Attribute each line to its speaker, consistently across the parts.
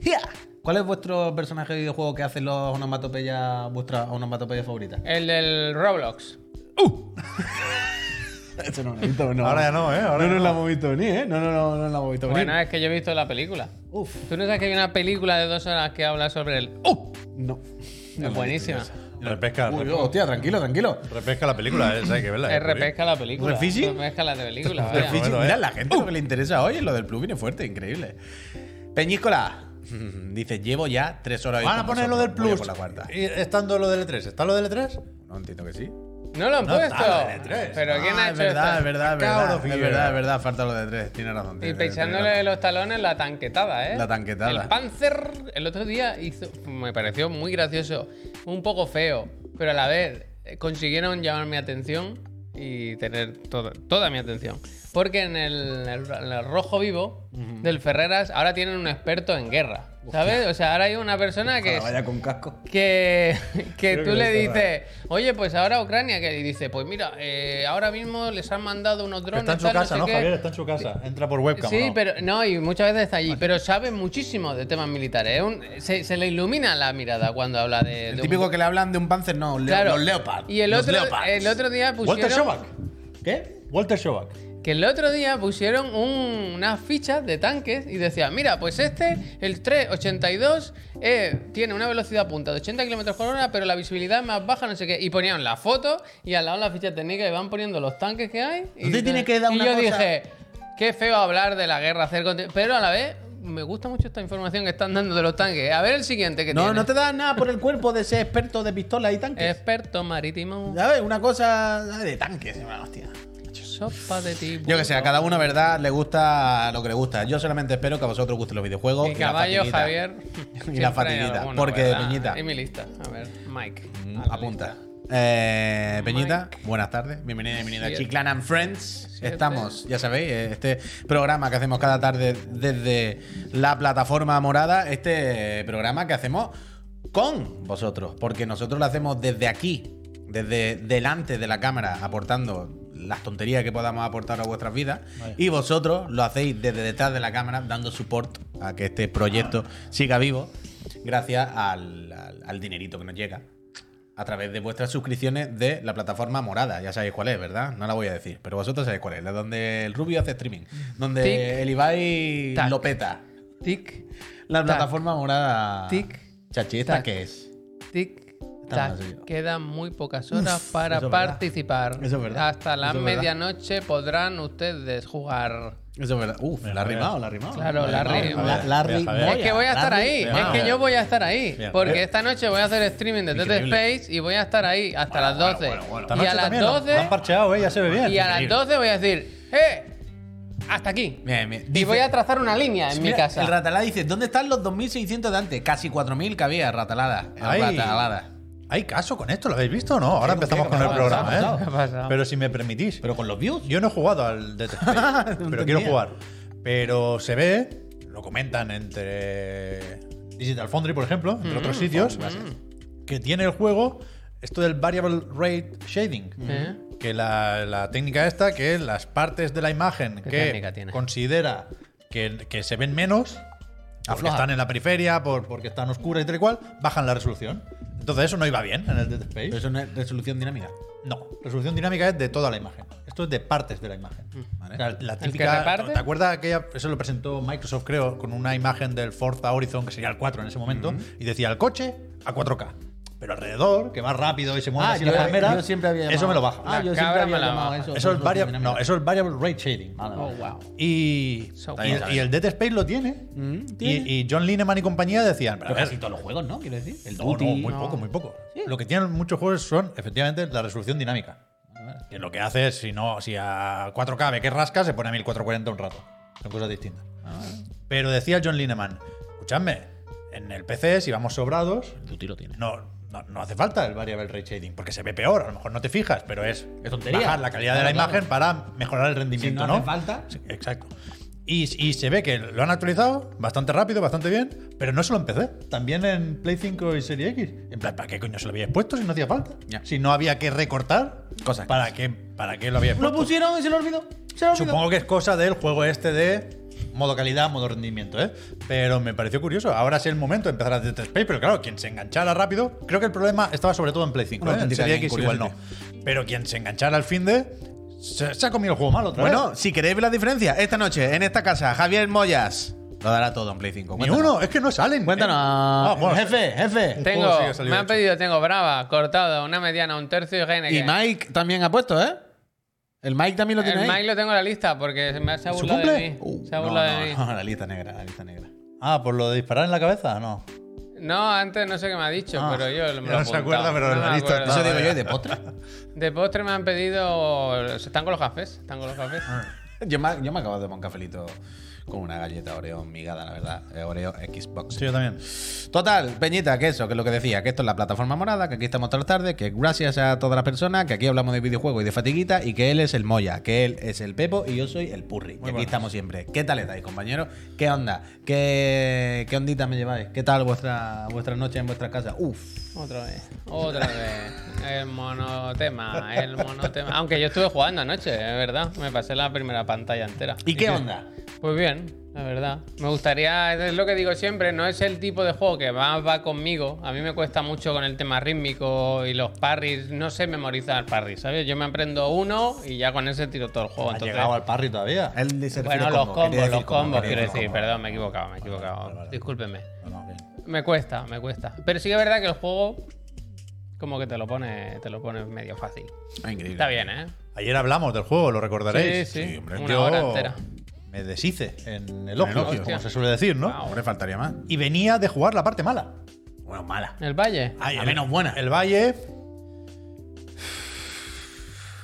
Speaker 1: Ya. ¿Cuál es vuestro personaje de videojuego que hace los onomatopeyas, vuestra onomatopeya favorita?
Speaker 2: El del Roblox.
Speaker 1: Eso no lo he visto, no.
Speaker 3: Ahora ya no, ¿eh? Ahora
Speaker 1: no
Speaker 3: ya
Speaker 1: nos la hemos visto venir, ¿eh? No, no, no, no la hemos visto venir.
Speaker 2: Bueno, es que yo he visto la película.
Speaker 1: Uf.
Speaker 2: ¿Tú no sabes que hay una película de dos horas que habla sobre el...
Speaker 1: ¡Oh! No.
Speaker 2: Es buenísima.
Speaker 3: Repesca,
Speaker 1: Uy, hostia, tranquilo, tranquilo.
Speaker 3: repesca la película, esa hay que verla. eh,
Speaker 2: Es repesca la película.
Speaker 3: ¿Refishing?
Speaker 2: Repesca la de película.
Speaker 3: Vaya,
Speaker 1: Fiji,
Speaker 2: vaya.
Speaker 3: bueno, eh.
Speaker 1: mira, la gente lo que le interesa hoy es lo del plug viene fuerte, increíble. Peñíscola. Dice, llevo ya tres horas. hoy
Speaker 3: Van a
Speaker 1: con
Speaker 3: poner lo del
Speaker 1: vosotros, voy a por
Speaker 3: plus.
Speaker 1: la cuarta.
Speaker 3: Y Estando lo del E3. ¿Está lo del E3?
Speaker 1: No entiendo que sí.
Speaker 2: No lo han
Speaker 3: No
Speaker 2: puesto.
Speaker 3: está la de tres.
Speaker 2: Pues Pero ¿quién
Speaker 1: Ah,
Speaker 2: ha
Speaker 1: es
Speaker 2: hecho
Speaker 1: verdad,
Speaker 2: esto?
Speaker 1: es verdad, es
Speaker 3: Cabro,
Speaker 1: verdad, es
Speaker 3: Fiji,
Speaker 1: verdad,
Speaker 3: verdad.
Speaker 1: es verdad, falta lo de tres, tiene razón.
Speaker 2: Y
Speaker 1: tiene- tiene
Speaker 2: pechándole
Speaker 1: razón.
Speaker 2: los talones la tanquetada, ¿eh?
Speaker 1: La tanquetada.
Speaker 2: El Panzer el otro día hizo, me pareció muy gracioso, un poco feo, pero a la vez eh, consiguieron llamar mi atención y tener toda, toda mi atención. Porque en el, en el rojo vivo del Ferreras ahora tienen un experto en guerra, ¿sabes? O sea, ahora hay una persona que...
Speaker 1: Ojalá
Speaker 2: es-
Speaker 1: vaya con casco.
Speaker 2: que, que
Speaker 3: Creo
Speaker 2: tú
Speaker 3: que
Speaker 2: le
Speaker 3: lo hizo
Speaker 2: dices, oye, pues ahora Ucrania, que y dice, pues mira, eh, ahora mismo les han mandado unos drones.
Speaker 3: Está en su
Speaker 2: tal, no
Speaker 3: casa,
Speaker 2: sé
Speaker 3: ¿no,
Speaker 2: qué".
Speaker 3: Javier? Está en su casa. Entra por webcam.
Speaker 2: Sí,
Speaker 3: ¿no?
Speaker 2: pero no, y muchas veces está allí, pero sabe muchísimo de temas militares. es un- se, se le ilumina la mirada cuando habla de. de
Speaker 1: El
Speaker 2: un-
Speaker 1: típico que le hablan de un panzer, no, un leo-
Speaker 2: Claro.
Speaker 1: los leopards.
Speaker 2: Y el
Speaker 1: los
Speaker 2: otro,
Speaker 1: leopards.
Speaker 2: el otro día
Speaker 3: Walter
Speaker 2: pusieron.
Speaker 3: Shobak.
Speaker 1: ¿Qué?
Speaker 3: Walter Shobak.
Speaker 2: Que el otro día pusieron un- unas fichas de tanques y decía, mira, pues este, el 382, eh, tiene una velocidad punta de 80 km por hora, pero la visibilidad es más baja, no sé qué. Y ponían la foto y al lado la ficha técnica y van poniendo los tanques que hay. Y,
Speaker 1: ¿No te tiene que dar
Speaker 2: y
Speaker 1: una
Speaker 2: yo
Speaker 1: cosa?
Speaker 2: dije, qué feo hablar de la guerra, hacer conte- Pero a la vez, me gusta mucho esta información que están dando de los tanques. A ver el siguiente que
Speaker 1: No,
Speaker 2: tiene.
Speaker 1: no te da nada por el cuerpo de ese experto de pistolas y tanques.
Speaker 2: Experto marítimo,
Speaker 1: ¿Sabes? Una cosa ¿sabes? de tanques, hermano, hostia.
Speaker 2: sopa de tipo.
Speaker 1: Yo que sé, a cada uno, ¿verdad? Le gusta lo que le gusta. Yo solamente espero que a vosotros os gusten los videojuegos.
Speaker 2: Mi
Speaker 1: y la
Speaker 2: caballo,
Speaker 1: fatiguita.
Speaker 2: Javier.
Speaker 1: Y la
Speaker 2: siempre hay
Speaker 1: fatiguita,
Speaker 2: alguno,
Speaker 1: porque
Speaker 2: ¿verdad?
Speaker 1: Peñita.
Speaker 2: Y mi lista. A ver, Mike.
Speaker 1: Mm,
Speaker 2: a la
Speaker 1: Apunta.
Speaker 2: lista.
Speaker 1: Eh, Peñita, buenas tardes. Bienvenida, bienvenida a
Speaker 2: Siete.
Speaker 1: Chiclan and Friends.
Speaker 2: Siete.
Speaker 1: Estamos, ya sabéis, eh, este programa que hacemos cada tarde desde la plataforma morada. Este programa que hacemos con vosotros, porque nosotros lo hacemos desde aquí, desde delante de la cámara, aportando las tonterías que podamos aportar a vuestras vidas. Y vosotros lo hacéis desde detrás de la cámara, dando support a que este proyecto siga vivo, gracias al- al- al dinerito que nos llega a través de vuestras suscripciones de la plataforma morada. Ya sabéis cuál es, ¿verdad? No la voy a decir, pero vosotros sabéis cuál es. La donde el Rubio hace streaming. Donde
Speaker 2: Tic,
Speaker 1: el Ibai
Speaker 2: tac.
Speaker 1: lo peta.
Speaker 2: Tic,
Speaker 1: La
Speaker 2: tac.
Speaker 1: plataforma morada.
Speaker 2: Tic,
Speaker 1: Chachi, ¿esta
Speaker 2: tac.
Speaker 1: qué es?
Speaker 2: tic,
Speaker 1: Está
Speaker 2: tac.
Speaker 1: mal, señor.
Speaker 2: Quedan muy pocas horas
Speaker 1: Uf,
Speaker 2: para
Speaker 1: eso es verdad.
Speaker 2: participar.
Speaker 1: Eso es verdad.
Speaker 2: Hasta la
Speaker 1: Eso es verdad.
Speaker 2: medianoche podrán ustedes jugar.
Speaker 1: Eso es verdad. Uf, la ha
Speaker 3: Javier.
Speaker 1: rimado, la ha rimado.
Speaker 2: Claro, la ha
Speaker 1: rimado.
Speaker 2: rimado.
Speaker 1: La- la ha
Speaker 3: Mira,
Speaker 1: rimado.
Speaker 3: Javier.
Speaker 2: Es que voy a estar
Speaker 1: La ha
Speaker 2: ahí, es
Speaker 1: rimado.
Speaker 2: que yo voy a estar ahí,
Speaker 3: Bien.
Speaker 2: porque esta noche voy a hacer streaming de Dead
Speaker 1: Eh. Increíble.
Speaker 2: Space y voy a estar ahí hasta las 12.
Speaker 3: Esta
Speaker 2: Y
Speaker 3: noche
Speaker 2: a las
Speaker 3: también lo- lo
Speaker 2: 12
Speaker 3: han parcheado, ¿eh? Ya se ve bien.
Speaker 2: y a las
Speaker 3: Increíble.
Speaker 2: 12 voy a decir, "Eh, hasta aquí."
Speaker 1: Bien, bien.
Speaker 2: Y
Speaker 1: Dice-
Speaker 2: voy a trazar una línea en mi
Speaker 1: Mira,
Speaker 2: casa.
Speaker 1: El Ratalada dice: ¿Dónde están los 2.600 de antes? Casi 4.000 que había, Ratalada. El
Speaker 3: Ay.
Speaker 1: Ratalada.
Speaker 3: Hay caso con esto, ¿lo habéis visto o no?
Speaker 1: ¿con
Speaker 3: Ahora
Speaker 1: qué?
Speaker 3: empezamos
Speaker 1: ¿Qué
Speaker 3: con
Speaker 1: ha
Speaker 3: el
Speaker 1: pasado?
Speaker 3: programa,
Speaker 2: ¿Qué ha
Speaker 3: ¿eh?
Speaker 2: pasado?
Speaker 3: Pero si me permitís.
Speaker 1: Pero con los views.
Speaker 3: Yo no he jugado al Dead Space,
Speaker 1: entendía.
Speaker 3: pero quiero jugar. Pero se ve, lo comentan entre Digital Foundry, por ejemplo, entre otros sitios, que tiene el juego esto del Variable Rate Shading.
Speaker 2: ¿Eh?
Speaker 3: Que la, la técnica esta, que las partes de la imagen
Speaker 2: ¿Qué
Speaker 3: que
Speaker 2: técnica tiene?
Speaker 3: considera que, que se ven menos, porque
Speaker 1: Afloja.
Speaker 3: están en la periferia, por, porque están oscuras y tal y cual, bajan la resolución. Entonces eso no iba bien en el Dead Space.
Speaker 1: Pero eso no es resolución dinámica.
Speaker 3: No, resolución dinámica es de toda la imagen. Esto es de partes de la imagen.
Speaker 1: Mm.
Speaker 3: O sea, la
Speaker 2: que
Speaker 3: típica.
Speaker 2: reparte?
Speaker 3: ¿Te acuerdas aquella? Eso lo presentó Microsoft, creo, con una imagen del Forza Horizon, que sería el 4 en ese momento,
Speaker 1: Mm.
Speaker 3: y decía el coche a 4K. Pero alrededor, que va rápido y se mueve
Speaker 1: Ah,
Speaker 3: así
Speaker 1: yo-
Speaker 3: la palmera,
Speaker 1: yo siempre había
Speaker 3: Eso
Speaker 1: llamado-
Speaker 3: me lo baja.
Speaker 1: Ah,
Speaker 2: La
Speaker 1: yo siempre
Speaker 2: cabra
Speaker 1: había
Speaker 2: me la
Speaker 1: llamado
Speaker 2: baja.
Speaker 1: eso.
Speaker 3: eso, es
Speaker 1: resolución
Speaker 3: variable,
Speaker 1: dinámica.
Speaker 3: no, eso es variable rate shading.
Speaker 1: Vale,
Speaker 2: Oh,
Speaker 1: vale.
Speaker 2: wow.
Speaker 3: Y,
Speaker 2: So
Speaker 3: y,
Speaker 2: cool.
Speaker 3: y el Dead Space lo tiene.
Speaker 1: tiene.
Speaker 3: Y, y John Lineman y compañía decían: "Pero a
Speaker 1: Pero
Speaker 3: ver,
Speaker 1: casi todos los juegos, ¿no? Quiero decir. El
Speaker 3: No, no, muy
Speaker 2: no.
Speaker 3: poco, muy poco. Lo que tienen muchos juegos son, efectivamente, la resolución dinámica. Que lo que hace es, si no, si a 4K ve que rasca, se pone a 1440 un rato. Son cosas distintas.
Speaker 1: Ah.
Speaker 3: Pero decía John Lineman, escuchadme, en el PC, si vamos sobrados,
Speaker 1: Tu tiro tiene.
Speaker 3: no, no, no hace falta el variable ray shading, porque se ve peor, a lo mejor no te fijas, pero es,
Speaker 1: Es tontería.
Speaker 3: bajar la calidad de la
Speaker 1: Claro,
Speaker 3: imagen para mejorar el rendimiento,
Speaker 1: Si no
Speaker 3: ¿no?
Speaker 1: hace falta.
Speaker 3: Sí, exacto. Y, y se ve que lo han actualizado bastante rápido, bastante bien, pero no solo en PC, también en Play 5 y Serie X. En plan, ¿para qué coño se lo habíais puesto si no hacía falta?
Speaker 1: Ya.
Speaker 3: Si no había que recortar,
Speaker 1: Cosas.
Speaker 3: ¿para qué, para qué lo habíais
Speaker 1: Lo
Speaker 3: puesto?
Speaker 1: pusieron y se lo olvidó. Se lo olvidó.
Speaker 3: Supongo que es cosa del juego este de Modo calidad, modo rendimiento, ¿eh? Pero me pareció curioso. Ahora es el momento de empezar a hacer test play, pero claro, quien se enganchara rápido, creo que el problema estaba sobre todo en Play 5.
Speaker 1: Una
Speaker 3: ¿eh? En
Speaker 1: auténtica
Speaker 3: Serie X igual no. Pero quien se enganchara al fin de. Se, se ha comido el juego malo otra
Speaker 1: Bueno,
Speaker 3: vez.
Speaker 1: si queréis ver la diferencia, esta noche en esta casa, Javier Moyas lo dará todo en Play 5.
Speaker 3: Ni
Speaker 1: Cuéntanos.
Speaker 3: uno, es que no salen.
Speaker 1: Cuéntanos.
Speaker 3: Ah, bueno,
Speaker 1: jefe, jefe.
Speaker 2: Tengo,
Speaker 3: juego sí que ha salido
Speaker 2: me han
Speaker 3: hecho.
Speaker 2: pedido, tengo brava, cortada, una mediana, un tercio y
Speaker 1: Y
Speaker 2: Heineken.
Speaker 1: Mike también ha puesto, ¿eh? El Mike también lo
Speaker 2: El
Speaker 1: tiene
Speaker 2: Mike
Speaker 1: ahí.
Speaker 2: lo tengo en la lista porque se me se ha
Speaker 3: ¿Su
Speaker 2: burlado
Speaker 3: cumple?
Speaker 2: de mí.
Speaker 1: Uh,
Speaker 2: se ha
Speaker 1: no,
Speaker 2: burlado
Speaker 1: no,
Speaker 2: de mí.
Speaker 1: no, la lista negra, la lista negra.
Speaker 3: Ah, por lo de disparar en la cabeza, no.
Speaker 2: No, antes no sé qué me ha dicho,
Speaker 3: Ah,
Speaker 2: pero yo
Speaker 3: ya
Speaker 2: me
Speaker 3: no
Speaker 2: lo he
Speaker 3: se
Speaker 2: apuntado.
Speaker 3: acuerda, pero
Speaker 2: No
Speaker 3: en la
Speaker 2: me
Speaker 3: lista
Speaker 2: acuerdo.
Speaker 1: Eso digo yo, ¿y de potra?
Speaker 2: De postre me han pedido. Están con los cafés. Están con los cafés.
Speaker 1: yo, me, yo me acabo de tomar un cafelito con una galleta Oreo migada, la verdad. Eh, Oreo Xbox.
Speaker 3: Sí, yo también.
Speaker 1: Total, Peñita, que eso, que es lo que decía, que esto es la plataforma morada, que aquí estamos todas las tardes, que gracias a todas las personas, que aquí hablamos de videojuegos y de fatiguita, y que él es el Moya, que él es el Pepo y yo soy el Purri. y aquí
Speaker 3: buenas.
Speaker 1: estamos siempre. ¿Qué tal estáis, compañeros? ¿Qué onda? ¿Qué, qué ondita me lleváis? ¿Qué tal vuestra, vuestra noche en vuestras casas? Uf.
Speaker 2: Otra vez. Otra vez. El monotema. El monotema. Aunque yo estuve jugando anoche, es verdad. Me pasé la primera pantalla entera.
Speaker 1: ¿Y qué onda?
Speaker 2: Pues bien, la verdad. Me gustaría, es lo que digo siempre, no es el tipo de juego que más va conmigo. A mí me cuesta mucho con el tema rítmico y los parries. No sé memorizar parries, ¿sabes? Yo me aprendo uno y ya con ese tiro todo el juego.
Speaker 3: Ha
Speaker 2: Entonces,
Speaker 3: llegado al parry todavía.
Speaker 1: Él dice
Speaker 2: bueno,
Speaker 1: refiere
Speaker 2: los
Speaker 1: combo, quería
Speaker 2: combos,
Speaker 1: decir
Speaker 2: los combos,
Speaker 1: quería
Speaker 2: quiero decir.
Speaker 1: combo.
Speaker 2: Perdón, me he equivocado, me he equivocado.
Speaker 3: vale, vale.
Speaker 2: Discúlpenme.
Speaker 3: No, no, bien.
Speaker 2: Me cuesta, me cuesta. Pero sí que es verdad que el juego como que te lo pone, te lo pone medio fácil.
Speaker 1: Ah, increíble.
Speaker 2: Está bien, ¿eh?
Speaker 3: Ayer hablamos del juego, lo recordaréis.
Speaker 2: Sí, sí. Una
Speaker 3: Yo
Speaker 2: hora entera.
Speaker 3: Me deshice en el ojo,
Speaker 1: elogio.
Speaker 3: como se suele decir, ¿no?
Speaker 2: Wow.
Speaker 1: Hombre, faltaría más.
Speaker 3: Y venía de jugar la parte mala.
Speaker 1: Bueno, mala.
Speaker 2: El Valle.
Speaker 1: Ay,
Speaker 3: La
Speaker 1: el-
Speaker 3: El Valle.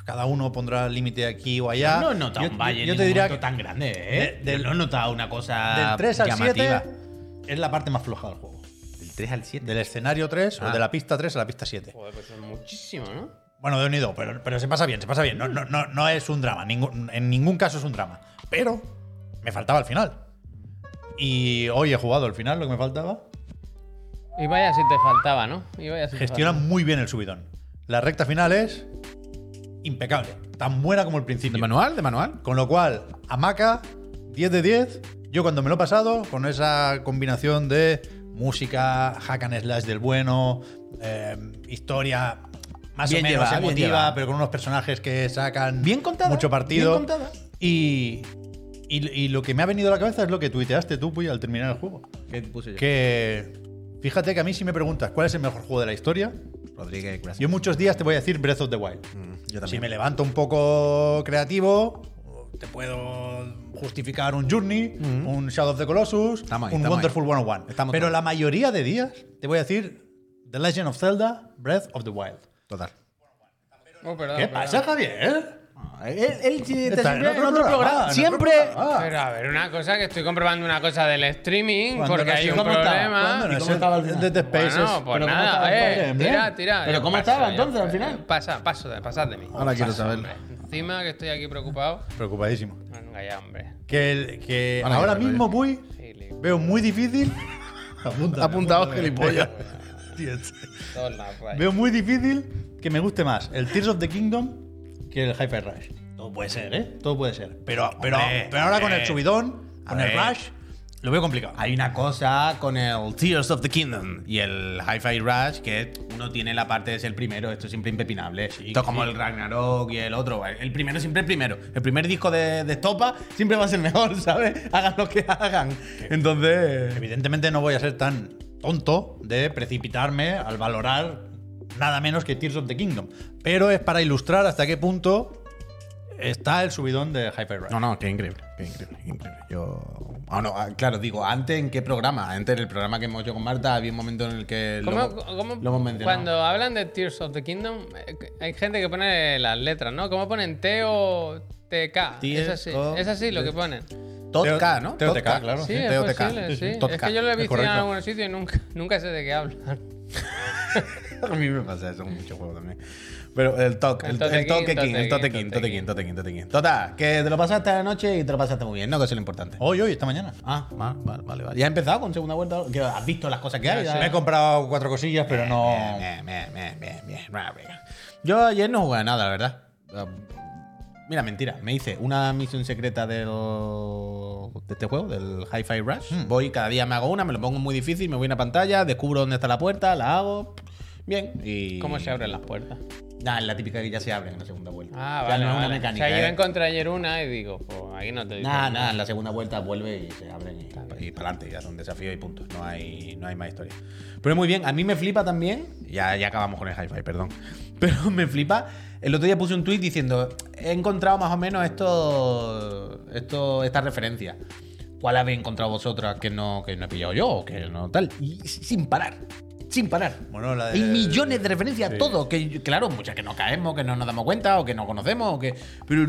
Speaker 3: Cada uno pondrá el límite aquí o allá.
Speaker 4: No he notado
Speaker 3: Yo-
Speaker 4: un valle
Speaker 3: Yo, yo
Speaker 4: en
Speaker 3: te
Speaker 4: ningún
Speaker 3: diría que
Speaker 4: momento tan grande, ¿eh?
Speaker 3: de- del-
Speaker 4: Yo no he notado una cosa
Speaker 3: del 3 al
Speaker 4: llamativa.
Speaker 3: 7 es la parte más floja del juego.
Speaker 4: Del 3 al 7.
Speaker 3: Del escenario 3 o
Speaker 1: Ah.
Speaker 3: de la pista 3 a la pista 7.
Speaker 2: Joder, pues es muchísimo, ¿no?
Speaker 3: Bueno, de unido, pero, pero se pasa bien, se pasa bien. No, no, no, no es un drama, ningún- en ningún caso es un drama. Pero me faltaba el final. Y hoy he jugado el final, lo que me faltaba.
Speaker 2: Y vaya si te faltaba, ¿no? Y vaya si te
Speaker 3: Gestiona muy bien el subidón. La recta final es impecable, tan buena como el
Speaker 1: ¿De
Speaker 3: principio.
Speaker 1: manual? ¿De manual?
Speaker 3: Con lo cual, hamaca, 10 de 10. Yo cuando me lo he pasado, con esa combinación de música, hack and slash del bueno, eh, historia más
Speaker 1: Bien
Speaker 3: o menos
Speaker 1: llevada, bien
Speaker 3: emotiva,
Speaker 1: llevada.
Speaker 3: pero con unos personajes que sacan
Speaker 1: Bien contada,
Speaker 3: mucho partido.
Speaker 1: bien contada.
Speaker 3: Y, y, y lo que me ha venido a la cabeza es lo que tuiteaste tú, Puy, al terminar el juego.
Speaker 1: ¿Qué puse yo?
Speaker 3: Que fíjate que a mí si me preguntas cuál es el mejor juego de la historia,
Speaker 1: Rodríguez, gracias. Mm,
Speaker 3: yo muchos días te voy a decir Breath of the Wild.
Speaker 1: Yo
Speaker 3: Si me levanto un poco creativo, te puedo justificar un Journey, un Shadow of the Colossus,
Speaker 1: Estamos ahí,
Speaker 3: un
Speaker 1: estamos
Speaker 3: Wonderful 101.
Speaker 1: Estamos
Speaker 3: Pero
Speaker 1: todos.
Speaker 3: la mayoría de días te voy a decir The Legend of Zelda, Breath of the Wild.
Speaker 1: Total.
Speaker 2: Oh, perdón,
Speaker 3: ¿Qué
Speaker 2: perdón.
Speaker 3: pasa, Javier?
Speaker 1: Él, él sí, está
Speaker 3: Está
Speaker 1: siempre
Speaker 3: en
Speaker 1: en
Speaker 3: otro
Speaker 1: otro
Speaker 3: programa,
Speaker 1: programa.
Speaker 3: en otro
Speaker 1: Siempre. Ah.
Speaker 3: programa.
Speaker 2: Pero a ver, una cosa que estoy comprobando una cosa del streaming
Speaker 3: Cuando
Speaker 2: porque
Speaker 3: no
Speaker 2: hay
Speaker 3: sé
Speaker 2: un
Speaker 3: cómo estaba,
Speaker 2: problema.
Speaker 3: cuando no
Speaker 1: ¿Y cómo
Speaker 3: sé,
Speaker 1: estaba al final?
Speaker 3: Dead Space
Speaker 2: Bueno,
Speaker 3: es-
Speaker 2: pues
Speaker 3: pero ¿cómo
Speaker 2: nada,
Speaker 3: estaba el padre
Speaker 2: eh.
Speaker 3: Emblem?
Speaker 2: Tira, tira.
Speaker 1: ¿Pero
Speaker 2: Yo
Speaker 1: cómo
Speaker 2: paso,
Speaker 1: estaba
Speaker 2: yo-
Speaker 1: entonces, al final?
Speaker 2: Pasa, paso, de- pasad de mí.
Speaker 1: Ahora quiero
Speaker 2: Paso,
Speaker 1: saberlo.
Speaker 2: hombre. Encima que estoy aquí preocupado.
Speaker 3: Preocupadísimo.
Speaker 2: Venga ya, hombre.
Speaker 3: Que, el- que
Speaker 1: Ahora
Speaker 3: ahora
Speaker 1: ya, pero
Speaker 3: mismo, Puy,
Speaker 2: Gili.
Speaker 3: veo muy difícil.
Speaker 1: Apuntaos,
Speaker 3: Apúntame, apúntame.
Speaker 1: gilipollas.
Speaker 3: Tío,
Speaker 2: Todos la rayas.
Speaker 3: Veo muy difícil que me guste más el Tears of the Kingdom que el Hyper Rush. Todo puede ser, ¿eh? Todo puede ser. Pero, pero,
Speaker 4: Hombre,
Speaker 3: pero ahora con
Speaker 4: hombre.
Speaker 3: el subidón,
Speaker 4: A
Speaker 3: con el
Speaker 4: ver.
Speaker 3: Rush, lo veo complicado.
Speaker 1: Hay una cosa con el Tears of the Kingdom y el Hi-Fi Rush que uno tiene la parte de ser primero. Esto es siempre impepinable. esto es como el Ragnarok y el otro. El primero siempre el primero. El primer disco de, de Estopa siempre va a ser mejor, ¿sabes? Hagan lo que hagan. Entonces.
Speaker 3: Evidentemente no voy a ser tan tonto de precipitarme al valorar nada menos que Tears of the Kingdom. Pero es para ilustrar hasta qué punto está el subidón de Hyper Rush.
Speaker 1: No, no, qué increíble. Qué increíble. qué increíble. Yo. Ah, no, ah, claro, digo, antes en qué programa. Antes en el programa que hemos hecho con Marta había un momento en el que. lo
Speaker 2: ¿Cómo,
Speaker 1: hemos-
Speaker 2: cómo-
Speaker 1: lo hemos mencionado.
Speaker 2: Cuando hablan de Tears of the Kingdom, eh, hay gente que pone las letras, ¿no? ¿Cómo ponen T o TK? Es
Speaker 1: Tears
Speaker 2: así,
Speaker 1: of
Speaker 2: es así lo que ponen.
Speaker 1: Totca,
Speaker 3: Teo-
Speaker 1: ¿no?
Speaker 3: Teo TK, claro.
Speaker 2: Sí,
Speaker 3: sí,
Speaker 2: es
Speaker 1: TOTK.
Speaker 2: posible,
Speaker 1: Sí, sí,
Speaker 2: sí. Es
Speaker 1: TOTK,
Speaker 2: que yo lo he
Speaker 3: es
Speaker 2: visto en
Speaker 3: correcto.
Speaker 2: algún sitio y nunca, nunca sé de qué hablan.
Speaker 1: A mí me pasa eso mucho juego también. Pero el toque,
Speaker 2: El
Speaker 1: el
Speaker 2: totequín,
Speaker 1: el toquequín, el
Speaker 2: totequín,
Speaker 1: totequín, totequín,
Speaker 2: totequín.
Speaker 1: totequín, totequín. Total, Tota, que te lo pasaste anoche y te lo pasaste muy bien, ¿no? Que eso es lo importante.
Speaker 3: Hoy, hoy, esta mañana.
Speaker 1: Ah, vale, vale, vale, vale. ¿Ya has empezado con segunda vuelta? ¿Que ¿Has visto las cosas que hay?
Speaker 3: Me he comprado cuatro cosillas, pero no.
Speaker 1: Bien, bien, bien, bien, bien, bien. Yo ayer no jugué a nada, la verdad. Um, Mira, mentira. Me hice una misión secreta del, de este juego, del Hi-Fi Rush.
Speaker 3: Hmm.
Speaker 1: Voy, cada día me hago una, me lo pongo muy difícil, me voy a una pantalla, descubro dónde está la puerta, la hago. Bien. Y...
Speaker 2: ¿Cómo se abren las puertas?
Speaker 1: Ah, es la típica que ya se abre en la segunda vuelta.
Speaker 2: Ah,
Speaker 1: Ya
Speaker 2: vale.
Speaker 1: no es una
Speaker 2: vale.
Speaker 1: mecánica.
Speaker 2: O sea, yo
Speaker 1: ¿eh?
Speaker 2: encontré ayer una y digo, pues ahí no te digo.
Speaker 1: Nada, nada, en la segunda vuelta vuelve y se abren y, para adelante, ya son desafíos y puntos, no hay, no hay más historia. Pero muy bien, a mí me flipa también, ya, ya acabamos con el hi-fi, perdón, pero me flipa, el otro día puse un tweet diciendo, he encontrado más o menos esto, esto esta referencia. ¿Cuál habéis encontrado vosotras que no, que no he pillado yo o que no tal? Y sin parar, sin parar.
Speaker 3: Bueno, la
Speaker 1: Hay
Speaker 3: del-
Speaker 1: millones de referencias
Speaker 3: Sí.
Speaker 1: a todo, que claro, muchas que no caemos, que no nos damos cuenta o que no conocemos, o que... Pero...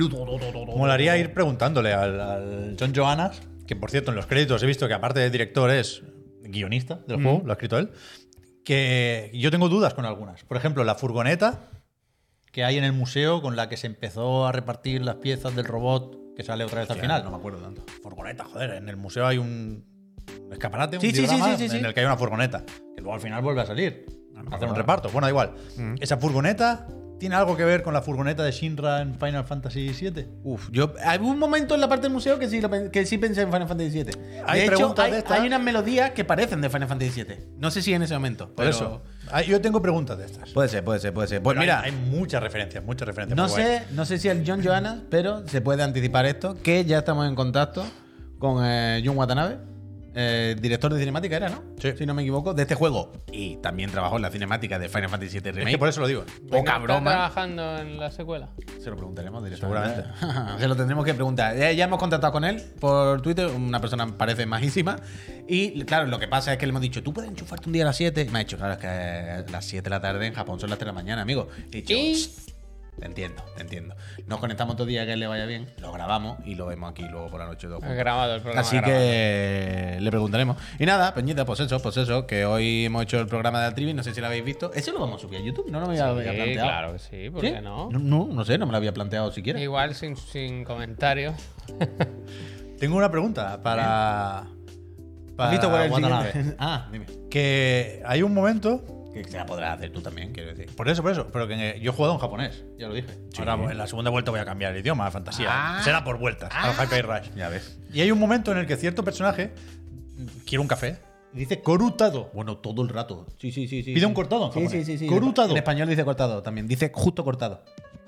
Speaker 3: Molaría ir preguntándole al, al John Joannas, que por cierto en los créditos he visto que aparte de director es guionista del
Speaker 1: Mm.
Speaker 3: juego, lo ha escrito él, que yo tengo dudas con algunas. Por ejemplo, la furgoneta que hay en el museo con la que se empezó a repartir las piezas del robot que sale otra vez al final.
Speaker 1: no me acuerdo tanto.
Speaker 3: furgoneta, joder, en el museo hay un escaparate,
Speaker 1: Sí,
Speaker 3: un
Speaker 1: sí, sí,
Speaker 3: diorama
Speaker 1: sí, sí, sí.
Speaker 3: en el que hay una furgoneta, que luego al final vuelve a salir,
Speaker 1: Ah,
Speaker 3: a hacer
Speaker 1: acordaba.
Speaker 3: un reparto. Bueno, da igual.
Speaker 1: Mm.
Speaker 3: Esa furgoneta tiene algo que ver con la furgoneta de Shinra en Final Fantasy VII.
Speaker 1: Uf, yo hubo un momento en la parte del museo que sí, lo pen- que sí pensé en Final Fantasy VII.
Speaker 3: Hay
Speaker 1: de hecho,
Speaker 3: preguntas
Speaker 1: hay,
Speaker 3: de estas.
Speaker 1: hay unas melodías que parecen de Final Fantasy VII. No sé si en ese momento.
Speaker 3: Por
Speaker 1: pero-
Speaker 3: eso. Ah, Yo tengo preguntas de estas.
Speaker 1: Puede ser, puede ser, puede ser. Pues
Speaker 3: Pero
Speaker 1: mira,
Speaker 3: hay, hay muchas referencias, muchas referencias.
Speaker 1: no
Speaker 3: muy guays.
Speaker 1: sé, no sé si el John Johanna, pero se puede anticipar esto, que ya estamos en contacto con eh, Jun Watanabe, eh, director de cinemática era, ¿no?
Speaker 3: Sí.
Speaker 1: Si no me equivoco, de este juego. Y también trabajó en la cinemática de Final Fantasy VII
Speaker 3: Es
Speaker 1: Remake.
Speaker 3: que por eso lo digo.
Speaker 1: Poca
Speaker 2: ¿Está
Speaker 1: broma.
Speaker 2: trabajando en la secuela?
Speaker 1: Se lo preguntaremos
Speaker 3: directamente.
Speaker 1: Seguramente. Se lo tendremos que preguntar. Eh, Ya, ya hemos contactado con él por Twitter, una persona parece majísima. Y claro, lo que pasa es que le hemos dicho, tú puedes enchufarte un día a las 7. Y me ha dicho, claro, es que eh, las 7 de la tarde en Japón son las 3 de la mañana, amigo. Y yo,
Speaker 2: Y-
Speaker 1: "Shh, te entiendo, te entiendo. Nos conectamos otro día que le vaya bien, lo grabamos y lo vemos aquí luego por la noche. todos
Speaker 2: Has
Speaker 1: juntos".
Speaker 2: grabado el programa.
Speaker 1: Así que le preguntaremos. Y nada, Peñita, pues eso, pues eso, que hoy hemos hecho el programa de la trivi, no sé si lo habéis visto. ¿Ese lo vamos a subir a YouTube? No lo había, había
Speaker 2: Sí,
Speaker 1: planteado.
Speaker 2: claro que sí, ¿por
Speaker 1: ¿Sí?
Speaker 2: qué no?
Speaker 1: No, no, no sé, no me lo había planteado siquiera.
Speaker 2: Igual sin, sin comentarios.
Speaker 3: Tengo una pregunta para.
Speaker 1: ¿Has
Speaker 3: para
Speaker 1: visto cuál es el
Speaker 3: Watanabe.
Speaker 1: siguiente? Ah, dime.
Speaker 3: Que hay un momento.
Speaker 1: Que se la podrás hacer tú también, quiero decir.
Speaker 3: Por eso, por eso. Pero que yo he jugado en japonés.
Speaker 1: Ya lo dije.
Speaker 3: Ahora en la segunda vuelta voy a cambiar el idioma, fantasía.
Speaker 1: Ah.
Speaker 3: Será por vueltas, al Hyper Rush.
Speaker 1: Ya ves.
Speaker 3: Y hay un momento en el que cierto personaje quiere un café y dice corutado.
Speaker 1: Bueno, todo el rato. Sí, sí, sí. sí
Speaker 3: Pide
Speaker 1: sí.
Speaker 3: un cortado en
Speaker 1: Sí, sí,
Speaker 3: japonés.
Speaker 1: sí, sí.
Speaker 3: Corutado.
Speaker 1: En español dice cortado también. Dice justo cortado.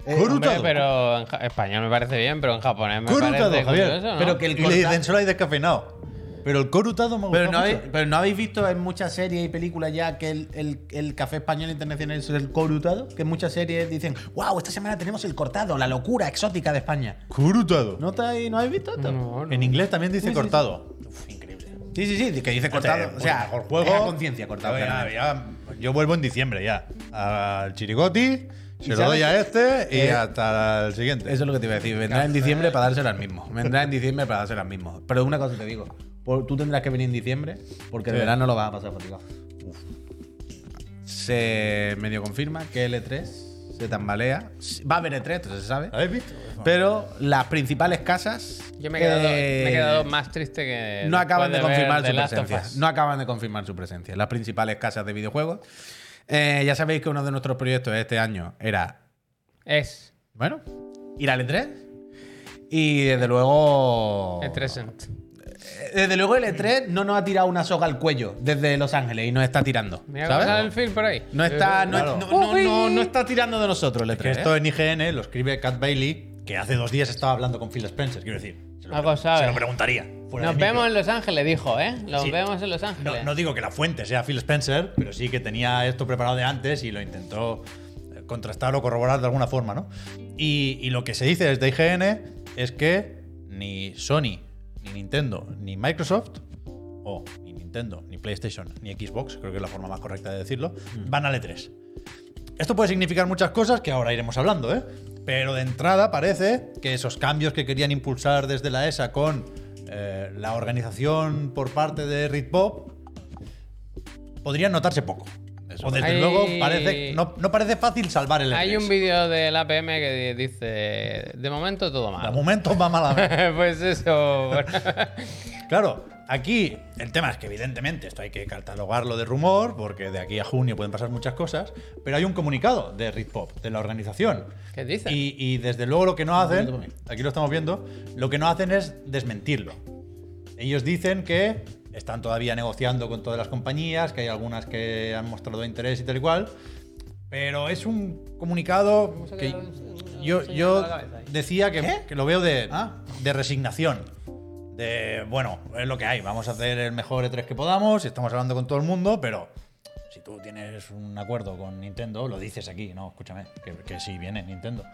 Speaker 3: Eh,
Speaker 2: Hombre,
Speaker 3: corutado.
Speaker 2: pero en ja- español me parece bien, pero en japonés me
Speaker 3: corutado,
Speaker 2: parece
Speaker 3: Javier.
Speaker 2: curioso, ¿no?
Speaker 1: Pero que el
Speaker 3: Y le
Speaker 1: corta-
Speaker 3: dicen solo hay descafeinado. Pero el corutado me
Speaker 1: Pero
Speaker 3: gusta
Speaker 1: no,
Speaker 3: mucho.
Speaker 1: habéis, pero no habéis visto en muchas series y películas ya que el, el- el café español internacional es el corutado. Que en muchas series dicen, wow, esta semana tenemos el cortado, la locura exótica de España.
Speaker 3: Corutado.
Speaker 1: ¿No, estáis- ¿no habéis visto esto?
Speaker 2: No, no.
Speaker 3: En inglés también dice
Speaker 1: Sí, sí,
Speaker 3: cortado.
Speaker 1: Sí, sí, sí, que dice cortado. O sea,
Speaker 3: mejor juego.
Speaker 1: es a conciencia cortado.
Speaker 3: Ya,
Speaker 1: claramente.
Speaker 3: ya, yo vuelvo en diciembre ya. Al chirigoti, se lo
Speaker 1: sabes
Speaker 3: doy a este y
Speaker 1: Eh,
Speaker 3: hasta el siguiente.
Speaker 1: Eso es lo que te iba a decir. Vendrá en diciembre para dárselo al mismo. Vendrá en diciembre para dárselo al mismo. Pero una cosa te digo. por- tú tendrás que venir en diciembre porque de
Speaker 3: Sí.
Speaker 1: verano lo vas a pasar fatigado. Se medio confirma que L3 se tambalea. Va a haber E3, esto se sabe.
Speaker 3: ¿Habéis visto?
Speaker 1: Pero las principales casas.
Speaker 2: Yo me he, quedado,
Speaker 1: eh,
Speaker 2: me he quedado más triste que.
Speaker 1: no acaban de
Speaker 2: después ver
Speaker 1: confirmar
Speaker 2: The
Speaker 1: su
Speaker 2: Last of
Speaker 1: presencia.
Speaker 2: Us.
Speaker 1: No acaban de confirmar su presencia. Las principales casas de videojuegos. Eh, ya sabéis que uno de nuestros proyectos este año era
Speaker 2: Es.
Speaker 1: bueno, ir al E3. Y desde luego.
Speaker 2: Estresante.
Speaker 1: Desde luego el E3 no nos ha tirado una soga al cuello desde Los Ángeles y nos está tirando.
Speaker 2: Mira cómo
Speaker 1: ¿sabes?
Speaker 2: sale el film por ahí. Eh,
Speaker 1: No está, no,
Speaker 3: Claro.
Speaker 1: no- no- no- no está tirando de nosotros el ¿eh? E3.
Speaker 3: Que
Speaker 1: ¿eh?
Speaker 3: esto en IGN lo escribe Cat Bailey, que hace dos días estaba hablando con Phil Spencer, quiero decir. Se lo,
Speaker 2: Algo
Speaker 3: pre-
Speaker 2: sabe.
Speaker 3: se lo preguntaría. fuera
Speaker 2: eh. Nos
Speaker 3: de micro.
Speaker 2: vemos en Los Ángeles, dijo, ¿eh? Nos
Speaker 3: Sí.
Speaker 2: vemos en Los
Speaker 3: No,
Speaker 2: Ángeles.
Speaker 3: no digo que la fuente sea Phil Spencer, pero sí que tenía esto preparado de antes y lo intentó eh, contrastar o corroborar de alguna forma, ¿no? Y, y lo que se dice desde IGN es que ni Sony, ni Nintendo, ni Microsoft, o ni Nintendo, ni PlayStation, ni Xbox, creo que es la forma más correcta de decirlo, van al E E3. Esto puede significar muchas cosas que ahora iremos hablando, ¿eh? Pero de entrada parece que esos cambios que querían impulsar desde la ESA con eh, la organización por parte de Ritpop podrían notarse poco. O desde
Speaker 2: Hay-
Speaker 3: luego parece, no, no parece fácil salvar el E
Speaker 2: Hay
Speaker 3: E3.
Speaker 2: un vídeo del APM que di- dice: De momento todo
Speaker 3: De
Speaker 2: mal.
Speaker 3: momento va malamente.
Speaker 2: pues eso. bueno.
Speaker 3: Claro, Aquí el tema es que evidentemente esto hay que catalogarlo de rumor, porque de aquí a junio pueden pasar muchas cosas, pero hay un comunicado de Ritpop, de la organización.
Speaker 2: ¿Qué dice?
Speaker 3: Y, y desde luego lo que no
Speaker 1: momento
Speaker 3: hacen,
Speaker 1: para
Speaker 3: aquí lo estamos viendo, lo que no hacen es desmentirlo. Ellos dicen que están todavía negociando con todas las compañías, que hay algunas que han mostrado interés y tal y cual, pero es un comunicado
Speaker 2: se ha
Speaker 3: que
Speaker 2: quedado un-
Speaker 3: yo,
Speaker 2: un señor
Speaker 3: yo
Speaker 2: con la cabeza ahí.
Speaker 3: decía que, que lo veo de,
Speaker 1: Ah.
Speaker 3: de resignación. De, bueno, es lo que hay, vamos a hacer el mejor E3 que podamos, estamos hablando con todo el mundo, pero si tú tienes un acuerdo con Nintendo, lo dices aquí, no, escúchame, que, que sí viene Nintendo.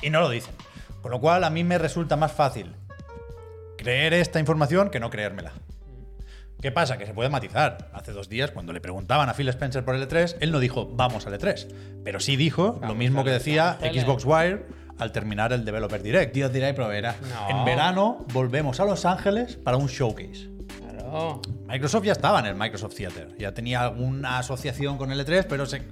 Speaker 3: Y no lo dicen. Con lo cual a mí me resulta más fácil creer esta información que no creérmela. ¿Qué pasa? Que se puede matizar. Hace dos días, cuando le preguntaban a Phil Spencer por el E3, él no dijo vamos al E3, pero sí dijo lo mismo que decía
Speaker 2: al E E3.
Speaker 3: Xbox Wire al terminar el Developer Direct.
Speaker 1: Dios dirá y proveerá.
Speaker 2: No.
Speaker 3: En verano volvemos a Los Ángeles para un showcase.
Speaker 2: Claro.
Speaker 3: Microsoft ya estaba en el Microsoft Theater, ya tenía alguna asociación con el E3, pero se,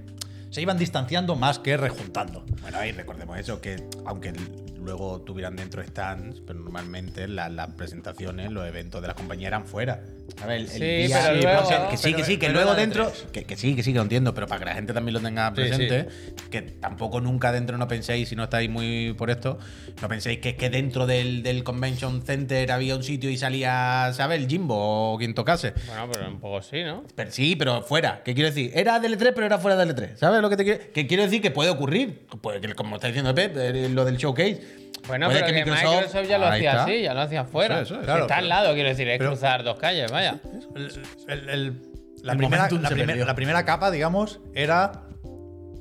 Speaker 3: se iban distanciando más que rejuntando.
Speaker 1: Bueno, y recordemos eso, que aunque l- luego tuvieran dentro stands, pero normalmente la- las presentaciones, los eventos de las compañías eran fuera. A ver, el, el
Speaker 2: Sí,
Speaker 1: día-
Speaker 2: pero
Speaker 1: Sí,
Speaker 2: luego-
Speaker 1: o sea, que sí,
Speaker 3: pero-
Speaker 1: que sí, que
Speaker 3: pero
Speaker 1: luego
Speaker 3: era de
Speaker 1: dentro. Que, que sí, que sí, que lo entiendo, pero para que la gente también lo tenga
Speaker 3: Sí, sí.
Speaker 1: presente, que tampoco nunca dentro no penséis, si no estáis muy por esto, no penséis que es que dentro del, del convention center había un sitio y salía, ¿sabes? El Jimbo o quien tocase.
Speaker 2: Bueno, pero un poco sí, ¿no?
Speaker 1: Pero sí, pero fuera. ¿Qué quiero decir? Era del E3, pero era fuera del E3. ¿Sabes lo que te quiero Que quiero decir que puede ocurrir. Pues, que como está diciendo Pep, eh, lo del showcase.
Speaker 2: Bueno,
Speaker 1: Puede
Speaker 2: pero que Microsoft, ya lo
Speaker 1: Ahí
Speaker 2: hacía
Speaker 1: está.
Speaker 2: así, ya lo hacía fuera.
Speaker 1: Eso, eso,
Speaker 2: Si
Speaker 3: claro,
Speaker 2: está al
Speaker 3: pero-
Speaker 2: lado, quiero decir, es
Speaker 3: pero-
Speaker 2: cruzar dos calles, vaya.
Speaker 3: El- el- el- la,
Speaker 1: El
Speaker 3: primera,
Speaker 1: momentum
Speaker 3: la
Speaker 1: se
Speaker 3: primer-
Speaker 1: perdió.
Speaker 3: la primera capa, digamos, era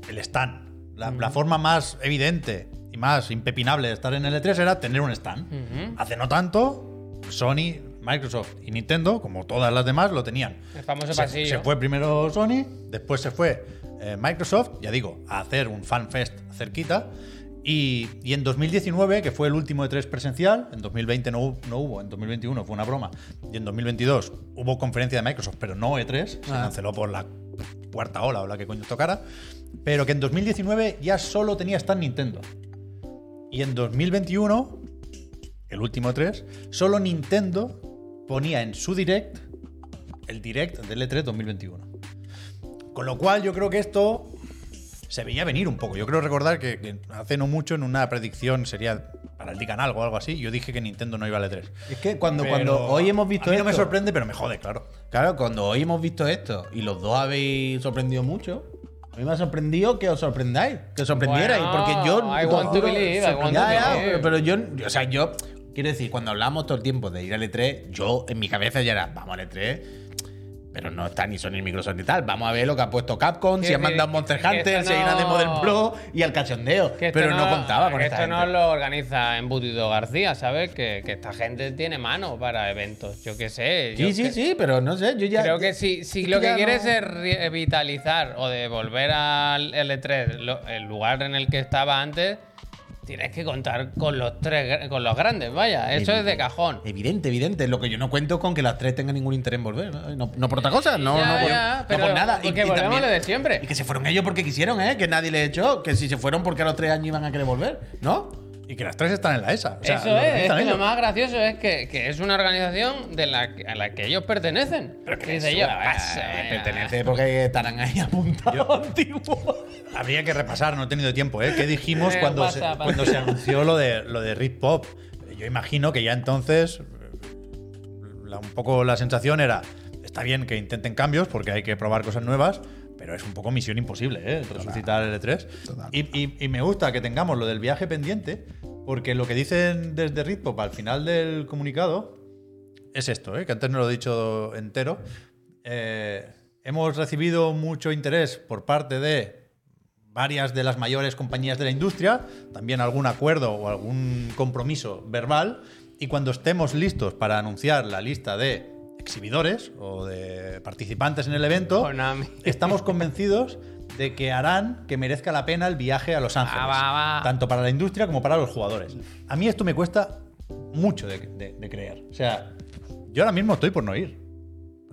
Speaker 3: el stand. La, la forma más evidente y más impepinable de estar en el E3 era tener un stand.
Speaker 2: Ujú.
Speaker 3: Hace no tanto, Sony, Microsoft y Nintendo, como todas las demás, lo tenían.
Speaker 2: El famoso
Speaker 3: Se,
Speaker 2: pasillo.
Speaker 3: se fue primero Sony, después se fue eh, Microsoft, ya digo, a hacer un fanfest cerquita. Y, y en 2019, que fue el último de tres presencial, en 2020 no, hu- no hubo, en 2021 fue una broma, y en 2022 hubo conferencia de Microsoft, pero no E3, se
Speaker 1: Ah.
Speaker 3: canceló por la cuarta ola o la que coño tocara, pero que en 2019 ya solo tenía stand Nintendo. Y en 2021, el último 3, solo Nintendo ponía en su direct el direct del E3 2021. Con lo cual yo creo que esto se veía venir un poco. Yo creo recordar que, que hace no mucho en una predicción sería para el Dicanal o algo así, yo dije que Nintendo no iba al E3.
Speaker 1: Es que cuando,
Speaker 3: Pero
Speaker 1: cuando hoy hemos visto
Speaker 3: a mí
Speaker 1: esto.
Speaker 3: no me sorprende, pero me jode, claro.
Speaker 1: Claro, cuando hoy hemos visto esto y los dos habéis sorprendido mucho. A mí me ha sorprendido que os sorprendáis, que os sorprendierais,
Speaker 2: Bueno,
Speaker 1: porque yo.
Speaker 2: I want to believe, I want to
Speaker 1: Ya, ya,
Speaker 2: believe.
Speaker 1: pero yo. O sea, yo. Quiero decir, cuando hablamos todo el tiempo de ir al E3, yo en mi cabeza ya era, vamos al E3, pero no está ni Sony ni Microsoft ni tal. Vamos a ver lo que ha puesto Capcom, si
Speaker 2: Sí,
Speaker 1: ha
Speaker 2: sí,
Speaker 1: mandado un Monster
Speaker 2: que
Speaker 1: Hunter,
Speaker 2: esto
Speaker 1: si hay una
Speaker 2: no-
Speaker 1: demo del Pro y al cachondeo.
Speaker 2: Que esto
Speaker 1: Pero no, contaba con
Speaker 2: que
Speaker 1: esta
Speaker 2: Esto no
Speaker 1: gente.
Speaker 2: lo organiza Embutido García, ¿sabes? Que, que esta gente tiene mano para eventos, yo qué sé. yo
Speaker 1: Sí, sí,
Speaker 2: que-
Speaker 1: sí, pero no sé, yo ya.
Speaker 2: Creo que si, si
Speaker 1: es que
Speaker 2: lo que
Speaker 1: ya
Speaker 2: quieres
Speaker 1: no-
Speaker 2: es revitalizar o devolver al L3 lo- el lugar en el que estaba antes, tienes que contar con los tres gr- con los grandes, vaya, eso es de cajón.
Speaker 1: Evidente, evidente. Lo que yo no cuento es con que las tres tengan ningún interés en volver. No, No- no por otra cosa, no,
Speaker 2: Ya,
Speaker 1: no, por,
Speaker 2: ya,
Speaker 1: no
Speaker 2: pero
Speaker 1: por nada.
Speaker 2: porque volvemos a lo de siempre.
Speaker 1: Y que se fueron ellos porque quisieron, ¿eh? Que nadie les echó. Que si se fueron porque a los tres años iban a querer volver, ¿no?
Speaker 3: Y que las tres están en la E ESA. o sea,
Speaker 2: eso
Speaker 3: lo
Speaker 2: es, es
Speaker 3: organizan
Speaker 2: que lo
Speaker 3: ellos.
Speaker 2: más gracioso es que, que es una organización de la, que- a la que ellos pertenecen. Pero que dice yo, "Pasa,
Speaker 1: Eh,
Speaker 2: venga".
Speaker 1: pertenece porque estarán ahí apuntados antiguos.
Speaker 3: Habría que repasar, no he tenido tiempo, ¿eh? ¿Qué dijimos
Speaker 2: Eh,
Speaker 3: cuando,
Speaker 2: pasa,
Speaker 3: se,
Speaker 2: pasa.
Speaker 3: cuando se anunció lo de, lo de Rit Pop? Yo imagino que ya entonces eh, la- un poco la sensación era, está bien que intenten cambios porque hay que probar cosas nuevas, pero es un poco misión imposible, ¿eh? Resucitar el E3. Y, y- y me gusta que tengamos lo del viaje pendiente, porque lo que dicen desde Rit Pop al final del comunicado es esto, ¿eh? que antes no lo he dicho entero. Eh, hemos recibido mucho interés por parte de varias de las mayores compañías de la industria, también algún acuerdo o algún compromiso verbal, y cuando estemos listos para anunciar la lista de exhibidores o de participantes en el evento,
Speaker 2: Konami.
Speaker 3: estamos convencidos de que harán que merezca la pena el viaje a Los Ángeles,
Speaker 2: va, va.
Speaker 3: tanto para la industria como para los jugadores. A mí esto me cuesta mucho de, de- de creer. O sea, yo ahora mismo estoy por no ir.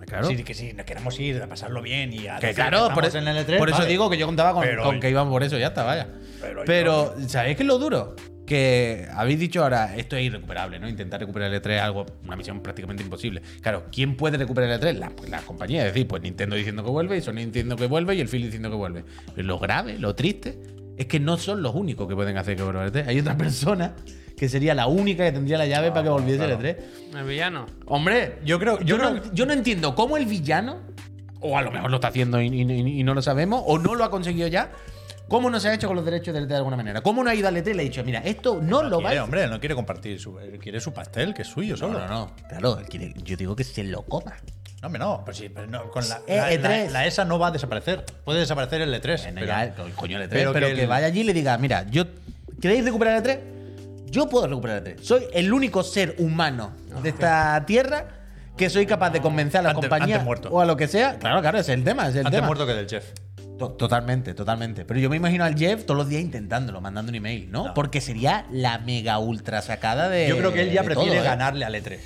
Speaker 1: Claro.
Speaker 3: Sí, que sí, nos queremos ir a pasarlo bien y a
Speaker 1: Que
Speaker 3: decir
Speaker 1: claro, por, e-
Speaker 3: estamos en el E3,
Speaker 1: por eso
Speaker 3: vale.
Speaker 1: digo que yo contaba con,
Speaker 3: Pero-
Speaker 1: con que iban por eso, ya está, vaya.
Speaker 3: pero
Speaker 1: Pero, ¿sabéis qué es lo duro? que habéis dicho ahora, esto es irrecuperable, ¿no? Intentar recuperar el E3 es algo, una misión prácticamente imposible. Claro, ¿quién puede recuperar el E3? Las pues las compañías, es decir, pues Nintendo diciendo que vuelve, y Sony diciendo que vuelve, y el Phil diciendo que vuelve. Pero lo grave, lo triste, es que no son los únicos que pueden hacer que vuelva el E3. Hay otra persona que sería la única que tendría la llave para que volviese el E3.
Speaker 2: El villano.
Speaker 1: Hombre, yo creo, yo, no, yo no entiendo cómo el villano, o a lo mejor lo está haciendo y, y- y no lo sabemos, o no lo ha conseguido ya, cómo no se ha hecho con los derechos del E3 de alguna manera. ¿Cómo no ha ido al E3 y le ha dicho, mira, esto no lo va
Speaker 3: Quiere,
Speaker 1: a
Speaker 3: hombre, él no quiere compartir. Su, él quiere su pastel, que es suyo solo.
Speaker 1: No, no, claro, él quiere- yo digo que se lo coma.
Speaker 3: No, hombre, no. Pues sí, pero no, con la,
Speaker 1: Eh,
Speaker 3: la- E,
Speaker 1: E3.
Speaker 3: la- la ESA no va a desaparecer. Puede desaparecer el E3.
Speaker 1: Bueno,
Speaker 3: pero-
Speaker 1: ya, co- coño, el E3, pero,
Speaker 3: pero
Speaker 1: que,
Speaker 3: que el-
Speaker 1: vaya allí y le diga, mira, yo ¿queréis recuperar el E3? Yo puedo recuperar el E3. Soy el único ser humano de esta tierra que soy capaz de convencer a la
Speaker 3: Antes-
Speaker 1: compañía
Speaker 3: antes muerto.
Speaker 1: o a lo que sea. Claro, claro, ese es el tema, ese es el
Speaker 3: antes
Speaker 1: tema.
Speaker 3: muerto que del chef.
Speaker 1: To- Totalmente, totalmente. Pero yo me imagino al Jeff todos los días intentándolo, mandando un email, ¿no?
Speaker 3: No.
Speaker 1: Porque sería la mega ultra sacada de.
Speaker 3: Yo creo que él ya
Speaker 1: de
Speaker 3: prefiere
Speaker 1: todo, ¿eh?
Speaker 3: ganarle al E3.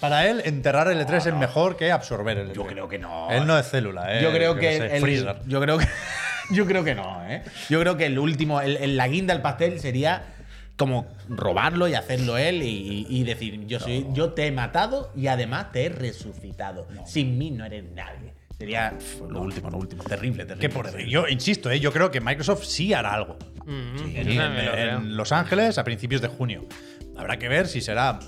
Speaker 3: Para él, enterrar el E3 es mejor que absorber el E3.
Speaker 1: Yo creo que no.
Speaker 3: Él no es célula, ¿eh?
Speaker 1: Yo creo que.
Speaker 3: es
Speaker 1: el-
Speaker 3: freezer.
Speaker 1: yo creo que. Yo creo que no, ¿eh? Yo creo que el último, el, el- la guinda al pastel sería como robarlo y hacerlo él y, y- y decir, yo soy, yo te he matado y además te he resucitado. Sin mí no eres nadie. Sería pf, lo último, lo último. Terrible, terrible.
Speaker 3: Que por,
Speaker 1: terrible.
Speaker 3: yo insisto, ¿eh? yo creo que Microsoft sí hará algo.
Speaker 2: Mm,
Speaker 3: en,
Speaker 2: yo también lo
Speaker 3: en
Speaker 2: creo.
Speaker 3: Los Ángeles a principios de junio. Habrá que ver si será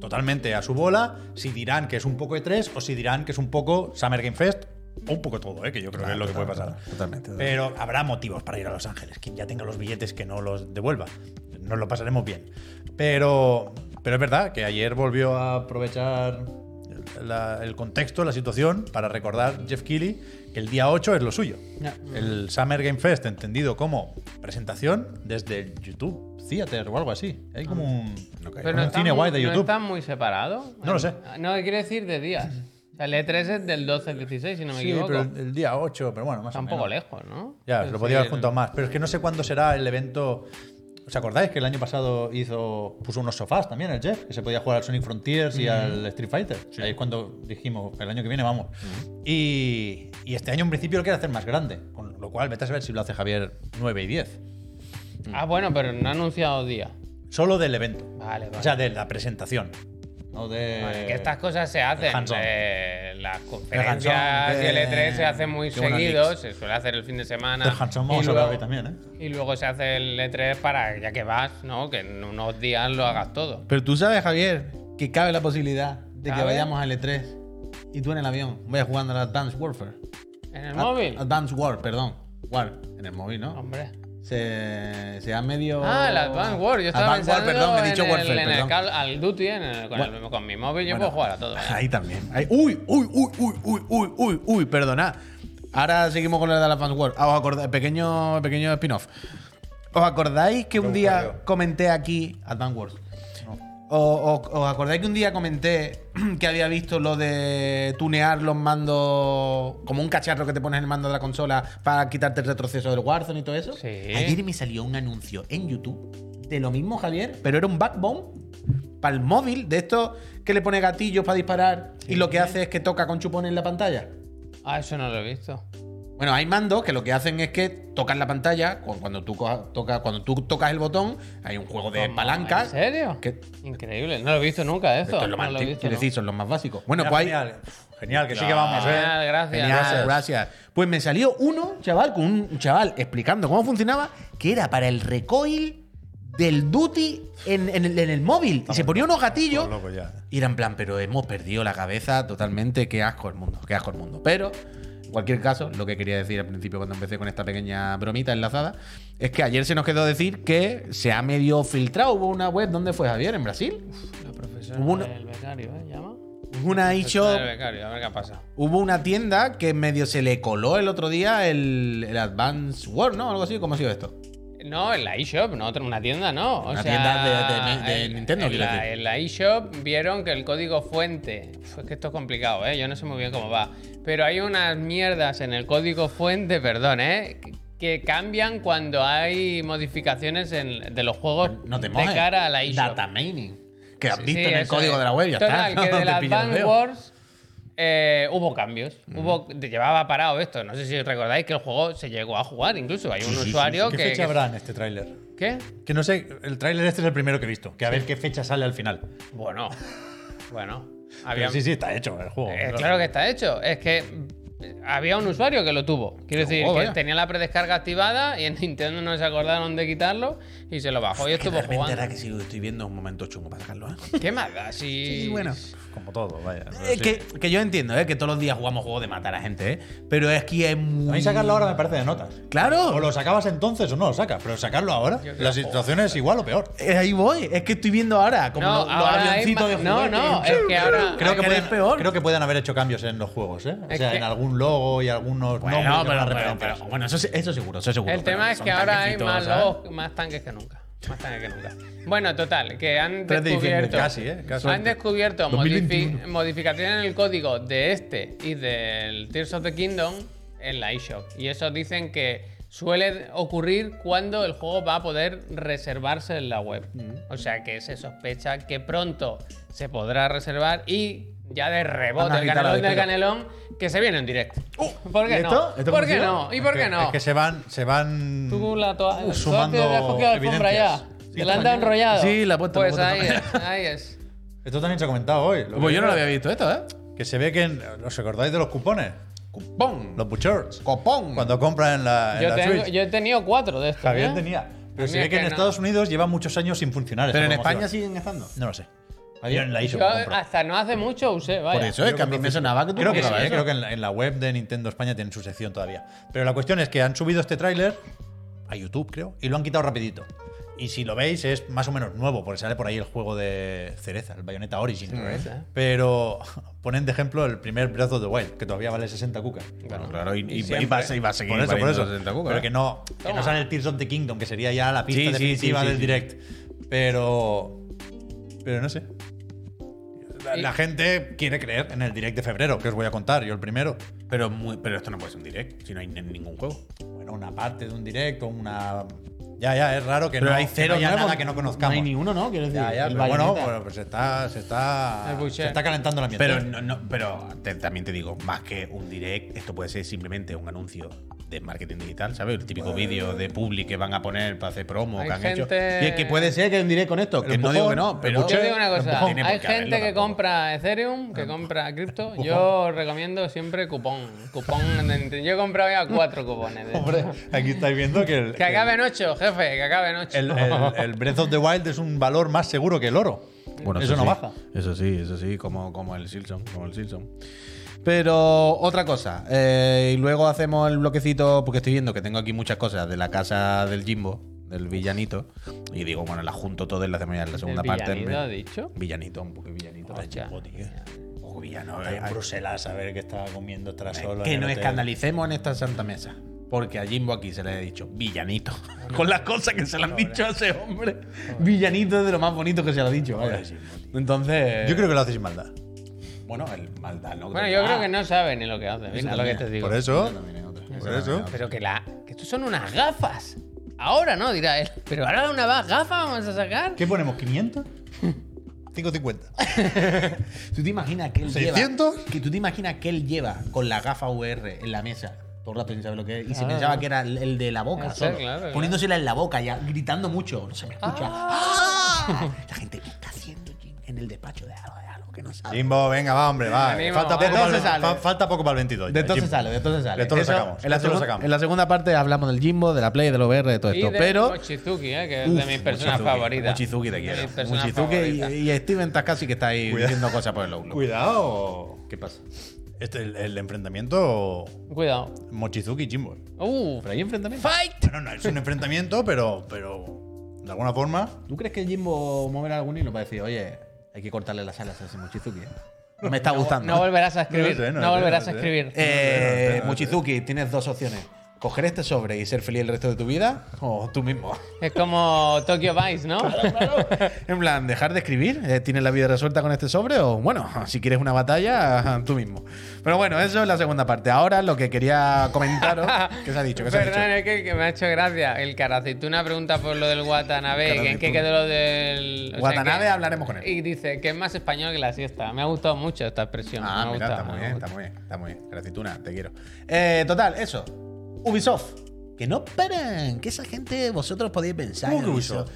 Speaker 3: totalmente a su bola, si dirán que es un poco E3 o si dirán que es un poco Summer Game Fest o un poco todo, ¿eh? que yo creo que es lo que puede pasar.
Speaker 1: Totalmente.
Speaker 3: Pero habrá motivos para ir a Los Ángeles. Quien ya tenga los billetes que no los devuelva. Nos lo pasaremos bien. Pero, pero es verdad que ayer volvió a aprovechar la- el contexto, la situación, para recordar Jeff Keighley que el día 8 es lo suyo. El Summer Game Fest, entendido como presentación desde el YouTube Theater o algo así. Hay como un,
Speaker 2: Ah, Pero
Speaker 3: como
Speaker 2: no
Speaker 3: un
Speaker 2: están
Speaker 3: cine
Speaker 2: muy-
Speaker 3: guay de
Speaker 2: no
Speaker 3: YouTube.
Speaker 2: están muy separados.
Speaker 3: No lo sé.
Speaker 2: No, quiere decir de días. O sea, el E3 es del 12 al 16, si no me
Speaker 3: sí,
Speaker 2: equivoco.
Speaker 3: pero el, el día 8, pero bueno, más
Speaker 2: Está
Speaker 3: o
Speaker 2: un
Speaker 3: menos.
Speaker 2: poco lejos, ¿no?
Speaker 3: Ya,
Speaker 2: Es
Speaker 3: lo podía haber
Speaker 2: decir,
Speaker 3: juntado más. Pero es que no sé cuándo será el evento. ¿Os acordáis que el año pasado hizo puso unos sofás también el Jeff? Que se podía jugar al Sonic Frontiers y al Street Fighter. Ahí es cuando dijimos, el año que viene vamos. y, y este año en principio lo quiere hacer más grande. Con lo cual, vete a saber si lo hace Javier 9 y 10.
Speaker 2: Ah, bueno, pero no ha anunciado día.
Speaker 3: Solo del evento.
Speaker 2: Vale, vale.
Speaker 3: O sea, de la presentación. No de.
Speaker 1: Eh,
Speaker 2: Vale, que estas cosas se hacen.
Speaker 3: hands-on.
Speaker 2: eh, las
Speaker 3: hands-on,
Speaker 2: conferencias y
Speaker 3: de-
Speaker 2: el E3 se hacen muy
Speaker 3: que bueno,
Speaker 2: seguidos.
Speaker 3: leaks.
Speaker 2: Se suele hacer el fin de semana.
Speaker 3: Del Hanson vamos
Speaker 2: y
Speaker 3: a hablar
Speaker 2: luego-
Speaker 3: hoy también, ¿eh?
Speaker 2: Y luego se hace el E3 para, ya que vas, ¿no? Que en unos días lo hagas todo.
Speaker 1: Pero tú sabes, Javier, que cabe la posibilidad de que
Speaker 2: ¿Cabe?
Speaker 1: vayamos al E3 y tú en el avión vayas jugando al Advanced Warfare.
Speaker 2: ¿En el
Speaker 1: Ad-
Speaker 2: móvil?
Speaker 1: Advanced War, perdón. War, en el móvil, ¿no?
Speaker 2: Hombre.
Speaker 1: Se, se ha medio.
Speaker 2: Ah, el Advanced War. Yo estaba
Speaker 1: Advanced War,
Speaker 2: pensando
Speaker 1: perdón, me he dicho
Speaker 2: en
Speaker 1: Warfare,
Speaker 2: el, en el
Speaker 1: perdón.
Speaker 2: Call- al Duty, en el- con, el- con mi móvil, yo puedo jugar a todo. ¿eh?
Speaker 1: Ahí también. Ahí- Uy, uy, uy, uy, uy, uy, uy, uy, perdonad. Ahora seguimos con la de Advanced War. Ah, os acordáis, pequeño, pequeño spin-off. ¿Os acordáis que un día
Speaker 3: buscaré.
Speaker 1: comenté aquí Advanced Wars? ¿O- o- ¿Os acordáis que un día comenté que había visto lo de tunear los mandos como un cacharro que te pones en el mando de la consola para quitarte el retroceso del Warzone y todo eso?
Speaker 2: Sí.
Speaker 1: Ayer me salió un anuncio en YouTube de lo mismo, Javier, pero era un backbone para el móvil, de estos que le pone gatillos para disparar y lo que hace es que toca con chupones en la pantalla.
Speaker 2: Ah, eso no lo he visto.
Speaker 1: Bueno, hay mandos que lo que hacen es que tocan la pantalla, cu- cuando tú, coja- toca, cuando tú tocas el botón, hay un juego de
Speaker 2: Toma, ¿En
Speaker 1: palancas.
Speaker 2: serio?
Speaker 1: que-
Speaker 2: Increíble. No lo he visto nunca eso.
Speaker 1: Esto es lo más
Speaker 2: no lo he
Speaker 1: típico,
Speaker 2: visto,
Speaker 1: quiero
Speaker 2: ¿no?
Speaker 1: decir, son los más básicos. Bueno,
Speaker 3: Mira,
Speaker 1: pues hay,
Speaker 3: genial. Genial, que sí que vamos, ¿eh?
Speaker 2: Genial, gracias.
Speaker 1: Genial, gracias. Pues me salió uno, chaval, con un chaval explicando cómo funcionaba, que era para el recoil del duty en, en el, en el móvil. y se ponía unos gatillos.
Speaker 3: Estamos locos ya.
Speaker 1: Y era en plan, pero hemos perdido la cabeza totalmente. Qué asco el mundo, qué asco el mundo. Pero, en cualquier caso, lo que quería decir al principio cuando empecé con esta pequeña bromita enlazada, es que ayer se nos quedó decir que se ha medio filtrado. Hubo una web, ¿dónde fue Javier? ¿En Brasil?
Speaker 2: La profesora
Speaker 1: Hubo una-
Speaker 2: del becario, ¿eh? ¿Llama?
Speaker 1: Hubo una
Speaker 2: Profesora
Speaker 1: eShop
Speaker 2: del becario, a ver qué pasa.
Speaker 1: Hubo una tienda que medio se le coló el otro día el, el Advance War, ¿no? Algo así, ¿cómo ha sido esto?
Speaker 2: No, en la eShop, no otra- una tienda, no. O
Speaker 1: Una
Speaker 2: sea,
Speaker 1: tienda de- de- de
Speaker 2: en-
Speaker 1: Nintendo,
Speaker 2: En
Speaker 1: quiero
Speaker 2: la,
Speaker 1: decir.
Speaker 2: en la eShop vieron que el código fuente. Uf, es que esto es complicado, ¿eh? Yo no sé muy bien cómo va. Pero hay unas mierdas en el código fuente, perdón, ¿eh? Que cambian cuando hay modificaciones en- de los juegos
Speaker 1: No te mojes.
Speaker 2: de cara a la eShop.
Speaker 1: Data mining. Que has
Speaker 2: Sí,
Speaker 1: visto
Speaker 2: sí,
Speaker 1: en el
Speaker 2: eso
Speaker 1: código
Speaker 2: es.
Speaker 1: de la web, ya
Speaker 2: Total,
Speaker 1: está.
Speaker 2: que
Speaker 1: No
Speaker 2: de
Speaker 1: te
Speaker 2: las
Speaker 1: pillo el
Speaker 2: Van
Speaker 1: dedo.
Speaker 2: Wars eh, hubo cambios. Hubo, llevaba parado esto. No sé si recordáis que el juego se llegó a jugar incluso. Hay un usuario
Speaker 3: ¿Qué
Speaker 2: que.
Speaker 3: fecha
Speaker 2: que-
Speaker 3: habrá en este tráiler?
Speaker 2: ¿Qué?
Speaker 3: Que no sé, el tráiler este es el primero que he visto. Que a ver qué fecha sale al final. Pero
Speaker 2: Bueno. bueno. Había,
Speaker 3: sí, sí, está hecho el juego.
Speaker 2: Eh, claro que está hecho. Es que eh, había un usuario que lo tuvo. Quiero decir,
Speaker 1: guau,
Speaker 2: que
Speaker 1: vaya.
Speaker 2: tenía la predescarga activada y en Nintendo no se acordaron de quitarlo y se lo bajó y estuvo
Speaker 1: Realmente ahora
Speaker 2: jugando.
Speaker 1: que sí lo estoy viendo es un momento chungo para sacarlo, ¿eh?
Speaker 2: ¿Qué más da? Si...
Speaker 1: Sí, bueno.
Speaker 3: Como todo, vaya. pero
Speaker 1: Eh,
Speaker 3: sí.
Speaker 1: que, que yo entiendo, ¿eh? Que todos los días jugamos juegos de matar a gente, ¿eh? Pero es que es
Speaker 3: A
Speaker 1: muy...
Speaker 3: mí sacarlo ahora me parece de notas. O
Speaker 1: ¡Claro!
Speaker 3: lo sacabas entonces o no lo sacas, pero sacarlo ahora,
Speaker 2: creo-
Speaker 3: la situación es igual o peor.
Speaker 1: Eh, ahí voy. Es que estoy viendo ahora como
Speaker 2: No,
Speaker 1: los, los
Speaker 2: ahora hay
Speaker 1: avioncitos
Speaker 2: ma-
Speaker 1: de
Speaker 2: no,
Speaker 1: juguete.
Speaker 2: no, es que ahora-
Speaker 1: Creo que,
Speaker 3: pueden,
Speaker 1: es peor.
Speaker 3: creo que pueden haber hecho cambios en los juegos, ¿eh? O
Speaker 2: Es
Speaker 3: sea,
Speaker 2: que-
Speaker 3: en algún logo y algunos
Speaker 1: Bueno,
Speaker 3: nombres que
Speaker 1: pero,
Speaker 3: van a
Speaker 1: pero-
Speaker 3: referencias.
Speaker 1: pero- bueno, eso, sí- eso seguro, eso seguro.
Speaker 2: El
Speaker 1: pero
Speaker 2: tema es
Speaker 1: son
Speaker 2: que ahora hay
Speaker 1: tanquecitos,
Speaker 2: más,
Speaker 1: ¿sabes?
Speaker 2: lobos- más tanques que nunca. Más tanques que nunca. Bueno, total, que han
Speaker 1: 3 de diciembre,
Speaker 2: descubierto,
Speaker 3: casi, ¿eh? Casi.
Speaker 2: han descubierto
Speaker 3: 2021.
Speaker 2: modifi- modificaciones en el código de este y del Tears of the Kingdom en la eShop. Y eso dicen que suele ocurrir cuando el juego va a poder reservarse en la web.
Speaker 3: Mm.
Speaker 2: O sea que se sospecha que pronto se podrá reservar y ya de
Speaker 1: Van
Speaker 2: rebote
Speaker 1: a
Speaker 2: el
Speaker 1: quitar la
Speaker 2: canelón del
Speaker 1: discoteca.
Speaker 2: canelón que se viene en directo. Uh, ¿Por
Speaker 3: Uh, ¿y
Speaker 2: qué
Speaker 3: esto?
Speaker 2: no?
Speaker 3: ¿Esto
Speaker 2: ¿Por qué
Speaker 3: funciona?
Speaker 2: no? ¿Y por
Speaker 3: Es
Speaker 2: qué
Speaker 3: que-
Speaker 2: no?
Speaker 3: Es que se van. Se van
Speaker 2: Tú
Speaker 1: Mm.
Speaker 2: la toalla.
Speaker 3: uh,
Speaker 2: te
Speaker 3: sumando
Speaker 2: la has cogido la alfombra
Speaker 3: evidencias.
Speaker 2: ya.
Speaker 3: Sí,
Speaker 2: Te la
Speaker 3: esto
Speaker 2: han dado
Speaker 3: también-
Speaker 2: enrollado.
Speaker 1: Sí, la he puesto, la he
Speaker 2: Pues
Speaker 1: puesto
Speaker 2: ahí es, ahí es.
Speaker 3: Esto también se ha comentado hoy. Lo
Speaker 1: Pues
Speaker 3: que-
Speaker 1: yo no lo había visto esto, ¿eh?
Speaker 3: Que se ve que. en- ¿Os acordáis de los cupones?
Speaker 1: Cupón.
Speaker 3: Los Butchers.
Speaker 1: Copón.
Speaker 3: Cuando compran en la, en
Speaker 2: Yo,
Speaker 3: la
Speaker 2: tengo-
Speaker 3: Switch.
Speaker 2: yo he tenido cuatro de estos.
Speaker 3: Javier
Speaker 2: ¿eh?
Speaker 3: tenía. Pero
Speaker 2: A
Speaker 3: se
Speaker 2: mí
Speaker 3: ve
Speaker 2: es
Speaker 3: que en
Speaker 2: que no.
Speaker 3: Estados Unidos lleva muchos años sin funcionar.
Speaker 1: pero en
Speaker 3: esta
Speaker 1: España
Speaker 3: promoción.
Speaker 1: siguen estando.
Speaker 3: No lo sé. Yo en la
Speaker 2: Yo
Speaker 3: ISO.
Speaker 2: hasta no hace mucho usé, vaya.
Speaker 1: Por eso es que a mí me sonaba que tú
Speaker 3: Creo que sí,
Speaker 1: comprabas
Speaker 3: eh,
Speaker 1: eso.
Speaker 3: creo que en la, en la web de Nintendo España tienen su sección todavía. Pero la cuestión es que han subido este tráiler a YouTube, creo, y lo han quitado rapidito. Y si lo veis es más o menos nuevo, porque sale por ahí el juego de Cereza, el Bayonetta Origin.
Speaker 2: Cereza.
Speaker 3: Pero ponen de ejemplo el primer Breath of the Wild, que todavía vale 60 cucas.
Speaker 1: Bueno, claro, y, y-
Speaker 2: Y
Speaker 1: y
Speaker 2: siempre.
Speaker 1: va, a se- y va a seguir
Speaker 3: Por eso, por
Speaker 1: valiendo
Speaker 3: eso.
Speaker 1: 60 cucas,
Speaker 3: Pero
Speaker 1: ¿eh?
Speaker 3: que no, que
Speaker 2: Toma.
Speaker 3: no sale el Tears of the Kingdom, que sería ya la pista
Speaker 1: Sí, sí, sí,
Speaker 3: definitiva
Speaker 1: sí,
Speaker 3: del
Speaker 1: sí.
Speaker 3: direct. Pero. Pero no sé. La,
Speaker 2: Y-
Speaker 3: la gente quiere creer en el direct de febrero, que os voy a contar, yo el primero.
Speaker 1: Pero, muy, pero esto no puede ser un direct, si no hay ni- ningún juego.
Speaker 3: Bueno, una parte de un direct o una. Ya, ya, es raro que
Speaker 1: Pero
Speaker 3: no
Speaker 1: hay cero
Speaker 3: que no haya
Speaker 1: nuevos,
Speaker 3: nada que no conozcamos.
Speaker 4: No hay ni uno, ¿no? Quiero decir.
Speaker 3: Ya, ya,
Speaker 4: el
Speaker 3: pero bueno,
Speaker 4: Bayonetta.
Speaker 3: bueno, pues se está, se está,
Speaker 2: El Butcher.
Speaker 3: se está calentando la ambiente.
Speaker 1: Pero, no, no- pero te- también te digo, más que un direct, esto puede ser simplemente un anuncio de marketing digital, ¿sabes? El típico vídeo de public que van a poner para hacer promo,
Speaker 2: Hay
Speaker 1: que han
Speaker 2: gente-
Speaker 1: hecho. Y es que puede ser que en directo con esto, que no digo que no,
Speaker 3: empujón,
Speaker 1: pero.
Speaker 2: Yo digo una cosa,
Speaker 1: Tampoco tiene por
Speaker 2: hay
Speaker 1: qué
Speaker 2: gente
Speaker 1: haberlo
Speaker 2: que
Speaker 1: tampoco.
Speaker 2: compra Ethereum, que compra cripto. Yo recomiendo siempre cupón. Cupón de Nintendo. Yo he comprado ya cuatro cupones. de-
Speaker 3: Hombre, aquí estáis viendo que el,
Speaker 2: que acaben ocho, jefe, que acaben ocho.
Speaker 3: el, el- el Breath of the Wild es un valor más seguro que el oro. eso, no
Speaker 1: sí.
Speaker 3: baja.
Speaker 1: Eso sí, eso sí, como, como el Silson, como el Silson. Pero otra cosa, eh, y luego hacemos el bloquecito, porque estoy viendo que tengo aquí muchas cosas de la casa del Jimbo, del villanito, y digo, bueno, las junto todas y las hacemos ya en la segunda
Speaker 2: ¿El
Speaker 1: parte.
Speaker 2: villanito
Speaker 1: me-
Speaker 2: ha dicho?
Speaker 1: Villanito, un poco villanito.
Speaker 2: Hostia.
Speaker 1: Un poco villano.
Speaker 3: Está
Speaker 1: eh,
Speaker 3: en
Speaker 1: ay,
Speaker 3: Bruselas a ver qué está comiendo tras solo.
Speaker 1: que
Speaker 3: en
Speaker 1: nos
Speaker 3: el hotel.
Speaker 1: escandalicemos en esta santa mesa. Porque a Jimbo aquí se le ha dicho villanito. Con las cosas que se le han dicho a ese hombre. Villanito es de lo más bonito que se le ha dicho. vaya. Entonces.
Speaker 3: Yo creo que lo hace sin maldad.
Speaker 1: Bueno, el maldad, ¿no?
Speaker 2: Bueno, yo creo que no saben ni lo que hacen. Mira lo que te digo.
Speaker 3: Por eso. Por eso.
Speaker 1: Ah,
Speaker 2: Pero que la. Que estos son unas gafas. Ahora no, dirá él. Pero ahora una va- gafa vamos a sacar.
Speaker 3: ¿Qué ponemos? ¿500? 550.
Speaker 1: ¿Tú te imaginas que él
Speaker 3: ¿600?
Speaker 1: lleva? Que tú te imaginas que él lleva con la gafa VR en la mesa. Todo el rato sin saber lo que es. Y se pensaba que era el, el de la boca,
Speaker 2: Ese,
Speaker 1: solo,
Speaker 2: claro, claro.
Speaker 1: poniéndosela en la boca ya, gritando mucho. No se me escucha. ¡Ah! La gente, ¿qué está haciendo Jim en el despacho de algo, de algo que no sabe?
Speaker 3: Jimbo, venga, va, hombre, va.
Speaker 2: Animo,
Speaker 3: falta,
Speaker 2: va.
Speaker 3: poco
Speaker 2: De
Speaker 3: para
Speaker 2: todo
Speaker 3: el,
Speaker 2: se sale.
Speaker 3: fa- falta poco para el 22.
Speaker 1: De
Speaker 3: ya,
Speaker 1: todo se
Speaker 3: Jimbo.
Speaker 1: sale, de todo se sale.
Speaker 3: De todo lo
Speaker 1: Eso,
Speaker 3: sacamos,
Speaker 1: En la,
Speaker 3: de todo lo
Speaker 1: segun-
Speaker 3: sacamos.
Speaker 1: en la segunda parte hablamos del Jimbo, de la Play, del OVR, de todo
Speaker 2: Y
Speaker 1: esto.
Speaker 2: de
Speaker 1: Pero.
Speaker 2: Mochizuki, eh, que es
Speaker 1: Uf,
Speaker 2: de mis personas
Speaker 1: Mochizuki,
Speaker 2: favoritas.
Speaker 1: Mochizuki te
Speaker 2: De
Speaker 1: quiero.
Speaker 2: mis personas
Speaker 1: Mochizuki
Speaker 2: favoritas.
Speaker 1: y, y Steven está casi que está ahí
Speaker 3: Cuidado.
Speaker 1: diciendo cosas por el outlook.
Speaker 3: Cuidado.
Speaker 1: ¿Qué pasa?
Speaker 3: Este, el, el enfrentamiento
Speaker 2: Cuidado.
Speaker 3: Mochizuki Jimbo.
Speaker 2: Uh,
Speaker 1: ¿Pero hay enfrentamiento?
Speaker 2: fight.
Speaker 3: Bueno, no, es un enfrentamiento, pero, pero de alguna forma.
Speaker 1: ¿Tú crees que el Jimbo moverá algún hilo para decir, oye, hay que cortarle las alas a ese Mochizuki? eh"? No me está gustando.
Speaker 2: No volverás a escribir.
Speaker 3: No lo sé, no
Speaker 2: No,
Speaker 3: lo sé,
Speaker 2: volverás
Speaker 3: no
Speaker 2: a
Speaker 3: lo sé.
Speaker 2: escribir.
Speaker 1: Eh, Mochizuki, tienes dos opciones. coger este sobre y ser feliz el resto de tu vida o tú mismo.
Speaker 2: Es como Tokyo Vice, ¿no?
Speaker 1: En plan, dejar de escribir. Eh, ¿Tienes la vida resuelta con este sobre? O bueno, si quieres una batalla, tú mismo. Pero bueno, eso es la segunda parte. Ahora lo que quería comentaros. ¿Qué se ha dicho? ¿Qué se ha
Speaker 2: Perdón,
Speaker 1: dicho?
Speaker 2: es que, que me ha hecho gracia. El Caracituna pregunta por lo del Watanabe, que en qué
Speaker 1: Caracituna.
Speaker 2: quedó lo del. o sea,
Speaker 1: Watanabe
Speaker 2: que-
Speaker 1: hablaremos con él.
Speaker 2: Y dice que es más español que la siesta. Me ha gustado mucho esta expresión.
Speaker 1: Ah,
Speaker 2: me ha
Speaker 1: mira,
Speaker 2: gustado,
Speaker 1: está
Speaker 2: me
Speaker 1: muy
Speaker 2: ha
Speaker 1: bien, está
Speaker 2: gustado.
Speaker 1: muy bien, está muy bien. Gratituna, te quiero. Eh, total, eso. Ubisoft. Que no paran, que esa gente vosotros podéis pensar.
Speaker 3: ¿Cómo que
Speaker 1: en
Speaker 3: Ubisoft?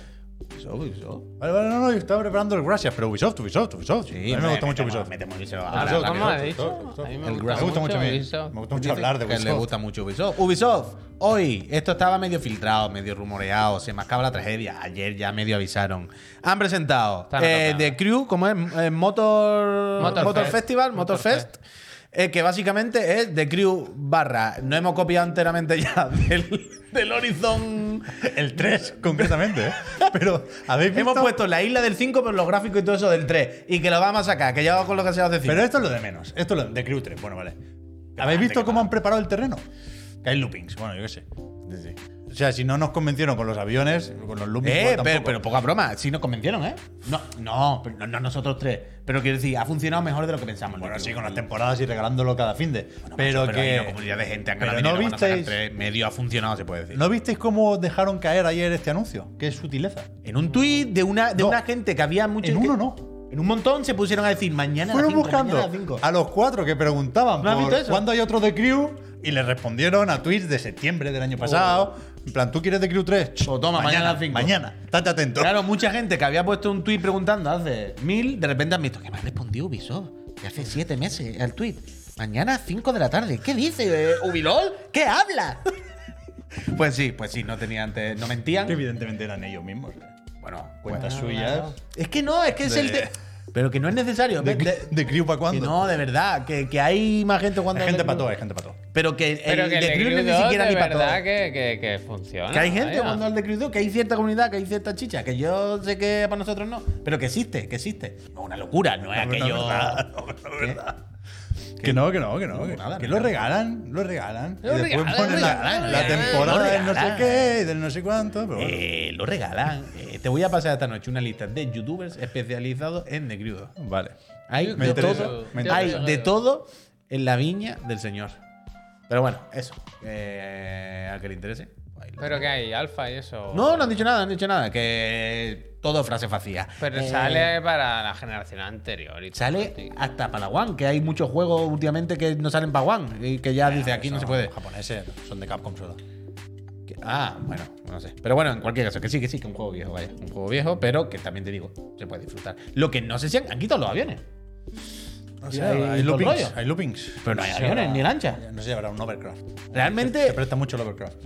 Speaker 1: Ubisoft, Ubisoft.
Speaker 3: Vale, vale, no, no, yo estaba preparando el Gracias, pero Ubisoft, Ubisoft, Ubisoft. a mí me gusta mucho Ubisoft.
Speaker 1: Metemos Ubisoft
Speaker 3: Ahora,
Speaker 1: ahora.
Speaker 3: ahora.
Speaker 2: Ah, ¿Cómo ha
Speaker 3: Ubisoft,
Speaker 2: dicho?
Speaker 3: Ubisoft,
Speaker 2: A mí me
Speaker 1: El
Speaker 2: gusta
Speaker 3: Me gusta mucho, a mí.
Speaker 2: Ubisoft.
Speaker 3: Me gusta mucho hablar de
Speaker 1: Que
Speaker 3: Ubisoft.
Speaker 1: le gusta mucho Ubisoft. Ubisoft, hoy, esto estaba medio filtrado, medio rumoreado, se mascaba la tragedia. Ayer ya medio avisaron. Han presentado
Speaker 2: Está anotado.
Speaker 1: eh, The Crew, como es Eh, Motor,
Speaker 2: Motor
Speaker 1: Motor,
Speaker 2: Fest.
Speaker 1: Festival, Motor,
Speaker 2: Motor
Speaker 1: Fest. eh, que básicamente es The Crew barra. No hemos copiado enteramente ya del, del Horizon.
Speaker 3: El 3, concretamente, ¿eh? Pero, ¿habéis visto?
Speaker 1: Hemos puesto la isla del 5, pero los gráficos y todo eso del 3. Y que lo vamos a sacar, que ya va con lo que se hace
Speaker 3: Pero esto es lo de menos. Esto es lo de Crew 3, bueno, vale. ¿Habéis
Speaker 4: grande,
Speaker 3: visto
Speaker 4: qué
Speaker 3: cómo
Speaker 4: grande.
Speaker 3: han preparado el terreno? Que hay loopings, bueno, yo qué sé.
Speaker 1: sí.
Speaker 3: O sea, si no nos convencieron con los aviones, con los loopings.
Speaker 1: Eh,
Speaker 3: igual tampoco.
Speaker 1: pero, pero poca broma, sí nos convencieron, ¿eh? No, no, pero no, no nosotros tres. Pero quiero decir, ha funcionado mejor de lo que pensamos.
Speaker 3: Bueno,
Speaker 1: Yo
Speaker 3: sí,
Speaker 1: creo.
Speaker 3: con las temporadas y regalándolo cada fin de.
Speaker 1: Bueno,
Speaker 3: pero,
Speaker 1: macho, hay una
Speaker 3: que.
Speaker 1: comunidad de gente, han
Speaker 3: pero
Speaker 1: ganado
Speaker 3: no
Speaker 1: dinero, van a sacar
Speaker 3: visteis-
Speaker 1: tres. medio ha funcionado, se puede decir.
Speaker 3: ¿No visteis cómo dejaron caer ayer este anuncio? Qué sutileza.
Speaker 1: En un tuit de una, de
Speaker 3: No.
Speaker 1: una gente que había mucho.
Speaker 3: En
Speaker 1: que-
Speaker 3: uno no.
Speaker 1: En un montón se pusieron a decir mañana a las
Speaker 3: Fueron
Speaker 1: cinco, mañana
Speaker 3: buscando
Speaker 1: a las cinco.
Speaker 3: a los cuatro que preguntaban
Speaker 1: ¿No has visto
Speaker 3: por
Speaker 1: eso?
Speaker 3: cuándo hay otro de Crew y les respondieron a tweets de septiembre del año pasado. En plan, ¿tú quieres de Crew 3? Ch,
Speaker 1: O Oh. Pues toma, mañana a las cinco.
Speaker 3: Mañana, estate atento.
Speaker 1: Claro, mucha gente que había puesto un tuit preguntando hace mil, de repente han visto que me ha respondido Ubisoft. Que hace siete meses al tuit. Mañana a 5 de la tarde. ¿Qué dice? eh, ¿Ubilol? ¿Qué habla? pues sí, pues sí, no tenía antes. No mentían.
Speaker 3: Que evidentemente eran ellos mismos.
Speaker 1: Bueno,
Speaker 3: Cuentas
Speaker 1: bueno.
Speaker 3: suyas.
Speaker 1: Es que no, es que es
Speaker 3: Ah, De-
Speaker 1: el. te- Pero que no es necesario.
Speaker 3: ¿De,
Speaker 1: ve- de-
Speaker 3: de, de Crew para
Speaker 1: que
Speaker 3: cuándo?
Speaker 1: no, de verdad. Que, que hay más gente cuando.
Speaker 3: hay gente
Speaker 1: habla
Speaker 3: para
Speaker 1: de-
Speaker 3: todo, eh. hay gente para todo.
Speaker 1: Pero que el,
Speaker 2: Pero que el
Speaker 1: de
Speaker 2: de
Speaker 1: Crew
Speaker 2: Crew
Speaker 1: ni
Speaker 2: 2
Speaker 1: siquiera
Speaker 2: de
Speaker 1: ni para todo.
Speaker 2: verdad que, que, que funciona.
Speaker 1: Que hay gente
Speaker 2: Ah, vaya.
Speaker 1: cuando el de Crew 2, que hay cierta comunidad, que hay cierta chicha, que yo sé que para nosotros no, pero que existe, que existe. No, una locura, no es ¿eh?
Speaker 3: No,
Speaker 1: aquello.
Speaker 3: no, verdad, no, no, verdad. Que no, que no, que no. Que,
Speaker 1: nada,
Speaker 3: que
Speaker 1: no,
Speaker 3: lo
Speaker 1: nada.
Speaker 3: regalan, lo regalan.
Speaker 2: Lo
Speaker 3: y después
Speaker 2: regalan,
Speaker 3: ponen
Speaker 2: lo
Speaker 3: la,
Speaker 2: regalan,
Speaker 3: la
Speaker 2: lo
Speaker 3: temporada
Speaker 1: regalan.
Speaker 3: del no sé qué, y del no sé cuánto. Pero bueno.
Speaker 1: Eh, lo regalan. Eh, te voy a pasar esta noche una lista de youtubers especializados en The Crew 2.
Speaker 3: Vale.
Speaker 1: Hay
Speaker 3: Me
Speaker 1: de
Speaker 3: interesa,
Speaker 1: todo.
Speaker 3: me
Speaker 2: interesa.
Speaker 1: hay de todo en la viña del señor. Pero bueno, eso. Eh, al que le interese. ahí lo
Speaker 2: Pero
Speaker 1: tengo.
Speaker 2: que hay alfa y eso.
Speaker 1: No, no han dicho nada, no han dicho nada. Que todo frase vacía.
Speaker 2: Pero
Speaker 1: Eh,
Speaker 2: sale para la generación anterior. Y todo,
Speaker 1: Sale
Speaker 2: tío.
Speaker 1: hasta para One, que hay muchos juegos últimamente que no salen para One. Y que ya dice, aquí no se puede.
Speaker 3: Los japoneses son de Capcom solo.
Speaker 1: Que- Ah, bueno, no sé. Pero bueno, en cualquier caso, que sí, que sí, que un juego viejo, vaya. Un juego viejo, pero que también te digo, se puede disfrutar. Lo que no sé si han, han quitado los aviones.
Speaker 3: No
Speaker 1: Y
Speaker 3: sé,
Speaker 1: hay
Speaker 3: hay,
Speaker 1: todo el
Speaker 3: loopings.
Speaker 1: rollo.
Speaker 3: Hay loopings.
Speaker 1: Pero no hay
Speaker 3: sé si
Speaker 1: aviones
Speaker 3: habrá-
Speaker 1: ni lanchas.
Speaker 3: No sé si habrá un Overcraft.
Speaker 1: Realmente-
Speaker 3: Se, se presta mucho el Overcraft.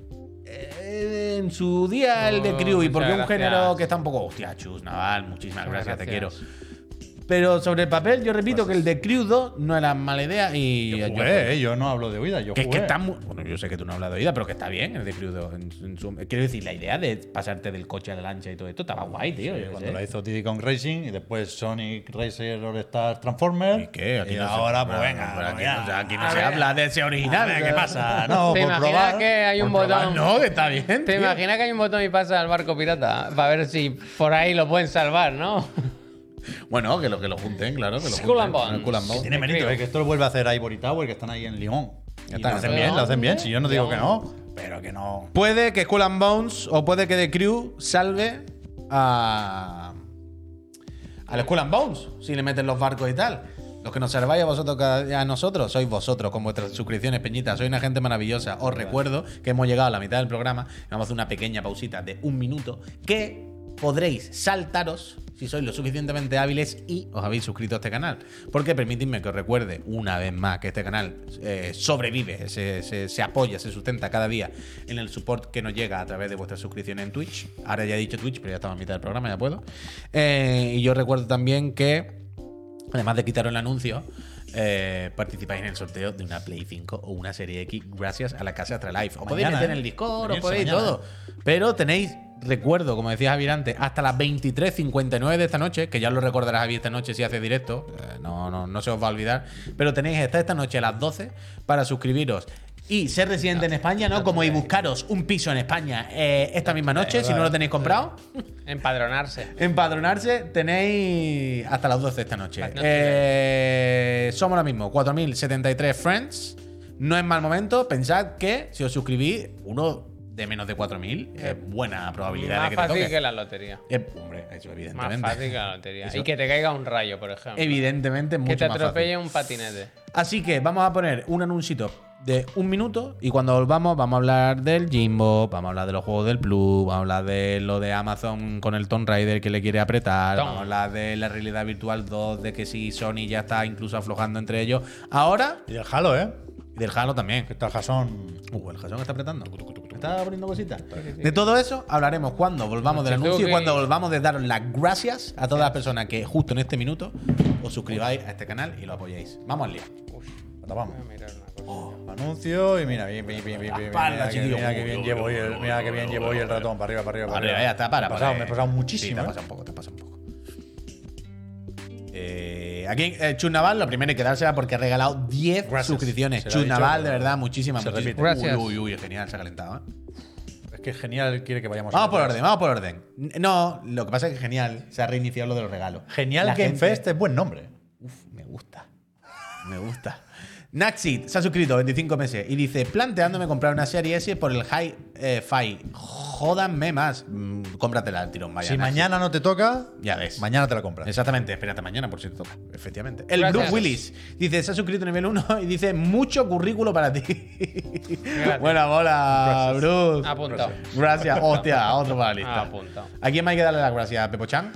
Speaker 1: Eh, en su día el de
Speaker 2: Oh,
Speaker 1: Crew y porque un
Speaker 2: muchas gracias.
Speaker 1: género que está un poco. Hostia, chus, Naval, muchísimas
Speaker 2: Muchas
Speaker 1: gracias, te quiero.
Speaker 2: gracias.
Speaker 1: Pero sobre el papel, yo repito que el de Crew 2 no era mala idea y.
Speaker 3: Yo
Speaker 1: yo-
Speaker 3: jugué, eh, yo no hablo de huida, yo
Speaker 1: que es que
Speaker 3: jugué.
Speaker 1: está muy. Bueno, yo sé que tú no has hablado de ida, pero que está bien el de Crew 2. en su- en su- quiero decir, la idea de pasarte del coche a la lancha y todo esto estaba guay, tío. yo qué
Speaker 3: Cuando
Speaker 1: sé.
Speaker 3: la hizo Diddy Kong Racing y después Sonic Racer All Stars Transformers.
Speaker 1: ¿Y qué? Aquí
Speaker 3: y
Speaker 1: no se-
Speaker 3: ahora, pues
Speaker 1: no,
Speaker 3: venga.
Speaker 1: pero aquí,
Speaker 3: ya.
Speaker 1: no, o sea, aquí no
Speaker 2: A
Speaker 1: se
Speaker 2: ver.
Speaker 1: habla de ese
Speaker 3: A
Speaker 1: original.
Speaker 3: ver,
Speaker 1: o
Speaker 3: ¿Qué
Speaker 1: sea,
Speaker 3: pasa? No,
Speaker 2: ¿Te
Speaker 3: por
Speaker 2: imaginas
Speaker 3: probar.
Speaker 2: que hay un
Speaker 1: por
Speaker 2: botón?
Speaker 1: probar, No, que está bien.
Speaker 2: ¿Te
Speaker 1: tío.
Speaker 2: imaginas que hay un botón y pasa al barco pirata? Para ver si por ahí lo pueden salvar, ¿no?
Speaker 1: Bueno, que lo, que lo junten, claro. Que lo
Speaker 2: Skull and
Speaker 1: junten.
Speaker 2: Bones.
Speaker 1: Skull and Bones.
Speaker 3: Tiene mérito, eh, que esto lo vuelve a hacer Ivory Tower, que están ahí en Lyon.
Speaker 1: Ya
Speaker 3: Y
Speaker 1: está,
Speaker 3: lo hacen
Speaker 1: ¿no?
Speaker 3: bien, lo hacen bien. Si yo no digo que
Speaker 2: Lyon.
Speaker 3: no, pero que no.
Speaker 1: Puede que Skull and Bones o puede que The Crew salve a. al Skull and Bones, si le meten los barcos y tal. Los que nos salváis a vosotros cada día a nosotros, sois vosotros con vuestras suscripciones, Peñita. Sois una gente maravillosa. Os recuerdo que hemos llegado a la mitad del programa. Vamos a hacer una pequeña pausita de un minuto que podréis saltaros si sois lo suficientemente hábiles y os habéis suscrito a este canal. Porque permitidme que os recuerde una vez más que este canal eh, sobrevive, se, se- se apoya, se sustenta cada día en el support que nos llega a través de vuestras suscripciones en Twitch. Ahora ya he dicho Twitch, pero ya estamos a mitad del programa, ya puedo. Eh, y yo recuerdo también que Además de quitar el anuncio, eh, participáis en el sorteo de una Play 5 o una Serie X gracias a la casa Astralife. Os podéis
Speaker 3: Mañana,
Speaker 1: meter en
Speaker 3: ¿eh?
Speaker 1: el Discord, os
Speaker 3: Venirse
Speaker 1: podéis
Speaker 3: mañana, ¿eh?
Speaker 1: todo. Pero tenéis, recuerdo, como decía Javier antes, hasta las 23.59 de esta noche, que ya lo recordarás Javier esta noche si hace directo, eh, no, no, no se os va a olvidar. Pero tenéis hasta esta noche a las 12 para suscribiros
Speaker 4: Y ser residente en España, ¿no? Como y buscaros un piso en España eh, esta misma noche, si no lo tenéis comprado.
Speaker 2: Empadronarse.
Speaker 4: Empadronarse tenéis hasta las 12 esta noche.
Speaker 2: noches.
Speaker 4: Eh, somos ahora mismo 4.073 friends. No es mal momento. Pensad que si os suscribís, uno de menos de 4.000 es buena probabilidad
Speaker 2: Eh, Más
Speaker 4: de que te
Speaker 2: fácil
Speaker 4: toque.
Speaker 2: que la lotería.
Speaker 4: Eh, hombre, eso evidentemente.
Speaker 2: Más fácil que la lotería.
Speaker 4: Eso-
Speaker 2: Y que te caiga un rayo, por ejemplo.
Speaker 4: Evidentemente es mucho
Speaker 2: que te
Speaker 4: más fácil.
Speaker 2: atropelle un patinete.
Speaker 4: Así que vamos a poner un anuncito de un minuto y cuando volvamos vamos a hablar del Jimbo, vamos a hablar de los juegos del Plus, vamos a hablar de lo de Amazon con el Tomb Raider que le quiere apretar,
Speaker 2: Tom.
Speaker 4: vamos a hablar de la realidad virtual 2, de que si Sony ya está incluso aflojando entre ellos. Ahora,
Speaker 3: Y del Halo, ¿eh?
Speaker 4: y del Halo también.
Speaker 3: Que está Jason.
Speaker 4: Uh, el Jason está apretando. Está poniendo cositas. De todo eso hablaremos cuando volvamos del
Speaker 2: Sí,
Speaker 4: anuncio
Speaker 2: tengo
Speaker 4: y cuando
Speaker 2: que-
Speaker 4: volvamos de daros las gracias a todas las personas que justo en este minuto os suscribáis a este canal y lo apoyéis. Vamos al lío.
Speaker 2: Uf,
Speaker 3: La tapamos.
Speaker 2: voy a mirar una cosa.
Speaker 3: Anuncio y mira, bien, bien, bien, bien, bien.
Speaker 4: espalda,
Speaker 3: mira, que,
Speaker 4: chiquillo.
Speaker 3: mira que bien llevo hoy el, mira que bien llevo hoy el ratón para arriba, para arriba, para
Speaker 4: Vale,
Speaker 3: arriba.
Speaker 4: ya está, para.
Speaker 3: Me he pasado,
Speaker 4: para,
Speaker 3: me he
Speaker 4: eh.
Speaker 3: pasado
Speaker 4: Sí,
Speaker 3: muchísimo.
Speaker 4: te
Speaker 3: ¿eh?
Speaker 4: pasa un poco, te pasa un poco. Eh, aquí, eh, Chus Naval, lo primero hay que dársela porque ha regalado 10
Speaker 3: Gracias.
Speaker 4: suscripciones.
Speaker 3: Se lo
Speaker 4: Chus
Speaker 3: ha dicho,
Speaker 4: Naval,
Speaker 3: pero
Speaker 4: de verdad, muchísimas,
Speaker 3: se
Speaker 4: muchísimas.
Speaker 3: repite.
Speaker 2: Gracias.
Speaker 4: Uy, uy, uy, genial, se ha calentado. ¿eh?
Speaker 3: Es que genial quiere que vayamos.
Speaker 4: Vamos por orden, vamos por orden. No, lo que pasa es que genial, se ha reiniciado lo de los regalos.
Speaker 3: Genial
Speaker 4: La
Speaker 3: Game
Speaker 4: gente-
Speaker 3: Fest es buen nombre.
Speaker 4: Uf, me gusta. Me gusta. Naxit se ha suscrito 25 meses y dice: Planteándome comprar una serie S por el Hi-Fi. Jódanme más. Mm, cómpratela al tirón, vaya.
Speaker 3: si
Speaker 4: Naxit.
Speaker 3: mañana no te toca,
Speaker 4: Ya ves.
Speaker 3: mañana te la compras.
Speaker 4: Exactamente, espérate mañana por si te toca. Efectivamente. El
Speaker 2: Gracias.
Speaker 4: Bruce Willis dice: Se ha suscrito nivel 1 y dice: Mucho currículo para ti. Buena bola, Bruce.
Speaker 2: Apuntado. Ah,
Speaker 4: Gracias, hostia, otro para la lista.
Speaker 2: Apuntado.
Speaker 4: ¿A quién más hay que darle las gracias? ¿A Pepo Chan?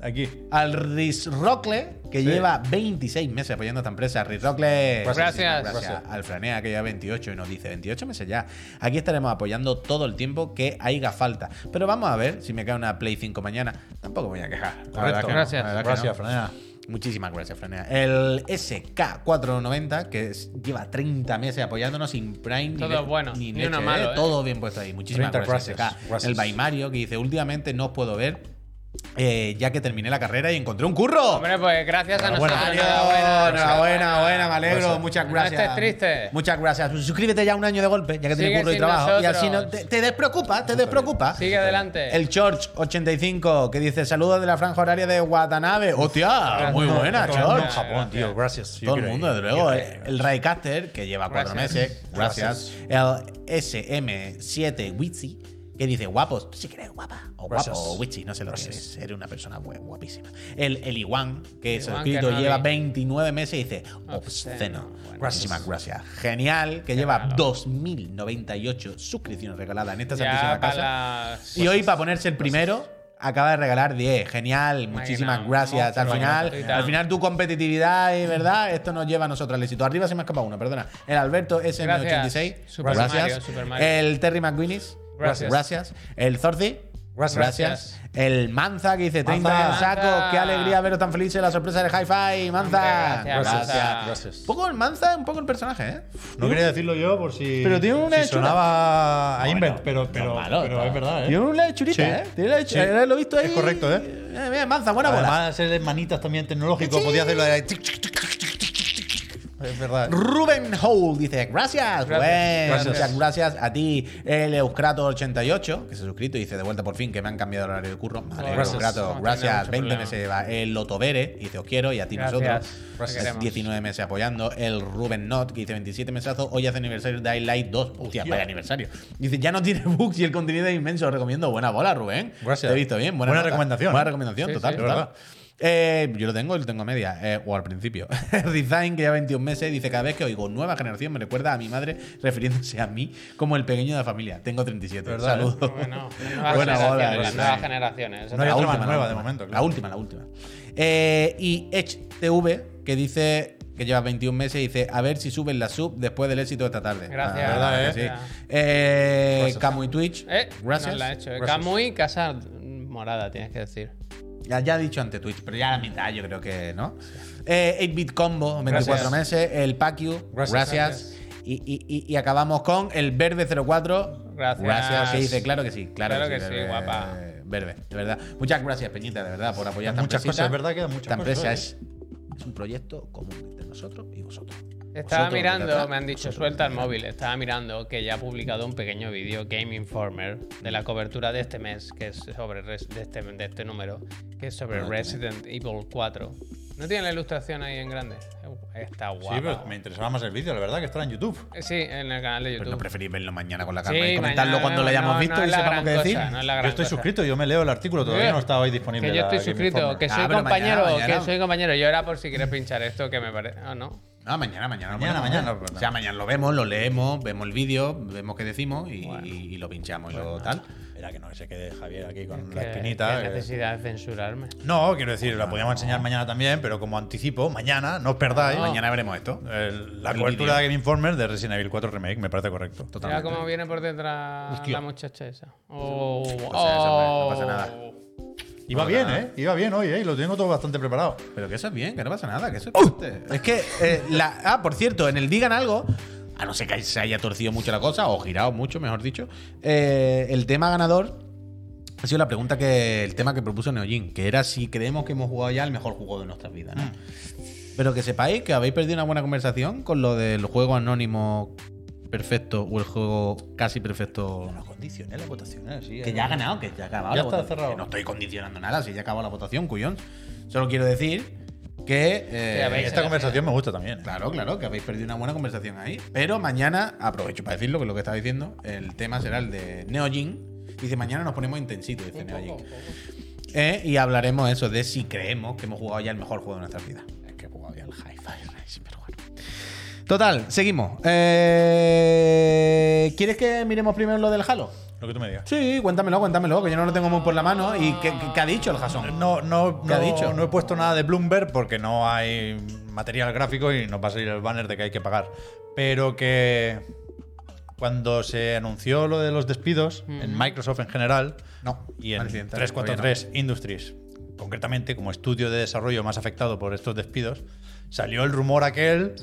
Speaker 3: Aquí.
Speaker 4: Al Riz Rockle, que
Speaker 3: Sí.
Speaker 4: lleva 26 meses apoyando a esta empresa. Riz Rockle,
Speaker 2: Gracias.
Speaker 4: muchísimas gracias.
Speaker 3: Gracias.
Speaker 4: Al Franea, que lleva 28 y nos dice 28 meses ya. Aquí estaremos apoyando todo el tiempo que haya falta. Pero vamos a ver si me cae una Play 5 mañana. Tampoco me voy a quejar. La verdad
Speaker 3: Correcto.
Speaker 4: que no, la
Speaker 2: Gracias.
Speaker 4: verdad que no.
Speaker 3: Gracias, Franea.
Speaker 4: Muchísimas gracias, Franea. El SK490, que es- lleva 30 meses apoyándonos sin Prime. ni
Speaker 2: Todo
Speaker 4: le-
Speaker 2: es bueno, ni uno
Speaker 4: leche,
Speaker 2: malo, ¿eh?
Speaker 4: Todo bien puesto ahí. Muchísimas
Speaker 3: 30
Speaker 4: gracias,
Speaker 3: gracias,
Speaker 4: SK.
Speaker 3: gracias.
Speaker 4: El Baimario, que dice, últimamente no os puedo ver, eh, ya que terminé la carrera y encontré un curro.
Speaker 2: Hombre, pues gracias a
Speaker 3: Enhorabuena.
Speaker 2: nosotros.
Speaker 4: Adiós,
Speaker 2: enhorabuena,
Speaker 4: enhorabuena, buena, me alegro,
Speaker 3: Gracias.
Speaker 4: muchas
Speaker 2: No
Speaker 4: gracias.
Speaker 2: estés triste.
Speaker 4: Muchas gracias. Suscríbete ya un año de golpe, ya que
Speaker 2: Sigue
Speaker 4: tienes curro y
Speaker 2: sin
Speaker 4: trabajo. Y así no,
Speaker 2: nosotros.
Speaker 4: te, te despreocupa, te despreocupa.
Speaker 2: Sigue adelante.
Speaker 4: El Church85, que dice saludos de la franja horaria de Watanabe. ¡Hostia! Muy buena,
Speaker 3: Todo el
Speaker 4: Church.
Speaker 3: mundo en
Speaker 2: Gracias.
Speaker 3: Japón, tío. Gracias. Yo
Speaker 4: Todo el
Speaker 3: quiero
Speaker 4: mundo,
Speaker 3: ir.
Speaker 4: desde luego.
Speaker 3: Yo
Speaker 4: El,
Speaker 3: quiero ir.
Speaker 4: el Raycaster, que lleva cuatro
Speaker 2: Gracias.
Speaker 4: meses. Gracias. El SM7 Witsi, que dice guapos. Tú sí que eres guapa. O
Speaker 3: Gracias.
Speaker 4: guapo, o Witsi, no sé lo que
Speaker 3: Gracias.
Speaker 4: eres. Eres una persona bu- guapísima. El Eliwan, que es
Speaker 2: Eliwan,
Speaker 4: escrito,
Speaker 2: que no
Speaker 4: lleva
Speaker 2: vi.
Speaker 4: 29 meses y dice
Speaker 2: Obsceno.
Speaker 4: obsceno.
Speaker 2: Bueno.
Speaker 4: Muchísimas gracias. Genial, que lleva 2.098 suscripciones regaladas en esta santísima
Speaker 2: Ya para
Speaker 4: casa.
Speaker 2: las...
Speaker 4: Y hoy, para ponerse el primero, acaba de regalar 10. Genial, muchísimas
Speaker 2: Imagina,
Speaker 4: gracias. Al
Speaker 2: monstruo,
Speaker 4: final,
Speaker 2: monstruita.
Speaker 4: al final, tu competitividad y verdad, esto nos lleva a nosotros al éxito. Arriba se me escapa uno, perdona. El Alberto SM86.
Speaker 2: Gracias. Super Mario, Super Mario.
Speaker 4: El Terry McGuinness.
Speaker 2: Gracias.
Speaker 4: Gracias. El Zorzi.
Speaker 3: Gracias.
Speaker 4: El Manza que dice 30
Speaker 3: Manza.
Speaker 4: en el saco.
Speaker 2: Manza.
Speaker 4: Qué alegría veros tan felices. La sorpresa de Hi-Fi. Manza.
Speaker 2: Hombre, gracias, Manza.
Speaker 3: Gracias.
Speaker 4: Un poco el Manza, un poco el personaje, ¿eh?
Speaker 3: No quería decirlo yo por si.
Speaker 4: Pero tiene una
Speaker 3: si
Speaker 4: hechura.
Speaker 3: sonaba a
Speaker 4: Bueno,
Speaker 3: Invent, pero,
Speaker 4: no
Speaker 3: pero,
Speaker 4: es malo,
Speaker 3: pero
Speaker 4: no.
Speaker 3: es verdad, ¿eh?
Speaker 4: Tiene un lado de churita,
Speaker 3: Sí.
Speaker 4: ¿eh? Tiene un lado de chu-
Speaker 3: Sí.
Speaker 4: eh, Lo he visto ahí.
Speaker 3: Es correcto, ¿eh?
Speaker 4: Eh, mira, Manza, buena bola.
Speaker 3: Además, ser manitas también tecnológico, podía hacerlo de. tic, tic, tic, tic, tic, tic, tic. Es verdad.
Speaker 4: Ruben Hole dice, gracias,
Speaker 2: Gracias.
Speaker 4: Rubén.
Speaker 2: Gracias.
Speaker 4: Muchas gracias a ti, el Euskrato88, que se ha suscrito y dice, de vuelta por fin, que me han cambiado el horario de curro. Vale,
Speaker 2: Gracias.
Speaker 4: Euskrato,
Speaker 2: No tenía
Speaker 4: gracias.
Speaker 2: mucho
Speaker 4: 20
Speaker 2: problema.
Speaker 4: meses lleva. El Lotovere, dice, os quiero, y a ti
Speaker 2: Gracias.
Speaker 4: nosotros.
Speaker 2: Gracias.
Speaker 4: Es
Speaker 2: Te queremos.
Speaker 4: 19 meses apoyando. El Ruben Not, que dice, 27 mesazos, hoy hace aniversario de Light 2. Hostia, vaya aniversario. Dice, ya no tiene bugs y el contenido es inmenso. Os recomiendo. Buena bola, Rubén.
Speaker 3: Gracias.
Speaker 4: Te he visto bien. Buena,
Speaker 3: Buena
Speaker 4: nota.
Speaker 3: recomendación.
Speaker 4: Buena recomendación,
Speaker 2: Sí,
Speaker 4: total,
Speaker 2: sí.
Speaker 4: total.
Speaker 3: Es verdad.
Speaker 4: Eh, yo lo tengo, lo tengo a media, eh, o al principio. Design, que lleva 21 meses, dice: Cada vez que oigo nueva generación me recuerda a mi madre refiriéndose a mí como el pequeño de la familia. Tengo 37.
Speaker 3: ¿Verdad,
Speaker 4: Saludos.
Speaker 2: Bueno, nuevas
Speaker 4: Buena bola,
Speaker 2: generaciones,
Speaker 4: gracias.
Speaker 2: nuevas generaciones. Eh,
Speaker 3: No hay
Speaker 4: La
Speaker 3: otra
Speaker 4: última,
Speaker 3: más
Speaker 4: la
Speaker 3: nueva de
Speaker 4: última.
Speaker 3: momento, claro.
Speaker 4: La última, la última. Eh, y HTV, que dice que lleva 21 meses, dice: A ver si suben la sub después del éxito de esta tarde.
Speaker 2: Gracias.
Speaker 4: Ah,
Speaker 3: Verdad,
Speaker 4: que
Speaker 2: eh.
Speaker 4: sí. Eh,
Speaker 3: Gracias.
Speaker 4: Camu y Twitch.
Speaker 2: Eh,
Speaker 4: gracias.
Speaker 2: nos la ha hecho. eh.
Speaker 3: Gracias.
Speaker 2: Camuy, casa morada, tienes que decir.
Speaker 4: Ya, ya he dicho ante Twitch, pero ya a la mitad yo creo que no. Eh, 8-bit combo, 24
Speaker 2: Gracias.
Speaker 4: meses. El Pacu, gracias.
Speaker 3: Gracias.
Speaker 4: Y, y- y- y acabamos con el verde 04.
Speaker 2: Gracias.
Speaker 4: Que dice, claro que sí, claro,
Speaker 2: Claro que sí,
Speaker 4: verde,
Speaker 2: guapa.
Speaker 4: Verde, de verdad. Muchas gracias, Peñita, de verdad, por apoyar
Speaker 3: Muchas
Speaker 4: esta empresita.
Speaker 2: ¿eh?
Speaker 3: cosas, es verdad, quedan muchas
Speaker 4: Esta empresa
Speaker 3: cosas,
Speaker 4: es, es un proyecto común entre nosotros y vosotros.
Speaker 2: Estaba
Speaker 3: Vosotros,
Speaker 2: mirando,
Speaker 3: mirad.
Speaker 2: me han dicho suelta el móvil, estaba mirando que ya ha publicado un pequeño vídeo Game Informer de la cobertura de este mes, que es sobre res- de este, de este número, que es
Speaker 1: Ah,
Speaker 2: sobre Resident Evil 4. ¿No tiene la ilustración ahí en grande? Uh, Está guapa.
Speaker 3: Sí, pero me interesaba más el vídeo, la verdad, que estará en YouTube.
Speaker 2: Sí, en el canal de
Speaker 1: Pero no
Speaker 2: YouTube.
Speaker 1: preferís verlo mañana con la
Speaker 2: Sí,
Speaker 1: calma y comentarlo
Speaker 2: mañana
Speaker 1: cuando lo
Speaker 2: vemos,
Speaker 1: hayamos
Speaker 2: no-
Speaker 1: visto
Speaker 2: no
Speaker 1: y
Speaker 2: es la
Speaker 1: sepamos qué
Speaker 2: gran
Speaker 1: decir.
Speaker 2: cosa, no es la
Speaker 3: Yo
Speaker 2: gran
Speaker 3: estoy
Speaker 2: cosa.
Speaker 3: suscrito, yo me leo el artículo, todavía
Speaker 2: Yo-
Speaker 3: no está hoy disponible.
Speaker 2: Que yo
Speaker 3: la
Speaker 2: estoy
Speaker 3: Game
Speaker 2: suscrito,
Speaker 3: Informer.
Speaker 2: que
Speaker 1: Ah,
Speaker 2: soy
Speaker 1: pero mañana,
Speaker 2: compañero,
Speaker 1: mañana.
Speaker 2: que soy compañero. Yo era por si quieres pinchar esto, que me parece. Ah, no.
Speaker 1: No, mañana, mañana. lo
Speaker 3: Mañana,
Speaker 1: ponemos.
Speaker 3: mañana, perdón.
Speaker 1: O sea, mañana lo vemos, lo leemos, vemos el vídeo, vemos qué decimos y, y lo pinchamos y lo tal.
Speaker 3: Mira que no se quede Javier aquí con la
Speaker 2: Que-
Speaker 3: espinita.
Speaker 2: que
Speaker 3: que-
Speaker 2: necesidad de censurarme.
Speaker 3: No, quiero decir, la podíamos enseñar mañana también, pero como anticipo, mañana, no os perdáis.
Speaker 2: No.
Speaker 1: Ah. Mañana veremos esto.
Speaker 3: el- la
Speaker 1: El
Speaker 3: cobertura
Speaker 1: vídeo.
Speaker 3: de Game Informer de Resident Evil 4 Remake me parece correcto.
Speaker 2: Mira
Speaker 1: Totalmente.
Speaker 2: cómo viene por detrás
Speaker 3: Hostia.
Speaker 2: la muchacha esa. Oh,
Speaker 1: pasa nada, no
Speaker 2: oh.
Speaker 1: pasa nada.
Speaker 3: Iba bien, ¿eh? Iba bien hoy, ¿eh? Y lo tengo todo bastante preparado.
Speaker 1: Pero que eso es bien, que no pasa nada, que eso es
Speaker 3: ¡Oh!
Speaker 1: fuerte. Es que, eh, la, ah, por cierto, en el Digan Algo, a no ser que se haya torcido mucho la cosa, o girado mucho, mejor dicho, eh, el tema ganador ha sido la pregunta que, el tema que propuso Neojin, que era si creemos que hemos jugado ya el mejor juego de nuestras vidas, ¿no?
Speaker 3: Mm.
Speaker 1: Pero que sepáis que habéis perdido una buena conversación con lo del juego anónimo perfecto o el juego casi perfecto.
Speaker 3: condiciones, las votaciones, sí. eh.
Speaker 1: Que ya ha ganado, que ya ha acabado.
Speaker 3: Ya
Speaker 1: la
Speaker 3: está
Speaker 1: votación.
Speaker 3: cerrado.
Speaker 1: Que no estoy condicionando nada, si ya acabó la votación, cuyón. Solo quiero decir que. eh,
Speaker 2: Que habéis-
Speaker 3: Esta conversación me gusta también. ¿eh?
Speaker 1: Claro, claro, que habéis perdido una buena conversación ahí. Pero mañana, aprovecho para decirlo, que lo que estaba diciendo, el tema será el de Neojin. Dice, mañana nos ponemos intensito, dice Neojin. Eh, y hablaremos eso de si creemos que hemos jugado ya el mejor juego de nuestras vidas. Es que he jugado ya el Hi-Fi Rush, pero bueno. Total, seguimos. Eh, ¿Quieres que miremos primero lo del Halo?
Speaker 3: Lo que tú me digas.
Speaker 1: Sí, cuéntamelo, cuéntamelo, que yo no lo tengo muy por la mano. ¿Y qué, qué- qué ha dicho el Jason?
Speaker 3: No, no,
Speaker 1: ¿Qué ha
Speaker 3: no-
Speaker 1: dicho?
Speaker 3: no he puesto nada de Bloomberg porque no hay material gráfico y nos va a salir el banner de que hay que pagar. Pero que cuando se anunció lo de los despidos en Microsoft en general
Speaker 1: No,
Speaker 3: y en
Speaker 1: Occidental,
Speaker 3: 343 Industries, concretamente como estudio de desarrollo más afectado por estos despidos, salió el rumor aquel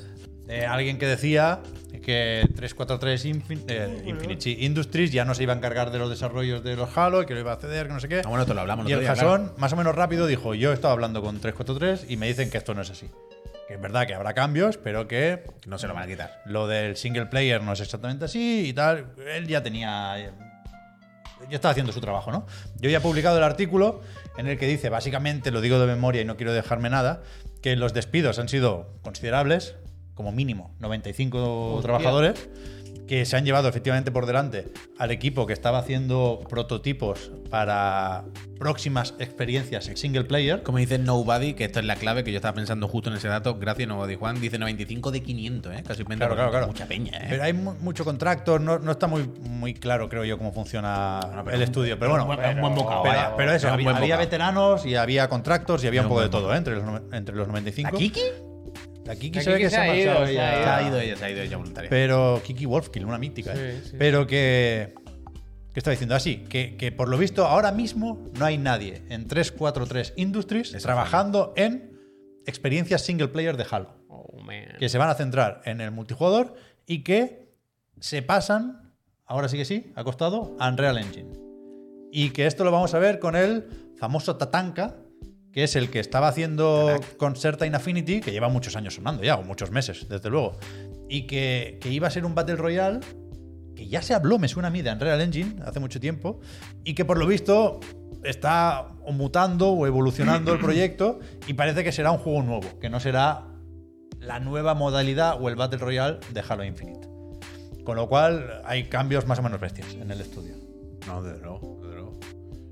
Speaker 3: de alguien que decía que 343 Infin- eh, Infinity Industries ya no se iba a encargar de los desarrollos de los Halo, que lo iba a ceder, que no sé qué.
Speaker 1: Ah, bueno, esto lo hablamos
Speaker 3: Y
Speaker 1: el
Speaker 3: el
Speaker 1: otro día,
Speaker 3: Jason, más o menos rápido, dijo: Yo he estado hablando con 343 y me dicen que esto no es así. Que es verdad que habrá cambios, pero que
Speaker 1: No se lo van a quitar.
Speaker 3: lo del single player no es exactamente así y tal. Él ya tenía. Ya estaba haciendo su trabajo, ¿no? Yo ya he publicado el artículo en el que dice, básicamente, lo digo de memoria y no quiero dejarme nada, que los despidos han sido considerables, como mínimo 95 trabajadores, que se han llevado efectivamente por delante al equipo que estaba haciendo prototipos para próximas experiencias en single player.
Speaker 1: Como dice Nobody, que esto es la clave que yo estaba pensando justo en ese dato. Gracias, Nobody Juan. Dice 95 de 500, ¿eh? Casi 20%.
Speaker 3: Claro, claro, claro.
Speaker 1: Mucha peña, ¿eh?
Speaker 3: Pero hay mu- mucho contrato, no, no está muy, muy claro, creo yo, cómo funciona
Speaker 1: pero
Speaker 3: el
Speaker 1: es un-
Speaker 3: estudio. Pero bueno,
Speaker 1: es un buen bocado,
Speaker 3: Pero,
Speaker 1: vaya.
Speaker 3: pero eso,
Speaker 1: Es un
Speaker 3: había,
Speaker 1: buen
Speaker 3: había
Speaker 1: bocado.
Speaker 3: veteranos y había contratos y había
Speaker 1: Es un
Speaker 3: un poco de
Speaker 1: buen
Speaker 3: todo, ¿eh? entre, los, no- entre los 95.
Speaker 1: ¿La Kiki?
Speaker 3: La Kiki
Speaker 2: La
Speaker 3: se ve
Speaker 2: Kiki
Speaker 3: que
Speaker 2: se
Speaker 3: se ha
Speaker 2: ha ido,
Speaker 3: marchado
Speaker 2: se
Speaker 3: ya.
Speaker 2: ha
Speaker 1: Se ha ido ella, se ha ido ella voluntaria.
Speaker 3: Pero Kiki Wolfkill, una mítica. ¿eh?
Speaker 2: Sí, sí.
Speaker 3: Pero que. ¿Qué está diciendo? Así, que, que por lo visto ahora mismo no hay nadie en 343 Industries
Speaker 1: Eso
Speaker 3: trabajando en experiencias single player de Halo
Speaker 2: Oh, man.
Speaker 3: que se van a centrar en el multijugador y que se pasan, ahora sí que sí, ha costado, a Unreal Engine. Y que esto lo vamos a ver con el famoso Tatanka, que es el que estaba haciendo con Certain Affinity, que lleva muchos años sonando ya, o muchos meses, desde luego. Y que, que iba a ser un Battle Royale que ya se habló, me suena a mí, de Unreal Engine hace mucho tiempo, y que por lo visto está o mutando o evolucionando el proyecto y parece que será un juego nuevo, que no será la nueva modalidad o el Battle Royale de Halo Infinite. Con lo cual hay cambios más o menos bestias en el estudio.
Speaker 1: No, desde luego, desde luego.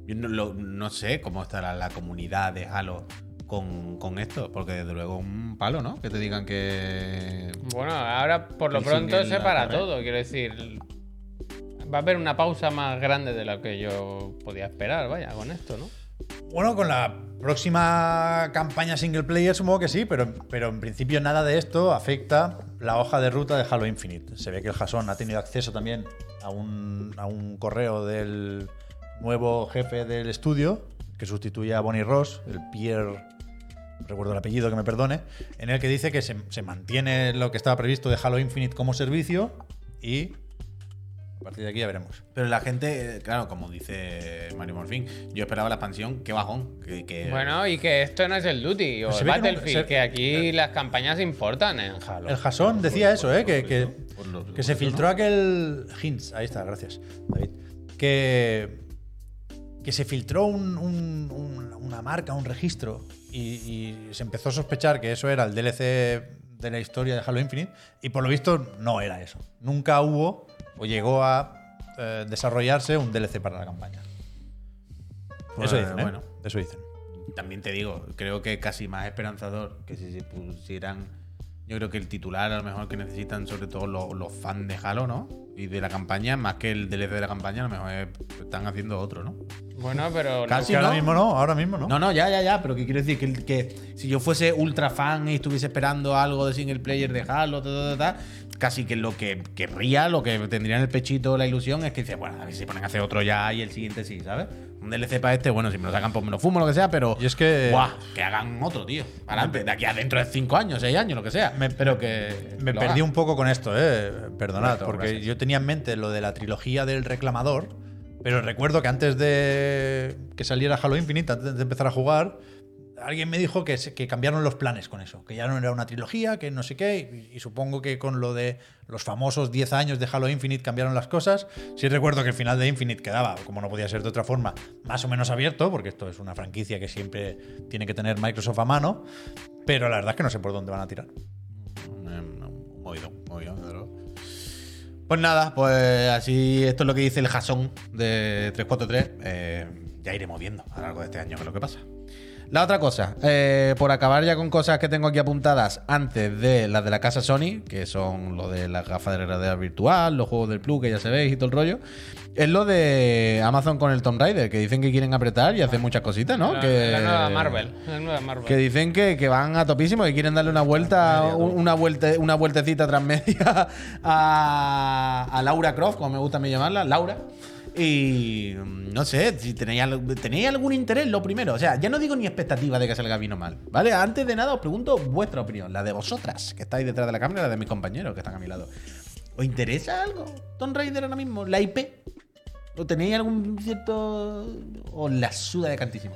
Speaker 1: Yo no, lo- no sé cómo estará la comunidad de Halo con, con esto, porque desde luego un palo, ¿no? Que te digan que.
Speaker 2: Bueno, ahora por lo
Speaker 1: El
Speaker 2: pronto
Speaker 1: single,
Speaker 2: se
Speaker 1: la
Speaker 2: para
Speaker 1: carrera.
Speaker 2: todo. Quiero decir, va a haber una pausa más grande de lo que yo podía esperar, vaya, con esto, ¿no?
Speaker 3: Bueno, con la próxima campaña single player supongo que sí, pero, pero en principio nada de esto afecta la hoja de ruta de Halo Infinite. Se ve que el Jason ha tenido acceso también a un, a un correo del nuevo jefe del estudio, que sustituye a Bonnie Ross, el Pierre recuerdo el apellido, que me perdone, en el que dice que se, se mantiene lo que estaba previsto de Halo Infinite como servicio y partir de aquí ya veremos.
Speaker 4: Pero la gente, eh, claro, como dice Mario Morfín, yo esperaba la expansión, qué bajón. Que, que-
Speaker 2: Bueno, y que esto no es el Duty o
Speaker 3: Se
Speaker 2: el
Speaker 3: ve que no-
Speaker 2: Battlefield,
Speaker 3: se-
Speaker 2: que aquí las campañas importan en Halo.
Speaker 3: El Jason decía eso, ¿eh? Que, que,
Speaker 4: por lo- por
Speaker 3: que se
Speaker 4: lo-
Speaker 3: filtró aquel. Hints, ahí está, gracias, David. Que. Que se filtró un- un- un- una marca, un registro, y, y se empezó a sospechar que eso era el DLC de la historia de Halo Infinite, y por lo visto no era eso. Nunca hubo o llegó a eh, desarrollarse un DLC para la campaña.
Speaker 4: Pues,
Speaker 3: eso dicen, ¿eh?
Speaker 4: bueno.
Speaker 3: Eso dicen.
Speaker 4: También te digo, creo que casi más esperanzador que si se pusieran. Yo creo que el titular, a lo mejor que necesitan, sobre todo los, los fans de Halo, ¿no? Y de la campaña, más que el DLC de la campaña, a lo mejor es- están haciendo otro, ¿no?
Speaker 2: Bueno, pero no-
Speaker 4: Casi. Sí,
Speaker 3: Que
Speaker 4: ¿no?
Speaker 3: ahora mismo no, ahora mismo no.
Speaker 4: No, no, ya, ya, ya, pero que quiero decir que, el- que si yo fuese ultra fan y estuviese esperando algo de single player de Halo, ta, ta, ta, ta, casi que lo que querría, lo que tendría en el pechito la ilusión es que dice, bueno, a ver si se ponen a hacer otro ya y el siguiente sí, ¿sabes? Un DLC para este, bueno, si me lo sacan, pues me lo fumo, lo que sea, pero.
Speaker 3: Y es que-
Speaker 4: ¡Guau! Que hagan otro, tío. Adelante, de aquí adentro de 5 años, 6 años, lo que sea.
Speaker 3: Me-
Speaker 4: pero que.
Speaker 3: Me
Speaker 4: lo
Speaker 3: perdí
Speaker 4: hagan.
Speaker 3: un poco con esto, eh. Perdonad,
Speaker 4: Correcto,
Speaker 3: porque
Speaker 4: gracias.
Speaker 3: yo tenía en mente lo de la trilogía del reclamador, pero recuerdo que antes de que saliera Halo Infinite, antes de empezar a jugar, alguien me dijo que, se- que cambiaron los planes con eso, que ya no era una trilogía, que no sé qué, y, y supongo que con lo de los famosos 10 años de Halo Infinite cambiaron las cosas. Sí recuerdo que el final de Infinite quedaba, como no podía ser de otra forma, más o menos abierto, porque esto es una franquicia que siempre tiene que tener Microsoft a mano, pero la verdad es que no sé por dónde van a tirar.
Speaker 4: Eh, no, Movido, movido, desde luego. Pues nada, pues así, esto es lo que dice el jasón de 343. Eh, ya iremos viendo a lo largo de este año qué es lo que pasa. La otra cosa, eh, por acabar ya con cosas que tengo aquí apuntadas antes de las de la casa Sony, que son lo de las gafas de realidad virtual, los juegos del Plus, que ya sabéis y todo el rollo, es lo de eh, Amazon con el Tomb Raider, que dicen que quieren apretar y hacer muchas cositas, ¿no?
Speaker 2: la,
Speaker 4: que...
Speaker 2: la nueva Marvel. La nueva Marvel.
Speaker 4: Que dicen que, que van a topísimo, que quieren darle una vuelta, un- una, vuelta una vueltecita transmedia a, a Laura Croft, como me gusta a mí llamarla, Laura. Y mm, no sé, si tenéis, al- tenéis algún interés, lo primero. O sea, ya no digo ni expectativa de que salga vino mal, ¿vale? Antes de nada os pregunto vuestra opinión, la de vosotras, que estáis detrás de la cámara, y la de mis compañeros que están a mi lado. ¿Os interesa algo Tomb Raider ahora mismo? ¿La IP? ¿O tenéis algún cierto...? ¿O la suda de cantísimo?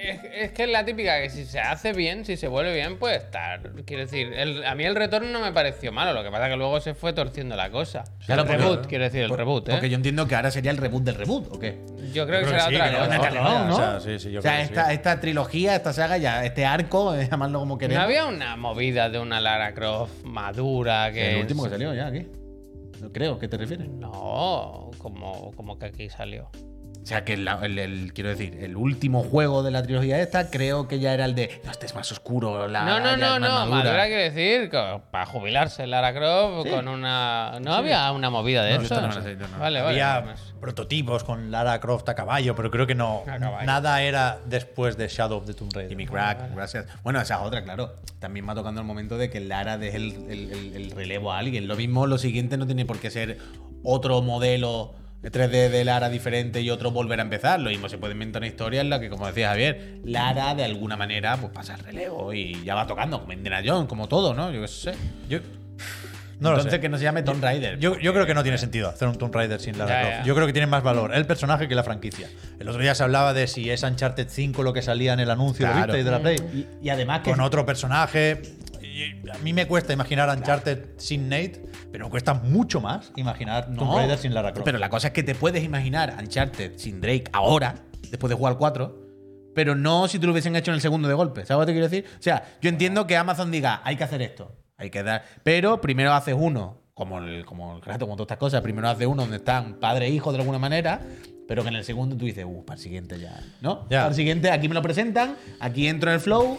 Speaker 2: Es, es que es la típica que si se hace bien, si se vuelve bien, puede estar. Quiero decir, el- a mí el retorno no me pareció malo, lo que pasa que luego se fue torciendo la cosa.
Speaker 4: Claro,
Speaker 2: el
Speaker 4: porque-
Speaker 2: reboot, quiero decir, el
Speaker 4: Por-
Speaker 2: reboot, ¿eh?
Speaker 4: Porque yo entiendo que ahora sería el reboot del reboot, ¿o qué?
Speaker 2: Yo creo que será
Speaker 3: sí,
Speaker 2: otra
Speaker 3: que no,
Speaker 2: cosa.
Speaker 3: no, no,
Speaker 4: ¿no?
Speaker 3: O sea, sí, sí, yo
Speaker 4: o sea,
Speaker 3: creo que
Speaker 4: esta,
Speaker 3: sí.
Speaker 4: esta trilogía, esta saga, ya, este arco, eh, llamadlo como
Speaker 2: No
Speaker 4: queréis.
Speaker 2: había una movida de una Lara Croft madura que.
Speaker 4: El último que salió ya aquí. No creo, ¿qué te refieres?
Speaker 2: No, como, como que aquí salió.
Speaker 4: O sea, que la- el, el- quiero decir, el último juego de la trilogía esta, creo que ya era el de. No, este es más oscuro, la.
Speaker 2: no,
Speaker 4: ya
Speaker 2: no,
Speaker 4: es
Speaker 2: no,
Speaker 4: más
Speaker 2: no.
Speaker 4: madura".
Speaker 2: Madura quiere decir que para jubilarse Lara Croft con una. No había una movida de
Speaker 4: No,
Speaker 2: eso.
Speaker 4: esto no lo sé, yo no.
Speaker 2: Vale, vale.
Speaker 3: Había
Speaker 2: vale.
Speaker 3: prototipos con Lara Croft a caballo, pero creo que no.
Speaker 2: A caballo.
Speaker 3: Nada era después de Shadow of the Tomb Raider.
Speaker 4: Y mi crack, gracias. Bueno, esa es otra, claro. También va tocando el momento de que Lara deje el, el- el- el relevo a alguien. Lo mismo, lo siguiente no tiene por qué ser otro modelo 3D de Lara diferente y otro volver a empezar. Lo mismo se puede inventar una historia en la que, como decía Javier, Lara de alguna manera pues pasa el relevo y ya va tocando, como Indiana Jones, como todo, ¿no? Yo qué sé.
Speaker 3: Yo, no lo
Speaker 4: Entonces
Speaker 3: sé.
Speaker 4: que no se llame Tomb Raider.
Speaker 3: Yo, yo creo que no tiene sentido hacer un Tomb Raider sin Lara
Speaker 2: Ya,
Speaker 3: Croft.
Speaker 2: ya.
Speaker 3: Yo creo que tiene más valor el personaje que la franquicia. El otro día se hablaba de si es Uncharted 5 lo que salía en el anuncio de
Speaker 4: Claro.
Speaker 3: Vita y de la Play.
Speaker 4: y, y además que.
Speaker 3: Con otro personaje. Y A mí me cuesta imaginar Uncharted sin Nate, pero me cuesta mucho más imaginar Tomb Raider sin Lara Croft.
Speaker 4: Pero la cosa es que te puedes imaginar Uncharted sin Drake ahora, después de jugar 4, pero no si te lo hubiesen hecho en el segundo de golpe. ¿Sabes lo que te quiero decir? O sea, yo entiendo que Amazon diga, hay que hacer esto, hay que dar. Pero primero haces uno, como el, como el Kratos, como todas estas cosas, primero haces uno donde están padre e hijo de alguna manera. Pero que en el segundo tú dices, uh, para el siguiente ya. ¿No?
Speaker 3: Ya.
Speaker 4: Para el siguiente, aquí me lo presentan, aquí entro en el flow,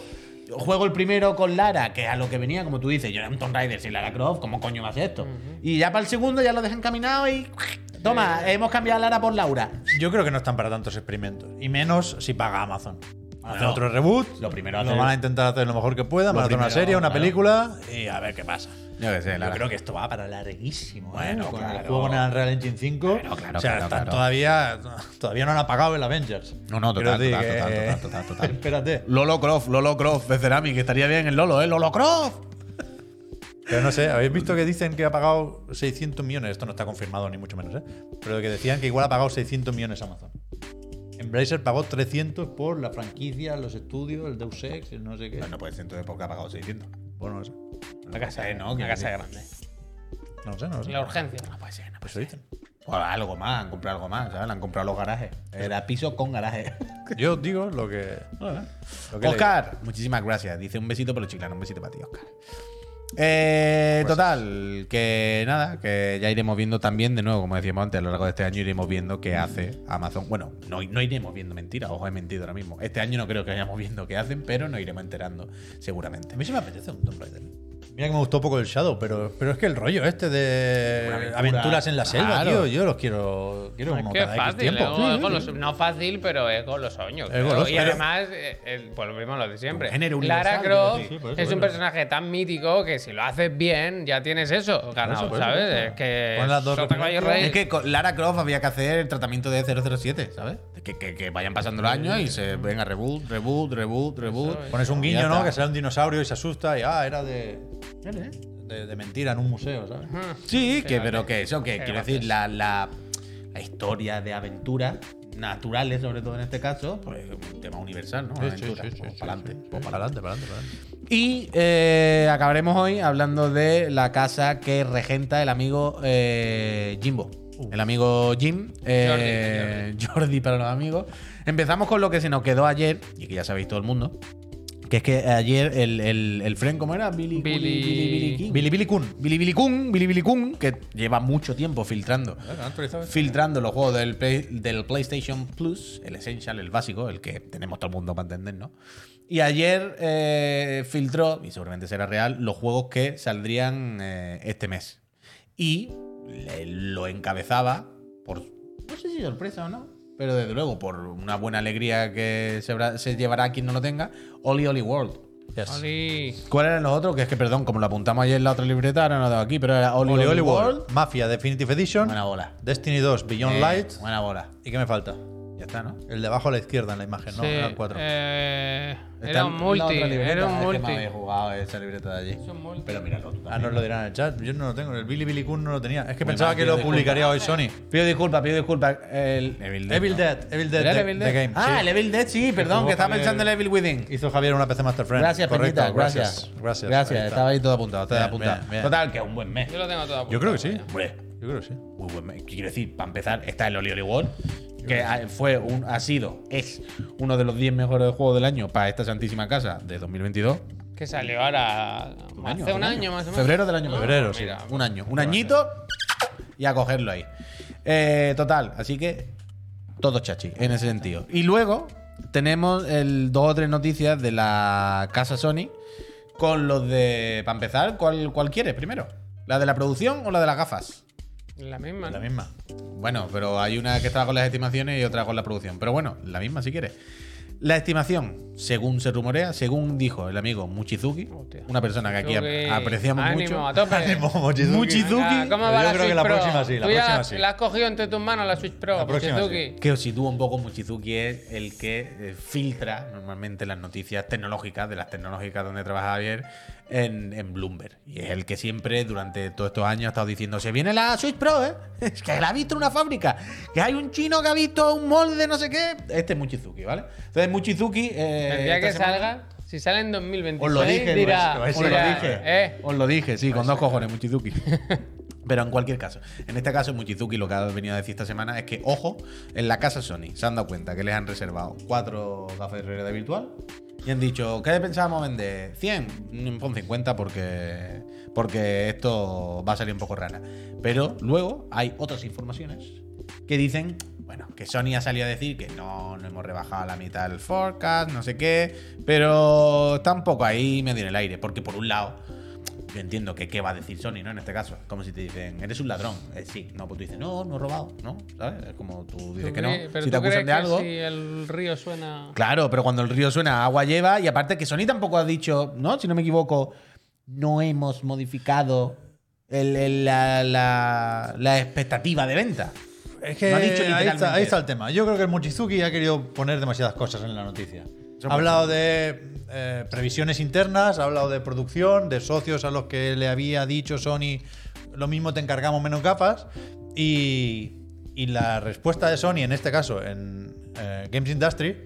Speaker 4: juego el primero con Lara, que a lo que venía, como tú dices, yo era un Tomb Raider sin Lara Croft, ¿cómo coño va a ser esto? Y ya para el segundo ya lo dejan caminado y. Toma, hemos cambiado a Lara por Laura.
Speaker 3: Yo creo que no están para tantos experimentos. Y menos si paga Amazon.
Speaker 4: Ah,
Speaker 3: Hacen
Speaker 4: no.
Speaker 3: otro reboot.
Speaker 4: Lo primero
Speaker 3: Lo
Speaker 4: hacer-
Speaker 3: van a intentar hacer lo mejor que puedan. Van a hacer una
Speaker 4: primero,
Speaker 3: serie, una
Speaker 4: claro.
Speaker 3: película. Y a ver qué pasa.
Speaker 4: Yo qué sé,
Speaker 3: Yo creo que esto va para larguísimo. ¿eh?
Speaker 4: Bueno,
Speaker 3: Con el
Speaker 4: claro.
Speaker 3: juego en el Unreal Engine 5.
Speaker 4: Claro, claro,
Speaker 3: o sea,
Speaker 4: claro,
Speaker 3: están
Speaker 4: claro.
Speaker 3: todavía, todavía no han apagado el Avengers.
Speaker 4: No, no, total,
Speaker 3: Quiero
Speaker 4: total,
Speaker 3: decir
Speaker 4: total,
Speaker 3: que-
Speaker 4: total, total, total.
Speaker 3: Espérate.
Speaker 4: Lolo Croft, Lolo Croft de Ceramic, que estaría bien el Lolo, ¿eh? Lolo Croft.
Speaker 3: Pero no sé, ¿habéis visto que dicen que ha pagado 600 millones? Esto no está confirmado, ni mucho menos, ¿eh? Pero que decían que igual ha pagado 600 millones Amazon. Embracer pagó 300 por la franquicia, los estudios, el Deus Ex, el no sé qué.
Speaker 1: Bueno, pues entonces, ¿por qué ha pagado 600?
Speaker 3: Bueno, no sé.
Speaker 2: La casa,
Speaker 1: Eh, no,
Speaker 2: la
Speaker 1: que-
Speaker 2: casa grande.
Speaker 3: No lo sé, no lo sé.
Speaker 2: La urgencia.
Speaker 1: No puede ser, Pues no puede
Speaker 3: Eso dicen.
Speaker 1: ser. O algo más, han comprado algo más, ¿sabes? Le han comprado los garajes. Era piso con garaje.
Speaker 3: Yo digo lo que. lo que he
Speaker 1: Oscar, muchísimas gracias. Dice un besito por los chiclanos, un besito para ti, Oscar.
Speaker 3: Pues
Speaker 1: Eh, total, que nada, que ya iremos viendo también de nuevo, como decíamos antes, a lo largo de este año iremos viendo qué hace ¿eh? Amazon. Bueno, no, no iremos viendo, mentira, ojo, he mentido ahora mismo. Este año no creo que vayamos viendo qué hacen, pero nos iremos enterando, seguramente.
Speaker 3: A mí se me apetece un Tomb Raider. Mira que me gustó poco el Shadow, pero, pero es que el rollo este de
Speaker 1: Una aventura.
Speaker 3: aventuras en la selva,
Speaker 1: Claro.
Speaker 3: tío, yo los quiero. Quiero uno
Speaker 2: Qué
Speaker 3: cada X
Speaker 2: fácil,
Speaker 3: tiempo.
Speaker 2: es go- es goloso- no fácil, pero es golosoño. creo.
Speaker 3: goloso,
Speaker 2: y
Speaker 3: pero-
Speaker 2: además, eh, eh, pues lo mismo lo de siempre.
Speaker 1: Un género
Speaker 2: Lara
Speaker 1: universal,
Speaker 2: Croft
Speaker 1: quiero decir. Sí,
Speaker 3: por eso,
Speaker 2: es un
Speaker 3: bueno.
Speaker 2: personaje tan mítico que si lo haces bien, ya tienes eso ganado,
Speaker 3: Por eso, por eso,
Speaker 2: ¿sabes?
Speaker 3: por eso.
Speaker 2: Es que.
Speaker 3: Pon las dos
Speaker 2: Sota Caballo
Speaker 3: referencias.
Speaker 2: Rey-
Speaker 1: Es que con Lara Croft había que hacer el tratamiento de 007, ¿sabes? Que, que- que vayan pasando los años y se venga reboot, reboot, reboot, reboot.
Speaker 3: Pones un
Speaker 1: Y ya
Speaker 3: guiño, ¿no?
Speaker 1: está.
Speaker 3: Que sale un dinosaurio y se asusta y ah, era de. De, de mentira en un museo, ¿sabes?
Speaker 1: Sí, que,
Speaker 2: vale.
Speaker 1: pero que eso, que
Speaker 2: Qué
Speaker 1: quiero decir, la, la, la historia de aventuras naturales, sobre todo en este caso, pues es un tema universal, ¿no? Aventura, pues para adelante, pues para adelante.
Speaker 3: para adelante.
Speaker 1: Y eh, acabaremos hoy hablando de la casa que regenta el amigo eh, Jimbo.
Speaker 3: Uh.
Speaker 1: El amigo Jim, eh, Jordi, para los amigos. Empezamos con lo que se nos quedó ayer, y que ya sabéis todo el mundo, que es que ayer el, el, el friend, ¿cómo era? Billy,
Speaker 2: Billy-
Speaker 1: King.
Speaker 3: Billy Billy Kun.
Speaker 1: Billy Billy Kun, Billy Billy Kun, que lleva mucho tiempo filtrando. Filtrando los juegos del, Play- del PlayStation Plus, el Essential, el básico, el que tenemos todo el mundo para entender, ¿no? Y ayer eh, filtró, y seguramente será real, los juegos que saldrían eh, este mes. Y le- lo encabezaba por, no sé si sorpresa o no, pero desde luego por una buena alegría que se, habrá- se llevará a quien no lo tenga, Oli Oli World.
Speaker 3: Yes.
Speaker 2: Oli.
Speaker 1: ¿Cuáles eran los otros? Que es que, perdón, como lo apuntamos ayer en la otra libreta, ahora no lo tengo aquí, pero era Oli
Speaker 3: Oli Oli
Speaker 1: World.
Speaker 3: World. Mafia Definitive Edition.
Speaker 1: Buena bola.
Speaker 3: Destiny 2, Beyond
Speaker 1: Eh,
Speaker 3: Light.
Speaker 1: Buena bola.
Speaker 3: ¿Y qué me falta?
Speaker 1: Ya está, ¿no?
Speaker 3: El de abajo a la izquierda en la imagen, ¿no?
Speaker 2: Sí,
Speaker 3: Eran cuatro.
Speaker 2: eh,
Speaker 1: Está
Speaker 2: era un
Speaker 1: en la
Speaker 2: multi.
Speaker 1: otra libreta.
Speaker 2: Era un
Speaker 1: Es que
Speaker 2: multi.
Speaker 1: me había jugado esa libreta de allí.
Speaker 2: Es un multi.
Speaker 1: Pero míralo. tú
Speaker 3: Ah,
Speaker 1: también.
Speaker 3: nos lo dirán en el chat. Yo no lo tengo. El Billy Billy Kun no lo tenía. Es que
Speaker 1: Muy
Speaker 3: pensaba
Speaker 1: mal,
Speaker 3: que
Speaker 1: tío,
Speaker 3: lo
Speaker 1: disculpa.
Speaker 3: publicaría hoy Sony.
Speaker 1: Pido disculpas, pido disculpas. El Evil
Speaker 3: Evil
Speaker 1: ¿no?
Speaker 3: Dead, Evil
Speaker 1: ¿Era
Speaker 3: Dead,
Speaker 1: el
Speaker 3: the,
Speaker 1: Evil
Speaker 3: the
Speaker 1: Dead?
Speaker 3: Game.
Speaker 1: Ah,
Speaker 3: sí.
Speaker 1: el Evil Dead, sí, perdón,
Speaker 3: Estuvo
Speaker 1: que estaba
Speaker 3: Javier-
Speaker 1: pensando en el Evil Within.
Speaker 3: Hizo Javier una PC Master Friend.
Speaker 1: Gracias,
Speaker 3: Correcto,
Speaker 1: Peñita, gracias.
Speaker 3: Gracias. Ahí
Speaker 1: Gracias,
Speaker 3: está.
Speaker 1: estaba ahí todo apuntado, estaba
Speaker 3: Bien,
Speaker 1: apuntado.
Speaker 3: bien, bien.
Speaker 1: Total, que es un buen mes.
Speaker 2: Yo lo tengo todo
Speaker 3: Yo creo que sí.
Speaker 1: Hombre,
Speaker 3: Yo creo que sí.
Speaker 1: muy buen mes. Quiero decir, para empezar, está el Oli Oli World, que ha- fue un, ha sido, es uno de los 10 mejores juegos del año para esta santísima casa de 2022.
Speaker 2: Que salió ahora.
Speaker 1: año,
Speaker 2: hace un año más o menos.
Speaker 1: Febrero del año
Speaker 2: Ah,
Speaker 3: Febrero, sí.
Speaker 2: mira.
Speaker 1: Un año. Un añito y a cogerlo ahí. Eh, total, así que todo chachi en ese sentido. Y luego tenemos el dos o tres noticias de la casa Sony con los de. Para empezar, ¿cuál, ¿cuál quieres primero? ¿La de la producción o la de las gafas?
Speaker 2: La misma.
Speaker 3: La
Speaker 2: ¿no?
Speaker 3: misma.
Speaker 1: Bueno, pero hay una que estaba con las estimaciones y otra con la producción. Pero bueno, la misma si quieres. La estimación, según se rumorea, según dijo el amigo Muchizuki,
Speaker 2: Hostia.
Speaker 1: una persona que aquí
Speaker 2: Tuki.
Speaker 1: ap- apreciamos
Speaker 2: Ánimo,
Speaker 1: mucho.
Speaker 2: A tope.
Speaker 3: Ánimo, Mochizuki.
Speaker 1: Mochizuki.
Speaker 2: Ah, ¿Cómo
Speaker 3: Pero
Speaker 2: va
Speaker 3: yo
Speaker 2: la
Speaker 3: creo
Speaker 2: Switch
Speaker 3: que la
Speaker 2: Pro?
Speaker 3: próxima sí, la
Speaker 2: Tú ya
Speaker 3: próxima sí.
Speaker 2: La has cogido entre tus manos la Switch Pro.
Speaker 3: La próxima
Speaker 2: Mochizuki.
Speaker 1: que os sitúa un poco Muchizuki es el que eh, filtra normalmente las noticias tecnológicas de las tecnológicas donde trabaja Javier en, en Bloomberg. Y es el que siempre durante todos estos años ha estado diciendo, se viene la Switch Pro, ¿eh? Es que la ha visto en una fábrica, que hay un chino que ha visto un molde, no sé qué. Este es Muchizuki, ¿vale? Entonces Muchizuki... eh,
Speaker 2: El día
Speaker 1: esta
Speaker 2: que
Speaker 1: semana-
Speaker 2: salga, si sale en 2026,
Speaker 1: Os lo dije,
Speaker 2: dirá,
Speaker 1: lo- os lo
Speaker 2: dirá,
Speaker 1: dije.
Speaker 2: Eh,
Speaker 1: Os lo dije, sí, con dos cojones, Muchizuki. Pero en cualquier caso, en este caso Muchizuki lo que ha venido a decir esta semana es que, ojo, en la casa Sony se han dado cuenta que les han reservado cuatro gafas de realidad virtual y han dicho, ¿qué pensábamos vender? 100, pon 50 porque, porque esto va a salir un poco rara. Pero luego hay otras informaciones que dicen, bueno, que Sony ha salido a decir que no, no hemos rebajado a la mitad el forecast, no sé qué, pero está un poco ahí medio en el aire, porque por un lado yo entiendo que qué va a decir Sony, ¿no? En este caso. Como si te dicen, eres un ladrón. Eh, sí, no, pues tú dices, no, no he robado, ¿no? ¿Sabes? Es como tú dices
Speaker 2: ¿tú
Speaker 1: que no.
Speaker 2: crees- pero
Speaker 1: Si te
Speaker 2: tú crees
Speaker 1: acusan de
Speaker 2: que
Speaker 1: algo.
Speaker 2: Si el río suena.
Speaker 1: Claro, pero cuando el río suena, agua lleva. Y aparte que Sony tampoco ha dicho, ¿no? Si no me equivoco, no hemos modificado el- el- la, la- la expectativa de venta.
Speaker 3: Es que
Speaker 1: Lo ha dicho
Speaker 3: ahí,
Speaker 1: literalmente.
Speaker 3: está, ahí está el tema. Yo creo que el Mochizuki ha querido poner demasiadas cosas en la noticia.
Speaker 4: Eso
Speaker 3: Ha hablado de eh, previsiones internas, ha hablado de producción, de socios a los que le había dicho Sony lo mismo te encargamos menos capas. Y, y la respuesta de Sony, en este caso, en eh, Games Industry,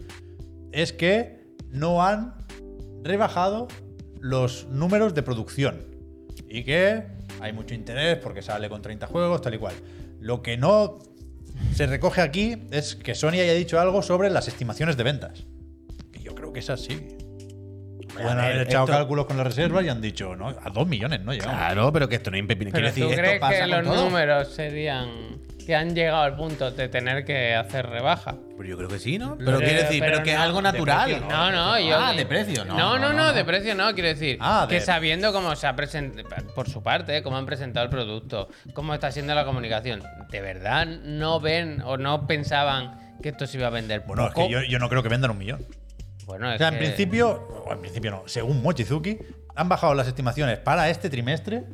Speaker 3: es que no han rebajado los números de producción. Y que hay mucho interés porque sale con 30 juegos, tal y cual. Lo que no se recoge aquí es que Sony haya dicho algo sobre las estimaciones de ventas. Que yo creo que es así. Pueden
Speaker 4: A ver,
Speaker 3: haber echado
Speaker 4: esto-
Speaker 3: cálculos con las reservas y han dicho, no, a 2 millones, no llegamos.
Speaker 4: Claro, pero que esto no es impepinable.
Speaker 2: Pero
Speaker 4: Quiero decir,
Speaker 2: tú
Speaker 4: esto
Speaker 2: crees
Speaker 4: pasa con
Speaker 2: que los
Speaker 4: todo.
Speaker 2: números serían que han llegado al punto de tener que hacer rebaja.
Speaker 4: Pero yo creo que sí, ¿no? Pero,
Speaker 2: Pero-
Speaker 4: quiero decir, pero,
Speaker 2: Eh, pero
Speaker 4: que es
Speaker 2: no,
Speaker 4: algo
Speaker 2: de
Speaker 4: natural.
Speaker 2: precio No, no, yo.
Speaker 4: Ah, de precio, no.
Speaker 2: No, no, no, de precio no, quiero decir.
Speaker 3: Ah,
Speaker 2: que
Speaker 3: de-
Speaker 2: sabiendo cómo se ha presentado, por su parte, eh, cómo han presentado el producto, cómo está siendo la comunicación, ¿de verdad no ven o no pensaban que esto se iba a vender
Speaker 3: Bueno, es
Speaker 2: poco?
Speaker 3: que yo, yo no creo que vendan un millón.
Speaker 2: Bueno,
Speaker 3: O
Speaker 2: es
Speaker 3: sea, en
Speaker 2: que-
Speaker 3: principio, o en principio no, según Mochizuki, han bajado las estimaciones para este trimestre,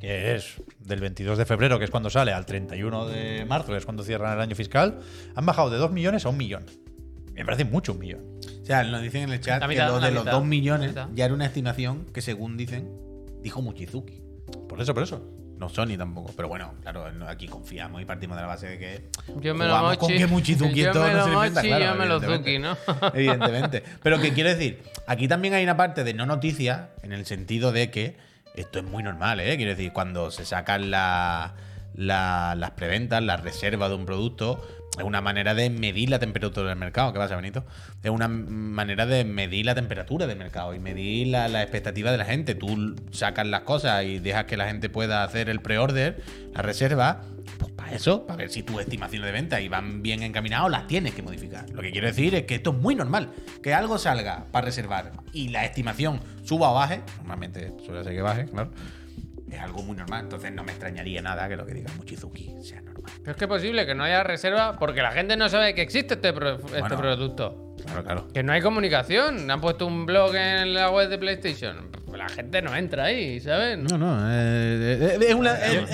Speaker 3: que es del 22 de febrero, que es cuando sale, al 31 de marzo, que es cuando cierran el año fiscal, han bajado de 2 millones a 1 millón. Me parece mucho un millón.
Speaker 4: O sea, nos dicen en el chat
Speaker 2: La mitad,
Speaker 4: que lo
Speaker 2: la
Speaker 4: de los
Speaker 2: mitad,
Speaker 4: 2 millones
Speaker 2: la mitad.
Speaker 4: ya era una estimación que, según dicen, dijo Mochizuki.
Speaker 3: Por eso, por eso.
Speaker 4: No Sony tampoco. Pero bueno, claro, no- aquí confiamos y partimos de la base de que.
Speaker 2: Yo me lo
Speaker 4: jugamos
Speaker 2: mochi.
Speaker 4: con que Mochizuki
Speaker 2: yo
Speaker 4: esto
Speaker 2: me
Speaker 4: no
Speaker 2: lo
Speaker 4: se lo inventa,
Speaker 2: mochi,
Speaker 4: claro,
Speaker 2: yo me lo
Speaker 4: evidentemente.
Speaker 2: zuki, ¿no?
Speaker 4: Evidentemente. Pero que quiero decir, aquí también hay una parte de no noticia, en el sentido de que esto es muy normal, ¿eh? Quiero decir, cuando se sacan la- la- las preventas, las reservas de un producto, es una manera de medir la temperatura del mercado. ¿Qué pasa, Benito? Es una manera de medir la temperatura del mercado y medir la, la expectativa de la gente. Tú sacas las cosas y dejas que la gente pueda hacer el pre-order, la reserva, pues para eso, para ver si tus estimaciones de venta y van bien encaminadas, las tienes que modificar. Lo que quiero decir es que esto es muy normal. Que algo salga para reservar y la estimación suba o baje, normalmente suele ser que baje, claro, es algo muy normal. Entonces no me extrañaría nada que lo que diga Muchizuki sea normal.
Speaker 2: Pero es que es posible que no haya reserva porque la gente no sabe que existe este, pro- este
Speaker 4: Bueno.
Speaker 2: producto.
Speaker 4: Claro, claro.
Speaker 2: Que no hay comunicación. Han puesto un blog en la web de PlayStation. Pues La gente no entra ahí, ¿sabes? No.
Speaker 4: no, eh, es,
Speaker 3: Yo-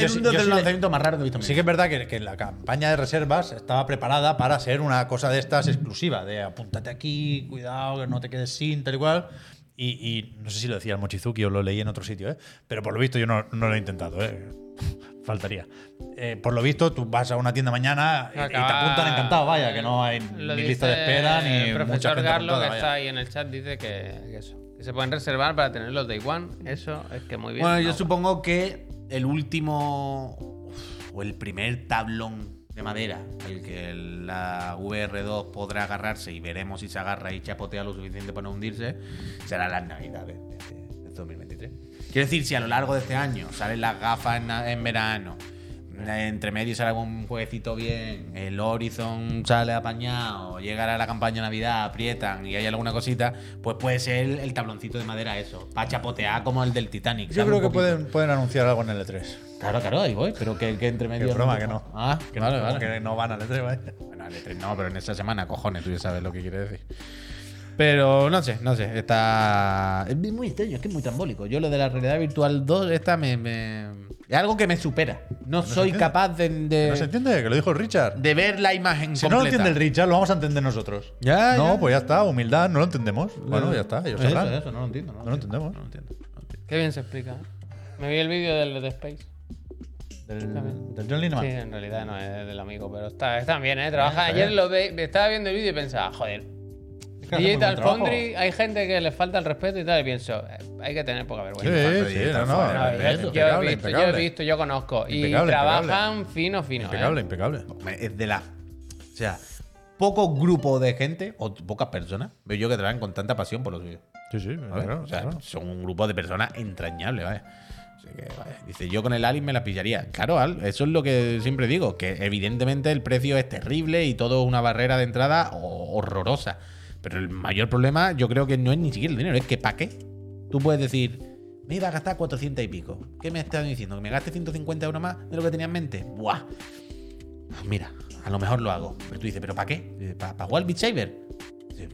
Speaker 3: yo sí-
Speaker 4: un
Speaker 3: yo sí le-
Speaker 4: lanzamientos más raro que he visto. en mi
Speaker 3: Pues Sí que es verdad que, que la campaña de reservas estaba preparada para ser una cosa de estas exclusiva, de apúntate aquí, cuidado, que no te quedes sin, tal y cual. Y, y no sé si lo decía el Mochizuki o lo leí en otro sitio, ¿eh? pero por lo visto yo no, no lo he intentado. ¿eh? Faltaría. Eh, por lo visto, tú vas a una tienda mañana y, y te apuntan encantado, vaya, que no hay ni lista de espera ni
Speaker 2: El
Speaker 3: mucha
Speaker 2: profesor
Speaker 3: gente
Speaker 2: Garlo,
Speaker 3: apuntada,
Speaker 2: que
Speaker 3: vaya.
Speaker 2: está ahí en el chat, dice que, que eso. Que se pueden reservar para tenerlos day one. Eso es que muy bien.
Speaker 4: Bueno, yo
Speaker 2: No.
Speaker 4: supongo que el último uf, o el primer tablón de madera al que la VR2 podrá agarrarse y veremos si se agarra y chapotea lo suficiente para no hundirse será las navidades de este- de 2023. Quiero decir, si a lo largo de este año salen las gafas en, en verano, entre medio sale algún jueguecito bien, el Horizon sale apañado, llegará la campaña de Navidad, aprietan y hay alguna cosita, pues puede ser el, el tabloncito de madera eso, para chapotear como el del Titanic.
Speaker 3: Yo
Speaker 4: ¿sabes?
Speaker 3: creo
Speaker 4: Un
Speaker 3: que
Speaker 4: poquito.
Speaker 3: pueden, pueden anunciar algo en el E E3.
Speaker 4: Claro, claro, ahí voy, pero que, que entre medio.
Speaker 3: Que broma, que no.
Speaker 4: Ah,
Speaker 3: Que
Speaker 4: vale,
Speaker 3: no,
Speaker 4: vale.
Speaker 3: que no van al E3, vaya.
Speaker 4: Bueno, el E3 no, pero en esta semana, cojones, tú ya sabes lo que quiere decir. Pero no sé, no sé, está. Es muy extraño, es que es muy trambólico. Yo lo de la realidad virtual 2, esta me. me- Es algo que me supera. No, soy
Speaker 3: entiende.
Speaker 4: capaz de, de,
Speaker 3: No se entiende, que lo dijo el Richard.
Speaker 4: de ver la imagen
Speaker 3: Si no lo
Speaker 4: completa.
Speaker 3: entiende el Richard, lo vamos a entender nosotros.
Speaker 4: Ya,
Speaker 3: No,
Speaker 4: ya.
Speaker 3: pues ya está, humildad, no lo entendemos. Bueno, ya está, ellos
Speaker 4: Eso,
Speaker 3: sabrán.
Speaker 4: eso, no lo entiendo. No
Speaker 3: No lo entendemos.
Speaker 4: No lo entiendo. no lo entiendo.
Speaker 2: Qué bien se explica. ¿eh? Me vi el vídeo del The Space.
Speaker 3: Del, del John Lineman.
Speaker 2: Sí, en realidad no es del amigo, pero está, está bien, ¿eh? Trabaja. Ayer lo ve, estaba viendo el vídeo y pensaba, joder.
Speaker 3: Es que hace muy
Speaker 2: Digital
Speaker 3: buen trabajo.
Speaker 2: Foundry, hay gente que le falta el respeto y tal, y pienso, eh, hay que tener poca vergüenza.
Speaker 3: Sí, pues, sí, no, no.
Speaker 2: No, yo- yo,
Speaker 3: impecable,
Speaker 2: he visto, yo he
Speaker 3: impecable.
Speaker 2: visto, yo conozco.
Speaker 3: Impecable,
Speaker 2: y trabajan fino, fino. ¿eh?
Speaker 3: Impecable, impecable.
Speaker 4: Me- Es de la. O sea, poco grupo de gente o pocas personas veo yo que traen con tanta pasión por los vídeos.
Speaker 3: Sí, sí,
Speaker 4: ¿Vale?
Speaker 3: claro,
Speaker 4: O sea,
Speaker 3: claro.
Speaker 4: son un grupo de personas entrañables, vaya. Así que, vaya. Dice, yo con el Alien me la pillaría. Claro, Al, eso es lo que siempre digo, que evidentemente el precio es terrible y todo una barrera de entrada ho- horrorosa. Pero el mayor problema yo creo que no es ni siquiera el dinero, es que ¿para qué? Tú puedes decir, me iba a gastar 400 y pico. ¿Qué me estás diciendo? ¿Que me gaste 150 euros más de lo que tenía en mente? Buah. Pues Mira, a lo mejor lo hago. Pero tú dices, ¿pero para qué? Eh, ¿Para jugar al Beat Saber?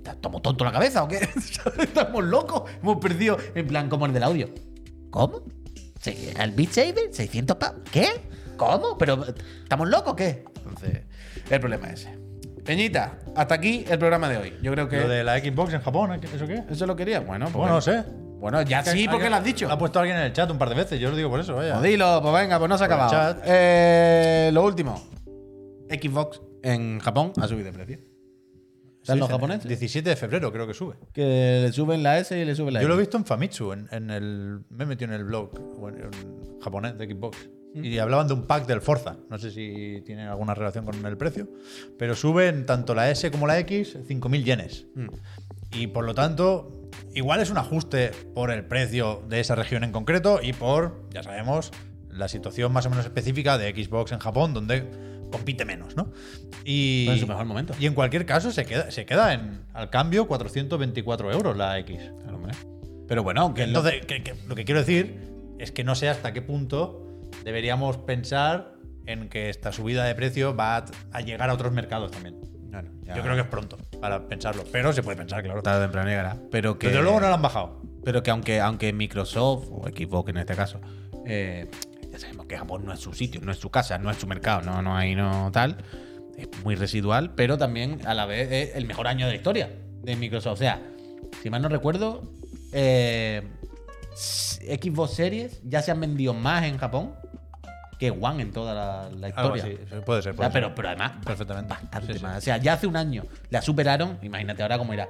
Speaker 4: ¿Estamos tonto la cabeza o qué? Estamos locos. Hemos perdido, en plan, como el del audio. ¿Cómo? Se- ¿Al Beat Saber? ¿600 pavos? ¿Qué? ¿Cómo? ¿Pero eh, estamos locos o qué? Entonces, el problema es ese.
Speaker 1: Peñita, hasta aquí el programa de hoy. Yo creo que.
Speaker 3: Lo de la Xbox en Japón, ¿eh? ¿eso qué?
Speaker 1: ¿Eso lo quería? Bueno, porque-
Speaker 3: Bueno, no sé.
Speaker 1: Bueno, ya sí, porque lo has dicho.
Speaker 3: Lo ha puesto alguien en el chat un par de veces, yo lo digo por eso, vaya.
Speaker 1: Pues dilo, pues venga, pues no se ha
Speaker 3: Por el
Speaker 1: acabado.
Speaker 3: chat.
Speaker 1: Eh, lo último. Xbox en Japón ha subido de precio. ¿Están los
Speaker 3: Dicen,
Speaker 1: japoneses?
Speaker 3: 17 de febrero creo que sube.
Speaker 1: Que le suben la S y le suben la
Speaker 3: Yo
Speaker 1: S.
Speaker 3: lo he visto en Famitsu, en, en el, me he metido en el blog o en- en japonés de Xbox.
Speaker 1: Mm.
Speaker 3: Y hablaban de un pack del Forza. No sé si tiene alguna relación con el precio. Pero suben tanto la S como la X 5.000 yenes.
Speaker 1: Mm.
Speaker 3: Y por lo tanto, igual es un ajuste por el precio de esa región en concreto y por, ya sabemos, la situación más o menos específica de Xbox en Japón, donde compite menos, ¿no? Y,
Speaker 1: Pero en su mejor momento.
Speaker 3: Y en cualquier caso, se queda, se queda en, al cambio 424 euros la X.
Speaker 1: Claro, hombre. Pero bueno, aunque lo-
Speaker 3: Entonces, que- que- lo que quiero decir es que no sé hasta qué punto deberíamos pensar en que esta subida de precio va a, a llegar a otros mercados también.
Speaker 1: Bueno, ya-
Speaker 3: Yo creo que es pronto para pensarlo, pero se puede pensar, claro.
Speaker 1: tarde o temprano llegará. Pero que.
Speaker 3: Pero luego no la han bajado.
Speaker 1: Pero que aunque, aunque Microsoft o Xbox en este caso, eh, ya sabemos que Japón no es su sitio, no es su casa, no es su mercado, no, no hay no tal, es muy residual, pero también a la vez es el mejor año de la historia de Microsoft. O sea, si mal no recuerdo, eh, Xbox Series ya se han vendido más en Japón que One en toda la, la
Speaker 3: Algo
Speaker 1: historia.
Speaker 3: así, puede ser.
Speaker 1: O
Speaker 3: puede
Speaker 1: sea,
Speaker 3: ser.
Speaker 1: pero, pero además,
Speaker 3: Perfectamente.
Speaker 1: bastante
Speaker 3: Sí, sí.
Speaker 1: más. O sea, ya hace un año la superaron. Imagínate ahora cómo era.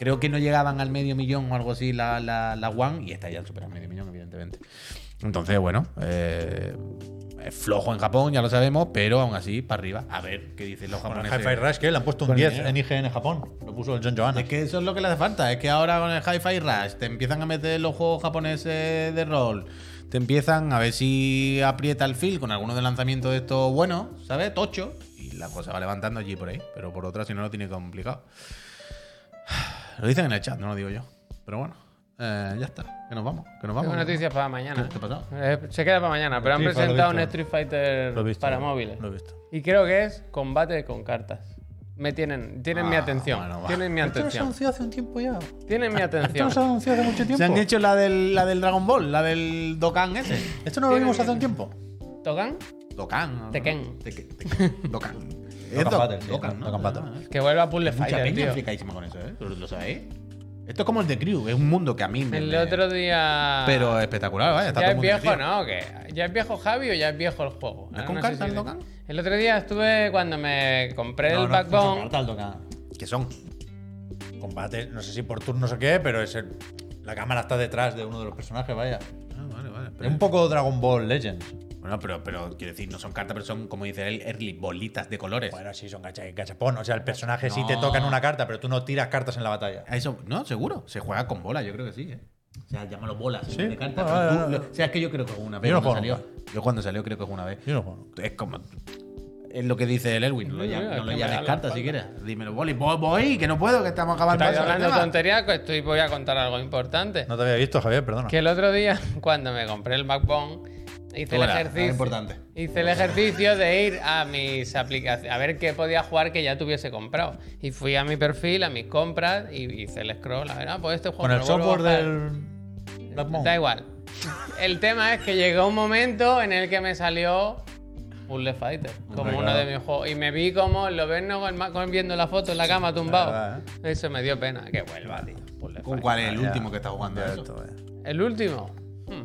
Speaker 1: Creo que no llegaban al medio millón o algo así la, la, la One y esta ya han superado el medio millón, evidentemente. Entonces, bueno, eh, es flojo en Japón, ya lo sabemos, pero aún así, para arriba. A ver qué dicen los
Speaker 3: Bueno, el
Speaker 1: japoneses.
Speaker 3: Hi-Fi Rush, que le han puesto un
Speaker 1: Con
Speaker 3: 10
Speaker 1: dinero.
Speaker 3: en IGN Japón. Lo puso el John Johanna.
Speaker 1: Es que eso es lo que le hace falta. Es que ahora con el Hi-Fi Rush te empiezan a meter los juegos japoneses de rol. Te empiezan a ver si aprieta el fil con alguno de lanzamientos de estos buenos, ¿sabes? Tocho. Y la cosa va levantando allí por ahí. Pero por otra, si no, lo tiene complicado. Lo dicen en el chat, no lo digo yo. Pero bueno, eh, ya está. Que nos vamos, que nos vamos.
Speaker 2: Tengo noticias para mañana.
Speaker 1: ¿Qué- qué ha pasado? pues,
Speaker 2: Eh, se queda para mañana, pero han
Speaker 3: Sí, para lo
Speaker 2: presentado
Speaker 3: visto.
Speaker 2: un Street Fighter
Speaker 3: Lo he visto,
Speaker 2: para
Speaker 3: lo-
Speaker 2: móviles.
Speaker 3: Lo he visto.
Speaker 2: Y creo que es combate con cartas. Me tienen, tienen mi
Speaker 1: Ah,
Speaker 2: atención.
Speaker 1: bueno, va.
Speaker 2: tienen mi atención.
Speaker 3: hace un tiempo ya.
Speaker 2: Tienen mi atención.
Speaker 3: anunció hace mucho tiempo.
Speaker 1: Se han hecho la del, la del Dragon Ball, la del Dokkan ese.
Speaker 3: Esto no lo vimos hace un tiempo.
Speaker 2: ¿Tocan?
Speaker 1: Dokkan. ¿no?
Speaker 2: Tekken.
Speaker 1: Tekken, Tekken. Dokkan. Es
Speaker 3: Dokkan
Speaker 1: Do-
Speaker 3: Battle, sí,
Speaker 1: ¿no?
Speaker 3: Dokkan Battle.
Speaker 1: Ah,
Speaker 2: Que vuelva a Puzzle
Speaker 1: Mucha
Speaker 2: Fighter,
Speaker 1: peña
Speaker 2: tío.
Speaker 1: aplicadísima con eso, ¿eh? ¿Lo lo sabéis? Esto es como el de Crew, es un mundo que a mí me...
Speaker 2: El
Speaker 1: me-
Speaker 2: otro día.
Speaker 1: Pero espectacular, vaya, está
Speaker 2: ya
Speaker 1: todo
Speaker 2: es
Speaker 1: muy
Speaker 2: viejo,
Speaker 1: divertido.
Speaker 2: ¿no? ¿Qué? ¿Ya es viejo Javi o ya es viejo el juego?
Speaker 1: ¿No es
Speaker 2: Ah,
Speaker 1: con
Speaker 2: sé
Speaker 1: cartas
Speaker 2: si-
Speaker 1: el Dokkan?
Speaker 2: El otro día estuve cuando me compré
Speaker 3: No,
Speaker 2: el
Speaker 3: no, no son
Speaker 2: Backbone.
Speaker 3: cartas, toca-
Speaker 1: Que son...
Speaker 3: Combate, no sé si por turnos o qué, pero es el- la cámara está detrás de uno de los personajes, vaya.
Speaker 1: Ah, vale, vale.
Speaker 3: Es un poco Dragon Ball Legends.
Speaker 1: Bueno, pero, pero quiero decir, no son cartas, pero son, como dice él, early, bolitas de colores.
Speaker 3: Bueno, sí, son gacha- gachapón. O sea, el personaje sí
Speaker 1: No.
Speaker 3: te toca en una carta, pero tú no tiras cartas en la batalla.
Speaker 1: A Eso, no, seguro. Se juega con bolas, yo creo que sí, ¿eh? O sea, llámalo bolas.
Speaker 3: Sí.
Speaker 1: De cartas,
Speaker 3: Ah,
Speaker 1: pero
Speaker 3: ah,
Speaker 1: tú-
Speaker 3: ah,
Speaker 1: lo- O sea, es que yo creo que es una vez
Speaker 3: Yo no
Speaker 1: cuando
Speaker 3: juego
Speaker 1: salió. Yo cuando salió creo que es una vez.
Speaker 3: Yo no juego.
Speaker 1: Es como. Es lo que dice el Elwin. No lo
Speaker 2: Mira,
Speaker 1: llames, no
Speaker 2: que
Speaker 1: lo
Speaker 2: me
Speaker 1: llames
Speaker 2: da la
Speaker 1: cartas
Speaker 2: espalda.
Speaker 1: si quieres. Dímelo, boli. Voy, voy, que no puedo, que estamos acabando.
Speaker 2: Estáis
Speaker 1: el
Speaker 2: hablando
Speaker 1: tema.
Speaker 2: tonterías, que estoy, voy a contar algo importante.
Speaker 3: No te había visto, Javier, perdona.
Speaker 2: Que el otro día, cuando me compré el Backbone, hice el
Speaker 1: Ahora, ahora
Speaker 2: ejercicio.
Speaker 1: importante.
Speaker 2: Hice el ejercicio de ir a mis aplicaciones, a ver qué podía jugar que ya tuviese comprado. Y fui a mi perfil, a mis compras, y hice el scroll. A ver, ah, pues este juego
Speaker 3: Con
Speaker 2: me
Speaker 3: el
Speaker 2: lo vuelvo a
Speaker 3: software
Speaker 2: bajar.
Speaker 3: del Blackmon.
Speaker 2: Da igual. El tema es que llegó un momento en el que me salió Puzzle Fighter, como
Speaker 3: Hombre,
Speaker 2: uno
Speaker 3: claro.
Speaker 2: de mis juegos. Y me vi como lo ven ¿no? con el ma- con- viendo la foto en la cama tumbado.
Speaker 3: verdad,
Speaker 1: ¿eh?
Speaker 2: Eso me dio pena. Que vuelva, tío. Puzzle Fighter.
Speaker 1: ¿Con cuál es el último que está jugando? eso?
Speaker 2: El último. Hmm,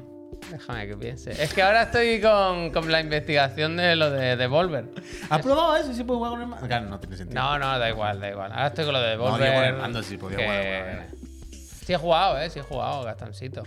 Speaker 2: Déjame que piense. Es que ahora estoy con, con la investigación de lo de Devolver.
Speaker 1: ¿Has probado eso? ¿Sí puedo jugar con el mando? Claro, no tiene sentido.
Speaker 2: No, no, da igual, da igual. Ahora estoy con lo de
Speaker 1: No,
Speaker 2: Devolver.
Speaker 1: yo con el mando sí podía jugar alguna vez.
Speaker 2: Sí he jugado, eh, sí he jugado, Gastoncito.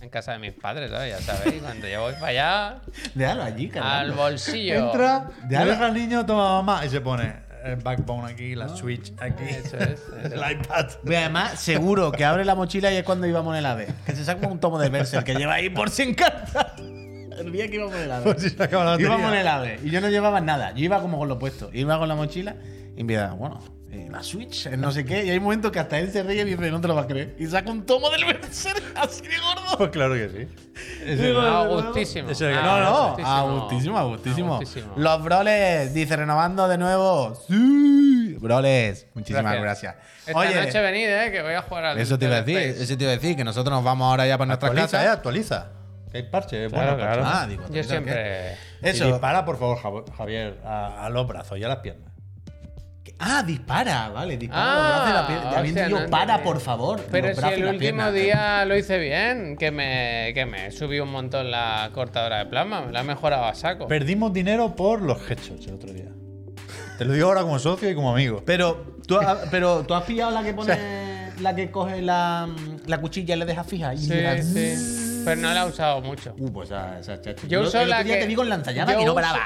Speaker 2: En casa de mis padres, ¿sabes? Ya sabéis, cuando yo voy para allá,
Speaker 1: Déjalo allí,
Speaker 2: al
Speaker 1: carnal.
Speaker 2: bolsillo.
Speaker 3: Entra,
Speaker 1: de
Speaker 3: le
Speaker 1: ala.
Speaker 3: deja al niño, toma mamá, y se pone el Backbone aquí, la Switch aquí,
Speaker 2: Ah, Eso es.
Speaker 3: el iPad.
Speaker 1: Ve, además, seguro que abre la mochila y es cuando íbamos en el AVE. Que se saca un tomo de Berserk que lleva ahí por si encanta. El día que íbamos en el AVE.
Speaker 3: Por si se acaba la batería.
Speaker 1: Íbamos en el AVE y yo no llevaba nada. Yo iba como con lo puesto. Iba con la mochila y me da, bueno, eh, la Switch, el no sé qué. Y hay momentos que hasta él se ríe y dice, no te lo vas a creer. Y saca un tomo del Berserk así de gordo.
Speaker 3: Pues claro que sí.
Speaker 2: Ah, gustísimo.
Speaker 3: Ese-
Speaker 2: Ah,
Speaker 3: no, no,
Speaker 1: Agustísimo, agustísimo.
Speaker 2: Agustísimo.
Speaker 1: Los Broles, dice, renovando de nuevo. Sí. Broles, muchísimas gracias.
Speaker 2: Gracias. Esta noche venid, eh, que voy a jugar al.
Speaker 1: Eso te iba a decir,
Speaker 2: Space.
Speaker 1: eso te iba a decir, que nosotros nos vamos ahora ya para nuestras
Speaker 3: Actualiza, eh,
Speaker 1: casas.
Speaker 3: actualiza. Que hay parche, eh,
Speaker 2: Claro,
Speaker 3: bueno,
Speaker 2: claro.
Speaker 1: Ah, digo,
Speaker 2: Yo
Speaker 1: ¿actualizar
Speaker 2: siempre.
Speaker 3: Eso.
Speaker 1: Eso,
Speaker 3: dispara, por favor, Jav- Javier, a, a los brazos y a las piernas.
Speaker 1: Ah, dispara, vale, dispara.
Speaker 2: Ah,
Speaker 1: los brazos y la pierna. Ya viendo
Speaker 2: hostia,
Speaker 1: yo,
Speaker 2: no
Speaker 1: para,
Speaker 2: entendí.
Speaker 1: por favor.
Speaker 2: Pero
Speaker 1: los
Speaker 2: si
Speaker 1: brazos y
Speaker 2: el
Speaker 1: las
Speaker 2: último
Speaker 1: piernas.
Speaker 2: día lo hice bien, que me, que me subí un montón la cortadora de plasma, me la he mejorado a saco.
Speaker 3: Perdimos dinero por los headshots el otro día. Te lo digo ahora como socio y como amigo.
Speaker 1: Pero ¿tú, ha- Ah, pero tú has pillado la que pone. la que coge la, la cuchilla y le deja fija. Y mira,
Speaker 2: sí, sí. Pero no la he usado mucho.
Speaker 1: Uh, pues esa, esa chacha.
Speaker 2: Yo uso
Speaker 1: el otro
Speaker 2: la
Speaker 1: día
Speaker 2: que-
Speaker 1: te vi con lanzallamas
Speaker 2: yo
Speaker 1: y no
Speaker 2: uso-
Speaker 1: paraba.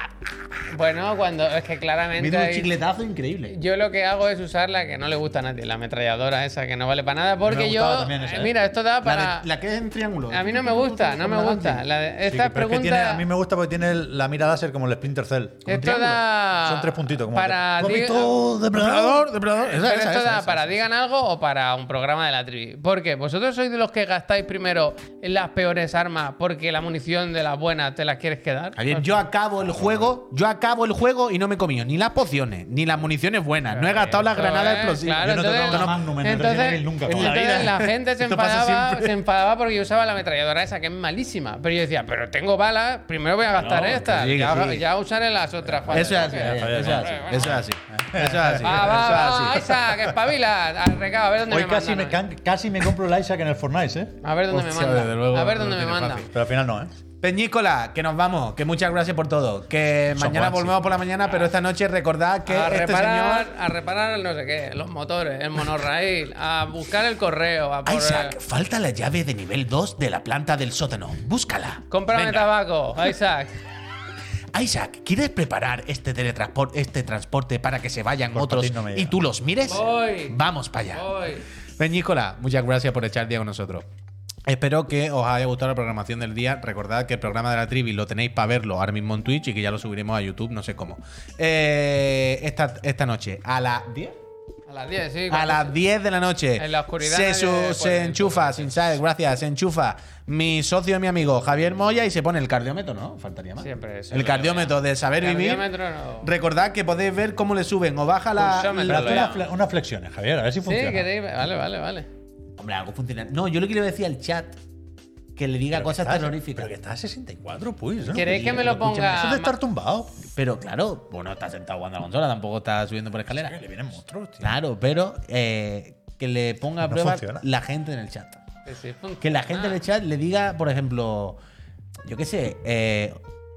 Speaker 2: Bueno, cuando es que
Speaker 1: Me
Speaker 2: claramente
Speaker 1: dio un
Speaker 2: hay-
Speaker 1: chicletazo increíble.
Speaker 2: Yo lo que hago es usar la que no le gusta a nadie, la ametralladora esa que no vale para nada, porque yo.
Speaker 3: gustaba también esa,
Speaker 2: eh,
Speaker 3: ¿eh?
Speaker 2: Mira, esto da
Speaker 1: La,
Speaker 2: para.
Speaker 1: de- la que es en triángulo.
Speaker 2: A mí no me gusta, no me gusta. La de-
Speaker 3: Sí,
Speaker 2: Esta
Speaker 3: pero es que
Speaker 2: pregunta.
Speaker 3: tiene- a mí me gusta porque tiene el- la mira láser como el Splinter Cell.
Speaker 2: Esto da.
Speaker 3: Son tres puntitos. Como
Speaker 2: Para.
Speaker 3: ¿Tú has
Speaker 2: di-
Speaker 3: visto depredador, depredador. Esa,
Speaker 2: Pero
Speaker 3: esa,
Speaker 2: esto
Speaker 3: esa,
Speaker 2: da
Speaker 3: esa,
Speaker 2: para
Speaker 3: esa.
Speaker 2: digan algo o para un programa de la trivi. Porque vosotros sois de los que gastáis primero en las peores armas porque la munición de las buenas te las quieres quedar.
Speaker 1: Javier, yo acabo el juego, yo acabo el juego y no me he comido ni las pociones, ni las municiones buenas. No he gastado las
Speaker 2: Claro,
Speaker 1: granadas
Speaker 2: eh,
Speaker 1: explosivas.
Speaker 2: claro,
Speaker 3: Yo no he tocado
Speaker 2: entonces-
Speaker 3: una Magnum en el
Speaker 2: entonces,
Speaker 3: Resident Evil nunca, como la
Speaker 2: entonces
Speaker 3: vida.
Speaker 2: la gente se
Speaker 3: Esto pasa
Speaker 2: enfadaba,
Speaker 3: siempre.
Speaker 2: se enfadaba porque yo usaba la ametralladora esa que es malísima. Pero yo decía, pero tengo balas, primero voy a gastar
Speaker 1: No,
Speaker 2: esta.
Speaker 1: sí,
Speaker 2: ya,
Speaker 1: sí.
Speaker 2: ya usaré las otras. joder,
Speaker 1: Eso es así,
Speaker 2: ok.
Speaker 1: Javier, eso es así,
Speaker 2: Bueno,
Speaker 1: eso es así, ¿eh? eso es así.
Speaker 2: Va, Ah, va,
Speaker 1: eso es
Speaker 2: va,
Speaker 1: así.
Speaker 2: Isaac, espabila. Al recado, a ver dónde
Speaker 3: Hoy
Speaker 2: me
Speaker 3: casi me,
Speaker 2: mandan.
Speaker 3: can- casi me compro la Isaac en el Fortnite, ¿eh?
Speaker 2: a ver dónde me
Speaker 1: Hostia,
Speaker 2: mandan.
Speaker 1: desde luego,
Speaker 2: a ver
Speaker 1: lo
Speaker 2: dónde me
Speaker 1: tiene
Speaker 2: mandan.
Speaker 1: fácil.
Speaker 3: Pero al final no, ¿eh?
Speaker 1: Peñícola, que nos vamos, que muchas gracias por todo. Que
Speaker 3: Son
Speaker 1: mañana
Speaker 3: guanches.
Speaker 1: volvemos por la mañana, pero esta noche recordad que
Speaker 2: a
Speaker 1: este
Speaker 2: reparar,
Speaker 1: señor.
Speaker 2: a reparar el no sé qué, los motores, el monorraíl, a buscar el correo, a por
Speaker 1: Isaac, falta la llave de nivel 2 de la planta del sótano. Búscala.
Speaker 2: cómprame
Speaker 1: Venga.
Speaker 2: tabaco, Isaac.
Speaker 1: Isaac, ¿quieres preparar este teletransporte este transporte para que se vayan
Speaker 3: Por
Speaker 1: otros
Speaker 3: patín no me
Speaker 1: y
Speaker 3: llega.
Speaker 1: tú los mires?
Speaker 2: Voy.
Speaker 1: Vamos para allá.
Speaker 2: Voy.
Speaker 1: Peñícola, muchas gracias por echar día con nosotros. Espero que os haya gustado la programación del día. Recordad que el programa de la Trivi lo tenéis para verlo ahora mismo en Twitch y que ya lo subiremos a YouTube, no sé cómo. Eh, esta, esta noche, a las 10.
Speaker 2: A las 10, sí.
Speaker 1: A
Speaker 2: cuando-
Speaker 1: las 10 de la noche.
Speaker 2: En la oscuridad
Speaker 1: Se,
Speaker 2: nadie
Speaker 1: su-
Speaker 2: puede
Speaker 1: se
Speaker 2: ver,
Speaker 1: enchufa, sin saber, gracias, se enchufa mi socio y mi amigo Javier Moya y se pone el cardiómetro, ¿no? Faltaría más.
Speaker 2: Siempre eso es
Speaker 1: El
Speaker 2: lo
Speaker 1: cardiómetro de saber vivir.
Speaker 2: Cardiómetro no.
Speaker 1: Recordad que podéis ver cómo le suben o baja la.
Speaker 2: Pulsómetro,
Speaker 1: la-
Speaker 3: Pero haz
Speaker 2: lo
Speaker 3: unas
Speaker 2: llamo.
Speaker 3: fle- unas flexiones, Javier, a ver si
Speaker 2: Sí,
Speaker 3: funciona.
Speaker 2: queréis. Vale, vale, vale.
Speaker 1: Hombre, algo funciona. No, yo le quiero decir al chat que le diga
Speaker 3: Pero
Speaker 1: cosas
Speaker 3: que está-
Speaker 1: terroríficas.
Speaker 3: Pero que está a 64, pues. ¿no?
Speaker 2: ¿Queréis que me lo
Speaker 3: Escúchame,
Speaker 2: ponga
Speaker 3: Eso de
Speaker 2: ma-
Speaker 3: estar tumbado.
Speaker 1: Pero claro, bueno, está sentado jugando a la consola, tampoco está subiendo por
Speaker 3: Que
Speaker 1: escalera.
Speaker 3: le vienen monstruos, tío.
Speaker 1: Claro, pero eh, que le ponga a
Speaker 3: No
Speaker 1: prueba
Speaker 3: funciona.
Speaker 1: la gente en el chat.
Speaker 2: Que sí Ah. funciona.
Speaker 1: Que la gente en el chat le diga, por ejemplo, yo qué sé, eh,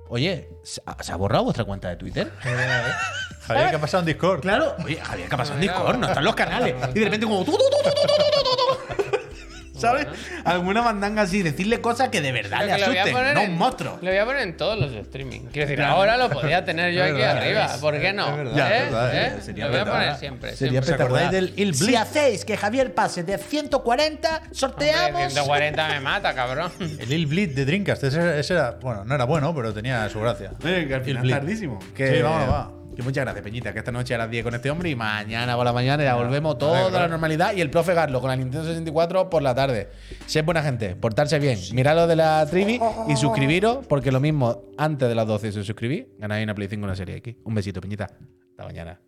Speaker 1: oye, ¿se ha- ¿se ha borrado vuestra cuenta de Twitter?
Speaker 3: Javier, ¿qué ha pasado en Discord?
Speaker 1: Claro, oye, Javier, ¿qué ha pasado en Discord? No están los canales. Y de repente, como. tú, tú, tú, tú, tú, tú, tú, tú, tú. ¿Sabes? Alguna mandanga así, decirle cosas que de verdad le
Speaker 2: Creo que lo voy a
Speaker 1: asusten,
Speaker 2: poner
Speaker 1: no
Speaker 2: en-
Speaker 1: un monstruo.
Speaker 2: Lo voy a poner en todos los streaming. Quiero decir, ahora lo podía tener yo
Speaker 3: Es
Speaker 2: aquí
Speaker 3: verdad,
Speaker 2: arriba.
Speaker 3: es-
Speaker 2: ¿Por qué
Speaker 3: es
Speaker 2: no?
Speaker 3: verdad,
Speaker 2: ¿Eh?
Speaker 3: es verdad,
Speaker 2: ¿Eh?
Speaker 3: eh, sería
Speaker 2: Lo voy a
Speaker 3: espectacular.
Speaker 2: poner siempre.
Speaker 1: Sería
Speaker 2: siempre.
Speaker 1: espectacular.
Speaker 3: acordáis del Il
Speaker 1: Si
Speaker 3: Blitz?
Speaker 1: hacéis que Javier pase de 140,
Speaker 2: Hombre,
Speaker 1: sorteamos.
Speaker 2: 140 me mata, cabrón.
Speaker 3: El Lil Bleed de Dreamcast, ese, ese era, bueno, no era bueno, pero tenía su gracia.
Speaker 1: Venga, al final
Speaker 3: Blitz.
Speaker 1: tardísimo.
Speaker 3: Sí, vámonos, va.
Speaker 1: Que muchas gracias, Peñita, que esta noche a las 10 con este hombre y mañana por la mañana ya volvemos todo
Speaker 3: claro.
Speaker 1: a la normalidad y el profe Garlo con la Nintendo 64 por la tarde. Sed buena gente, portarse bien, mirad lo de la trivi y suscribiros porque lo mismo antes de las 12 si os suscribís, ganáis una Play 5 y una Serie X. Un besito, Peñita. Hasta mañana.